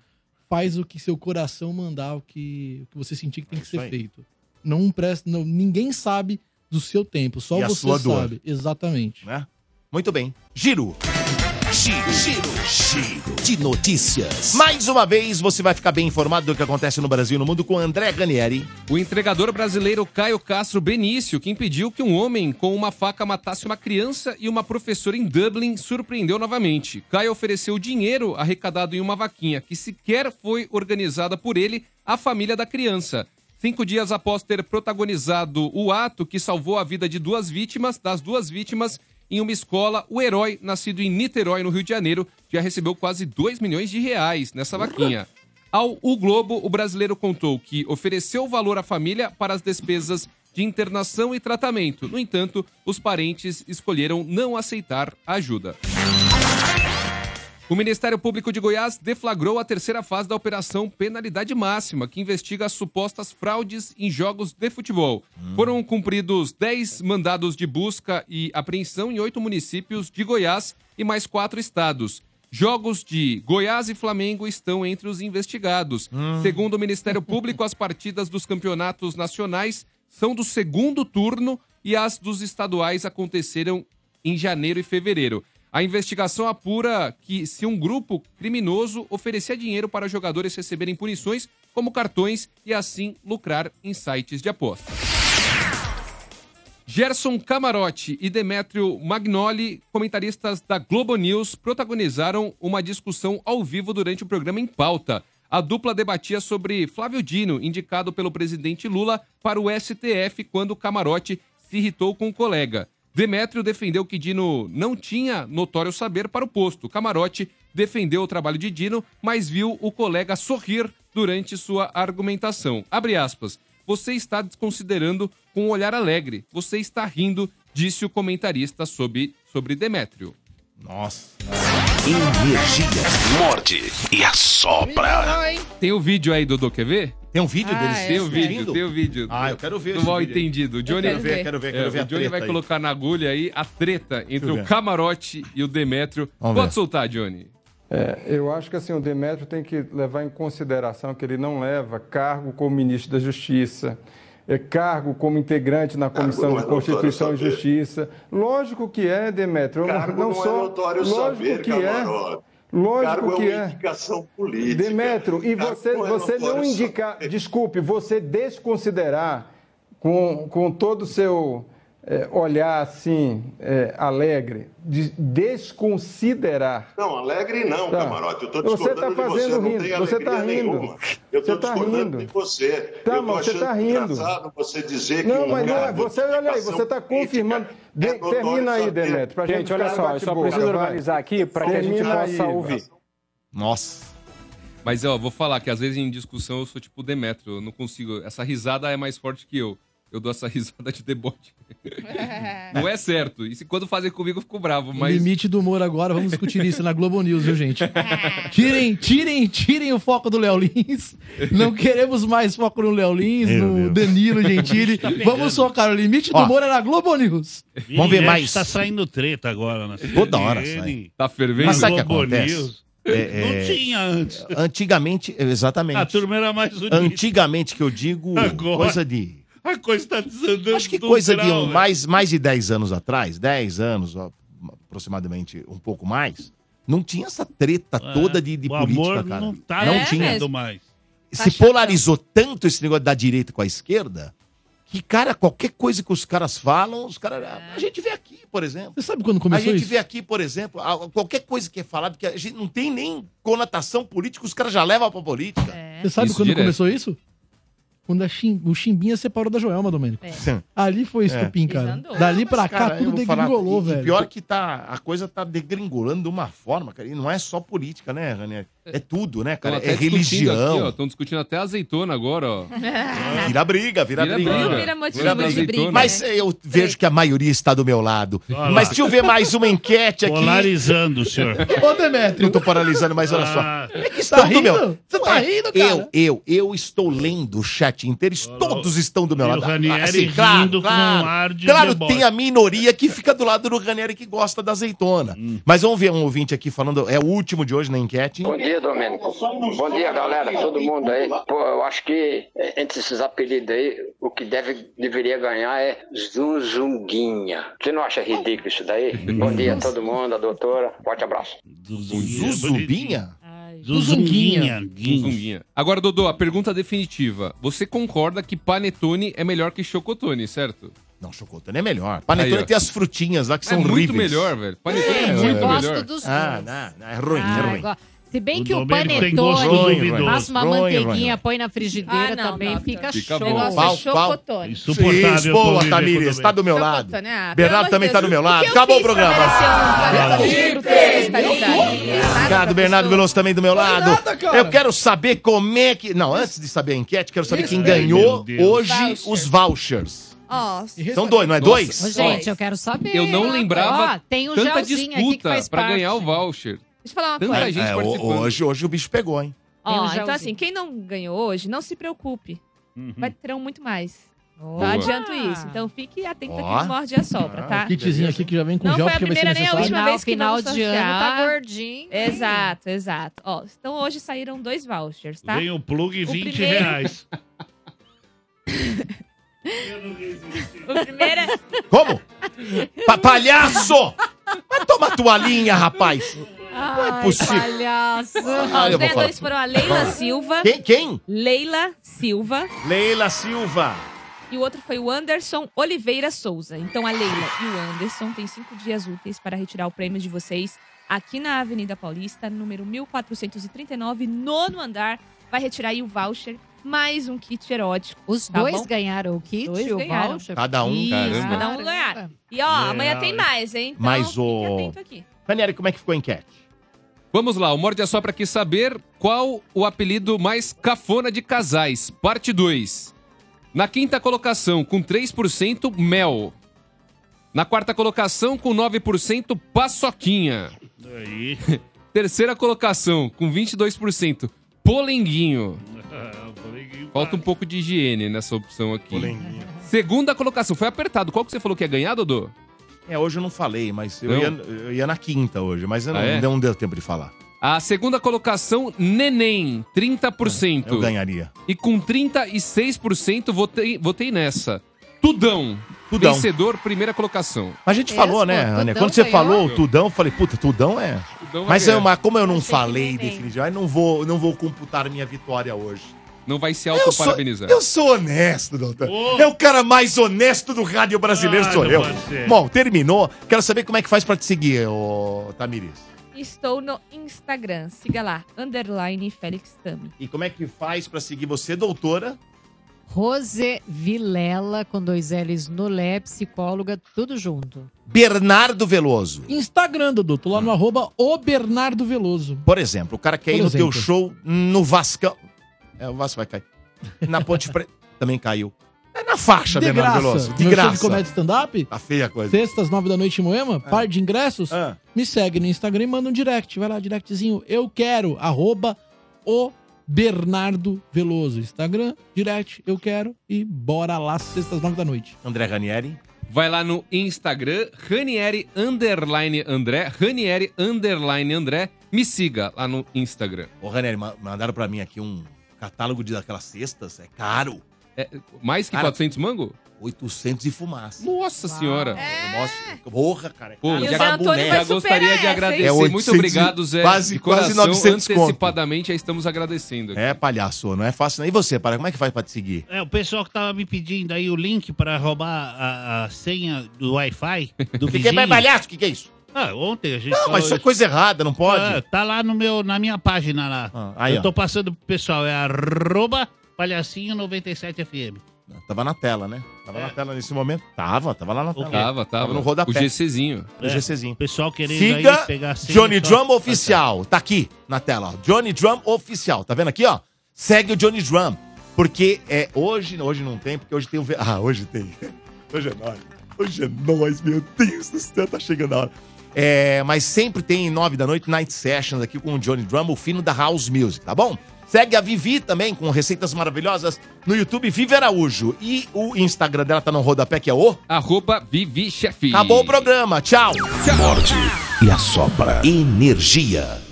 [SPEAKER 5] Faz o que seu coração mandar, o que, o que você sentir que tem que
[SPEAKER 1] isso
[SPEAKER 5] ser
[SPEAKER 1] aí.
[SPEAKER 5] feito. Não presta. Não, ninguém sabe do seu tempo. Só
[SPEAKER 1] E a
[SPEAKER 5] você
[SPEAKER 1] sua
[SPEAKER 5] sabe.
[SPEAKER 1] dor.
[SPEAKER 5] Exatamente.
[SPEAKER 1] Né? Muito bem. Giro. Giro, giro, giro de notícias. Mais uma vez, você vai ficar bem informado do que acontece no Brasil e no mundo com André Ganieri.
[SPEAKER 8] O entregador brasileiro Caio Castro Benício, que impediu que um homem com uma faca matasse uma criança e uma professora em Dublin, surpreendeu novamente. Caio ofereceu dinheiro arrecadado em uma vaquinha, que sequer foi organizada por ele, à família da criança. Cinco dias após ter protagonizado o ato que salvou a vida de duas vítimas, das duas vítimas, em uma escola, o herói, nascido em Niterói, no Rio de Janeiro, já recebeu quase 2 milhões de reais nessa vaquinha. Ao O Globo, o brasileiro contou que ofereceu valor à família para as despesas de internação e tratamento. No entanto, os parentes escolheram não aceitar a ajuda. O Ministério Público de Goiás deflagrou a terceira fase da Operação Penalidade Máxima, que investiga as supostas fraudes em jogos de futebol. Foram cumpridos 10 mandados de busca e apreensão em oito municípios de Goiás e mais quatro estados. Jogos de Goiás e Flamengo estão entre os investigados. Segundo o Ministério Público, as partidas dos campeonatos nacionais são do segundo turno e as dos estaduais aconteceram em janeiro e fevereiro. A investigação apura que se um grupo criminoso oferecia dinheiro para jogadores receberem punições como cartões e assim lucrar em sites de aposta. Gerson Camarote e Demetrio Magnoli, comentaristas da Globo News, protagonizaram uma discussão ao vivo durante o programa Em Pauta. A dupla debatia sobre Flávio Dino, indicado pelo presidente Lula para o STF quando Camarote se irritou com o colega. Demetrio defendeu que Dino não tinha notório saber para o posto. Camarote defendeu o trabalho de Dino, mas viu o colega sorrir durante sua argumentação. Abre aspas. Você está desconsiderando com um olhar alegre. Você está rindo, disse o comentarista sobre, sobre Demétrio.
[SPEAKER 1] Nossa.
[SPEAKER 2] Energia. Morde e assopra.
[SPEAKER 8] Tem o vídeo aí, Dodô, quer ver?
[SPEAKER 1] Tem um vídeo
[SPEAKER 2] Ah, deles
[SPEAKER 8] Tem o
[SPEAKER 2] eu
[SPEAKER 8] vídeo,
[SPEAKER 2] quero.
[SPEAKER 8] tem o vídeo.
[SPEAKER 1] Ah, eu quero ver
[SPEAKER 8] Do
[SPEAKER 1] esse
[SPEAKER 8] mal
[SPEAKER 1] vídeo aí.
[SPEAKER 8] entendido. O
[SPEAKER 1] Eu
[SPEAKER 8] Johnny, É,
[SPEAKER 1] quero ver, quero ver, quero ver a
[SPEAKER 8] o Johnny
[SPEAKER 1] treta
[SPEAKER 8] vai
[SPEAKER 1] aí.
[SPEAKER 8] colocar na agulha aí a treta entre
[SPEAKER 11] eu
[SPEAKER 8] o
[SPEAKER 11] ver.
[SPEAKER 8] Camarote e o Demétrio.
[SPEAKER 11] Vamos
[SPEAKER 8] Pode
[SPEAKER 11] ver.
[SPEAKER 8] soltar, Johnny.
[SPEAKER 11] É, eu acho que assim, o Demetrio tem que levar em consideração que ele não leva cargo como ministro da Justiça, é, cargo como integrante na Comissão
[SPEAKER 13] não é
[SPEAKER 11] de Constituição e
[SPEAKER 13] notório saber.
[SPEAKER 11] Justiça. Lógico que é, Demetrio. eu
[SPEAKER 13] Cargo
[SPEAKER 11] não,
[SPEAKER 13] não é
[SPEAKER 11] sou,
[SPEAKER 13] notório
[SPEAKER 11] lógico
[SPEAKER 13] saber,
[SPEAKER 11] que
[SPEAKER 13] Camarote.
[SPEAKER 11] é. Lógico
[SPEAKER 13] Cargo é
[SPEAKER 11] que
[SPEAKER 13] uma
[SPEAKER 11] é.
[SPEAKER 13] indicação política.
[SPEAKER 11] Demetrio, e
[SPEAKER 13] Cargo
[SPEAKER 11] você,
[SPEAKER 13] não é
[SPEAKER 11] você não
[SPEAKER 13] notório
[SPEAKER 11] indicar, desculpe, você desconsiderar com, com todo o seu é, olhar assim, é, alegre, de- desconsiderar.
[SPEAKER 13] Não, alegre não,
[SPEAKER 11] Tá.
[SPEAKER 13] camarote. Eu estou
[SPEAKER 11] Você
[SPEAKER 13] discordando
[SPEAKER 11] tá
[SPEAKER 13] de você,
[SPEAKER 11] fazendo
[SPEAKER 13] não
[SPEAKER 11] rindo,
[SPEAKER 13] tem
[SPEAKER 11] você tá
[SPEAKER 13] alegria
[SPEAKER 11] rindo.
[SPEAKER 13] nenhuma. Eu
[SPEAKER 11] Você
[SPEAKER 13] estou
[SPEAKER 11] tá
[SPEAKER 13] discordando
[SPEAKER 11] rindo.
[SPEAKER 13] de você.
[SPEAKER 11] Tá,
[SPEAKER 13] eu tô
[SPEAKER 11] mas você
[SPEAKER 13] achando
[SPEAKER 11] tá rindo.
[SPEAKER 13] engraçado você dizer que
[SPEAKER 11] Não,
[SPEAKER 13] um
[SPEAKER 11] mas não é.
[SPEAKER 13] cargo
[SPEAKER 11] Você
[SPEAKER 13] de
[SPEAKER 11] olha aí,
[SPEAKER 13] indicação
[SPEAKER 11] você está confirmando. De-
[SPEAKER 13] É notório
[SPEAKER 11] termina aí,
[SPEAKER 13] saber.
[SPEAKER 11] Demetrio, pra gente,
[SPEAKER 13] Gente, olha
[SPEAKER 11] ficar
[SPEAKER 13] só,
[SPEAKER 11] no
[SPEAKER 13] eu só
[SPEAKER 11] bate-boca,
[SPEAKER 13] preciso
[SPEAKER 11] vai.
[SPEAKER 13] organizar aqui pra que a gente
[SPEAKER 11] Termina
[SPEAKER 13] possa
[SPEAKER 11] aí,
[SPEAKER 13] ouvir.
[SPEAKER 1] Nossa.
[SPEAKER 8] Mas ó, vou falar que às vezes em discussão eu sou tipo Demétrio, eu não consigo. Essa risada é mais forte que eu. Eu dou essa risada de deboche. não é certo. E se quando fazem comigo eu fico bravo, mas.
[SPEAKER 5] Limite do humor agora, vamos discutir isso na Globo News, viu, gente? Tirem, tirem, tirem o foco do Léo Lins. Não queremos mais foco no Léo Lins, no Danilo Gentili.
[SPEAKER 4] Tá pegando.
[SPEAKER 5] vamos focar, o limite do
[SPEAKER 4] Ó.
[SPEAKER 5] humor é na Globo News.
[SPEAKER 4] Ih, é, Tá saindo treta agora na
[SPEAKER 1] Toda hora
[SPEAKER 4] CNN.
[SPEAKER 1] sai.
[SPEAKER 8] Tá fervendo?
[SPEAKER 1] Mas sabe o que
[SPEAKER 4] Globo
[SPEAKER 1] acontece?
[SPEAKER 4] News.
[SPEAKER 1] É, é,
[SPEAKER 4] Não tinha antes.
[SPEAKER 1] Antigamente, exatamente.
[SPEAKER 4] A turma era mais unida.
[SPEAKER 1] Antigamente que eu digo,
[SPEAKER 4] Agora.
[SPEAKER 1] coisa de
[SPEAKER 4] A coisa tá desandando. né? Acho que
[SPEAKER 1] coisa de
[SPEAKER 5] né?
[SPEAKER 1] um, mais, mais de 10 anos atrás, 10 anos, ó, aproximadamente um pouco
[SPEAKER 5] É.
[SPEAKER 1] mais, não tinha essa treta toda de, de
[SPEAKER 4] o
[SPEAKER 1] política,
[SPEAKER 4] amor
[SPEAKER 1] cara.
[SPEAKER 4] não tá
[SPEAKER 1] não
[SPEAKER 4] é
[SPEAKER 1] tinha.
[SPEAKER 4] mesmo mais.
[SPEAKER 1] se polarizou tanto esse negócio da direita com a esquerda, que, cara, qualquer coisa que os caras falam, os caras. A gente vê aqui, por exemplo.
[SPEAKER 5] Você sabe quando começou
[SPEAKER 1] A gente
[SPEAKER 5] isso?
[SPEAKER 1] vê aqui, por exemplo, a- qualquer coisa que é falada, porque a gente não tem nem conotação política, os caras já levam pra política.
[SPEAKER 5] Você sabe quando começou isso? Quando a Chim- o Chimbinha separou da Joelma, Domênico.
[SPEAKER 1] É.
[SPEAKER 5] Ali foi
[SPEAKER 1] É.
[SPEAKER 5] estupim, cara. Dali pra
[SPEAKER 1] Mas,
[SPEAKER 5] cá,
[SPEAKER 1] cara, eu
[SPEAKER 5] tudo
[SPEAKER 1] vou falar,
[SPEAKER 5] degringolou,
[SPEAKER 1] e-
[SPEAKER 5] velho.
[SPEAKER 1] E pior que tá, a coisa tá degringolando de uma forma, cara. E não é só política, né, Ranieri? É tudo, né, cara? É religião.
[SPEAKER 8] Estão discutindo até azeitona agora, ó.
[SPEAKER 1] Vira briga, vira,
[SPEAKER 8] Vira
[SPEAKER 1] briga.
[SPEAKER 8] briga. Vira motivo de briga,
[SPEAKER 1] Mas
[SPEAKER 8] né?
[SPEAKER 1] eh, eu vejo que a maioria está do meu lado.
[SPEAKER 5] Olha
[SPEAKER 1] Mas
[SPEAKER 5] lá.
[SPEAKER 1] deixa eu ver mais uma enquete aqui.
[SPEAKER 5] Polarizando,
[SPEAKER 1] senhor.
[SPEAKER 5] Ô, Demetrio.
[SPEAKER 1] Não tô paralisando, mas olha
[SPEAKER 5] Ah.
[SPEAKER 1] só. É que
[SPEAKER 5] Tá
[SPEAKER 1] estão do meu.
[SPEAKER 5] rindo? Você tá
[SPEAKER 1] Ué,
[SPEAKER 5] rindo, cara?
[SPEAKER 1] Eu, eu, eu estou lendo o chat inteiro. Todos estão do meu
[SPEAKER 4] E o
[SPEAKER 1] lado. Assim,
[SPEAKER 4] Ranieri rindo com um ar de
[SPEAKER 1] claro
[SPEAKER 4] deboche.
[SPEAKER 1] tem a minoria que fica do lado do Ranieri que gosta da azeitona. Mas vamos ver um ouvinte aqui falando. É o último de hoje na enquete.
[SPEAKER 12] Bom dia, Domênico. Bom dia, galera, todo mundo aí. Pô, eu acho que é, entre esses apelidos aí, o que deve, deveria ganhar é Zunzunguinha. Você não acha ridículo isso daí? Bom dia a todo mundo, a doutora. Forte abraço.
[SPEAKER 1] Zuzubinha?
[SPEAKER 8] Zuzunguinha.
[SPEAKER 4] Guinho.
[SPEAKER 8] Zuzunguinha. Agora, Dodô, a pergunta definitiva. Você concorda que panetone é melhor que chocotone, certo?
[SPEAKER 1] Não, chocotone é melhor. Panetone
[SPEAKER 8] Aí, ó.
[SPEAKER 1] tem as frutinhas lá que
[SPEAKER 8] É
[SPEAKER 1] são
[SPEAKER 8] muito
[SPEAKER 1] horríveis.
[SPEAKER 8] melhor, velho. Panetone
[SPEAKER 1] É,
[SPEAKER 8] é muito
[SPEAKER 1] eu
[SPEAKER 8] melhor.
[SPEAKER 9] gosto dos
[SPEAKER 1] Ah,
[SPEAKER 9] dois.
[SPEAKER 1] não, não, é ruim,
[SPEAKER 9] Ah,
[SPEAKER 1] é ruim.
[SPEAKER 9] igual- Se bem
[SPEAKER 1] O
[SPEAKER 9] que o
[SPEAKER 1] Domênico tem gosto
[SPEAKER 9] panetone,
[SPEAKER 1] duvidoso.
[SPEAKER 9] passa uma
[SPEAKER 1] Ruim, ruim,
[SPEAKER 9] manteiguinha, põe na frigideira também, fica,
[SPEAKER 1] Fica
[SPEAKER 9] show.
[SPEAKER 1] bom. O negócio é Ah, Pau, pau.
[SPEAKER 9] chocotone. ah,
[SPEAKER 1] Insuportável Isso, boa,
[SPEAKER 4] conviver com
[SPEAKER 1] Tamires.
[SPEAKER 4] o
[SPEAKER 1] Tá do meu lado. Bernardo também tá do meu lado. Acabou o programa. Obrigado, Bernardo Veloso também do meu lado. eu quero saber como é que. Não, antes de saber a enquete, quero saber
[SPEAKER 9] Isso.
[SPEAKER 1] quem
[SPEAKER 9] Ai,
[SPEAKER 1] ganhou
[SPEAKER 9] meu Deus.
[SPEAKER 1] hoje os vouchers. São dois, não é dois?
[SPEAKER 9] Ô, Gente, eu quero saber.
[SPEAKER 8] Eu não
[SPEAKER 9] ó.
[SPEAKER 8] lembrava
[SPEAKER 9] Ó, tem um
[SPEAKER 8] tanta
[SPEAKER 9] gelzinho aqui que
[SPEAKER 8] disputa
[SPEAKER 9] faz
[SPEAKER 8] pra
[SPEAKER 9] parte.
[SPEAKER 8] ganhar o voucher.
[SPEAKER 7] Deixa eu falar uma
[SPEAKER 8] Tanta
[SPEAKER 7] coisa.
[SPEAKER 8] gente
[SPEAKER 1] É, o-
[SPEAKER 8] participando.
[SPEAKER 1] hoje, hoje o bicho pegou, hein?
[SPEAKER 7] Ó,
[SPEAKER 9] Tem um
[SPEAKER 7] então
[SPEAKER 9] gelzinho.
[SPEAKER 7] assim, quem não ganhou hoje, não se preocupe.
[SPEAKER 8] Uhum.
[SPEAKER 7] Vai terão muito mais. Não
[SPEAKER 5] Boa.
[SPEAKER 7] adianto isso. Então fique atento
[SPEAKER 5] Ó.
[SPEAKER 7] aqui no Morde e Assopra, tá?
[SPEAKER 5] Kitzinho aqui que já vem com
[SPEAKER 9] Um
[SPEAKER 7] Não
[SPEAKER 5] gel,
[SPEAKER 7] foi a
[SPEAKER 5] porque vai ser
[SPEAKER 7] primeira nem a
[SPEAKER 5] necessário.
[SPEAKER 7] última vez que
[SPEAKER 9] Final-
[SPEAKER 7] vamos
[SPEAKER 9] final de
[SPEAKER 7] sortear.
[SPEAKER 9] ano, tá gordinho.
[SPEAKER 7] Exato, exato. Ó, então hoje saíram dois vouchers, tá?
[SPEAKER 4] Vem o plug
[SPEAKER 7] O
[SPEAKER 4] 20
[SPEAKER 7] primeiro-
[SPEAKER 4] reais.
[SPEAKER 7] O primeiro é...
[SPEAKER 1] Como? Pa palhaço! Vai tomar toalhinha, rapaz!
[SPEAKER 7] Não
[SPEAKER 1] é possível.
[SPEAKER 7] palhaço.
[SPEAKER 1] Ah, eu
[SPEAKER 7] os
[SPEAKER 1] vou
[SPEAKER 7] ganhadores
[SPEAKER 1] falar.
[SPEAKER 7] foram a Leila
[SPEAKER 1] Vamos.
[SPEAKER 7] Silva.
[SPEAKER 1] Quem- quem?
[SPEAKER 7] Leila Silva.
[SPEAKER 1] Leila Silva.
[SPEAKER 7] E o outro foi o Anderson Oliveira Souza. Então a Leila e o Anderson têm cinco dias úteis para retirar o prêmio de vocês aqui na Avenida Paulista, número 1439, nono andar. Vai retirar aí o voucher, mais um kit erótico.
[SPEAKER 9] Os
[SPEAKER 7] tá
[SPEAKER 9] dois
[SPEAKER 7] bom?
[SPEAKER 9] ganharam o kit,
[SPEAKER 7] Dois
[SPEAKER 9] o
[SPEAKER 7] ganharam.
[SPEAKER 9] voucher.
[SPEAKER 1] Cada um,
[SPEAKER 9] Isso,
[SPEAKER 1] caramba.
[SPEAKER 7] Cada um ganhar. E ó, amanhã tem mais, hein? Então,
[SPEAKER 1] Mas
[SPEAKER 7] fique
[SPEAKER 1] o.
[SPEAKER 7] atento aqui.
[SPEAKER 1] Ranieri, como é que ficou a enquete?
[SPEAKER 8] Vamos lá, o Morde é só pra que saber qual o apelido mais cafona de casais, parte 2. Na quinta colocação, com 3%, Mel. Na quarta colocação, com 9%, Paçoquinha.
[SPEAKER 4] Aí.
[SPEAKER 8] Terceira colocação, com 22%, Polenguinho.
[SPEAKER 4] Ah,
[SPEAKER 8] Falta um pouco de higiene nessa opção aqui.
[SPEAKER 1] Polenguinho.
[SPEAKER 8] Segunda colocação, foi apertado. Qual que você falou que ia ganhar, Dodô?
[SPEAKER 1] É, hoje eu não falei, mas eu,
[SPEAKER 8] Não?
[SPEAKER 1] ia, eu ia na quinta hoje, mas eu
[SPEAKER 8] Ah,
[SPEAKER 1] não,
[SPEAKER 8] é?
[SPEAKER 1] não deu tempo de falar.
[SPEAKER 8] A segunda colocação, Neném, 30%.
[SPEAKER 1] Eu ganharia.
[SPEAKER 8] E com 36%, votei, votei nessa. Tudão.
[SPEAKER 1] Tudão.
[SPEAKER 8] Vencedor, primeira colocação.
[SPEAKER 1] Mas a gente falou, né, Ranieri? Quando você falou o Tudão, eu falei, puta, Tudão é.
[SPEAKER 8] Tudão vai
[SPEAKER 1] mas, eu,
[SPEAKER 8] ganhar.
[SPEAKER 1] mas como eu não falei definitivamente, não vou, não vou computar minha vitória hoje.
[SPEAKER 8] Não vai se
[SPEAKER 1] Eu sou,
[SPEAKER 8] autoparabenizar. Oh.
[SPEAKER 1] eu sou honesto, doutor. É o cara mais honesto do rádio brasileiro,
[SPEAKER 8] Ah,
[SPEAKER 1] sou
[SPEAKER 8] não
[SPEAKER 1] eu.
[SPEAKER 8] pode ser.
[SPEAKER 1] Bom, terminou. Quero saber como é que faz pra te seguir, ô Tamiris.
[SPEAKER 7] Estou no Instagram. Siga lá, underline Félix Tami.
[SPEAKER 1] E como é que faz pra seguir você, doutora?
[SPEAKER 9] Rose Vilela, com dois L's no Lé, psicóloga, tudo junto.
[SPEAKER 1] Bernardo Veloso.
[SPEAKER 5] Instagram, Dudu. Tô lá no arroba o Bernardo Veloso.
[SPEAKER 1] Por exemplo, o cara quer
[SPEAKER 5] Por
[SPEAKER 1] ir no
[SPEAKER 5] exemplo.
[SPEAKER 1] teu show no Vascão. É, o Vasco vai cair. Na Ponte Preta também caiu. É na faixa,
[SPEAKER 5] de
[SPEAKER 1] Bernardo
[SPEAKER 5] graça.
[SPEAKER 1] Veloso. De
[SPEAKER 5] Meu show
[SPEAKER 1] graça.
[SPEAKER 5] de comédia stand-up?
[SPEAKER 1] Tá feia a coisa. É.
[SPEAKER 5] Sextas, nove da noite em Moema, par de ingressos. Me segue no Instagram e manda um direct. Vai lá, directzinho. Eu quero, arroba o Bernardo Veloso. Instagram, direct, eu quero. E bora lá, sextas, nove da noite.
[SPEAKER 1] André Ranieri.
[SPEAKER 8] Vai lá no Instagram, Ranieri underline André, Ranieri underline André. Me siga lá no Instagram.
[SPEAKER 1] Ô, Ranieri, ma- mandaram pra mim aqui um catálogo de daquelas cestas. É caro.
[SPEAKER 8] mais que 400 mango?
[SPEAKER 1] 800 e fumaça.
[SPEAKER 8] Nossa senhora.
[SPEAKER 1] Nossa, porra, cara.
[SPEAKER 8] Pô,
[SPEAKER 1] Cara,
[SPEAKER 8] já,
[SPEAKER 1] essa boneca.
[SPEAKER 8] já gostaria de agradecer.
[SPEAKER 1] É
[SPEAKER 8] Muito
[SPEAKER 1] 800 e-
[SPEAKER 8] obrigado, Zé.
[SPEAKER 1] Quase,
[SPEAKER 8] De
[SPEAKER 1] quase
[SPEAKER 8] coração,
[SPEAKER 1] 900 conto.
[SPEAKER 8] Antecipadamente, já estamos agradecendo.
[SPEAKER 1] É, palhaço, não é fácil. não. E você, para como é que faz pra te seguir?
[SPEAKER 6] É, o pessoal que tava me pedindo aí o link pra roubar a, a senha do Wi-Fi do
[SPEAKER 1] Que que é
[SPEAKER 6] vizinho.
[SPEAKER 1] palhaço? O que, que é isso?
[SPEAKER 6] Ah, ontem a gente
[SPEAKER 1] Não,
[SPEAKER 6] falou
[SPEAKER 1] mas isso é coisa errada, não pode?
[SPEAKER 6] Ah, tá lá no meu, na minha página lá.
[SPEAKER 1] Ah, aí,
[SPEAKER 6] Eu
[SPEAKER 1] ó.
[SPEAKER 6] tô passando pro pessoal, é arroba palhacinho97fm.
[SPEAKER 1] Tava na tela, né? Tava
[SPEAKER 6] É.
[SPEAKER 1] na tela nesse momento. Tava, tava lá na tela.
[SPEAKER 8] Tava, tava.
[SPEAKER 1] no rodapé.
[SPEAKER 8] O GCzinho.
[SPEAKER 1] O GCzinho.
[SPEAKER 6] Pessoal querendo
[SPEAKER 1] Siga
[SPEAKER 6] aí pegar a senha.
[SPEAKER 1] Johnny
[SPEAKER 6] só-
[SPEAKER 1] Drum Oficial. Tá aqui na tela, ó. Johnny Drum Oficial. Tá vendo aqui, ó? Segue o Johnny Drum. Porque é hoje, hoje não tem, porque hoje tem o. ve- Ah, hoje tem. Hoje é nóis. Hoje é nóis, meu Deus do céu, tá chegando a hora. É, mas sempre tem nove da noite, Night Sessions aqui com o Johnny Drum, o fino da House Music, tá bom? Segue a Vivi também com receitas maravilhosas no YouTube Vivi Araújo. E o Instagram dela tá no rodapé, que é o.
[SPEAKER 8] Arroba Vivi Chefe.
[SPEAKER 1] Acabou o programa. Tchau.
[SPEAKER 2] Morde e assopra. Energia.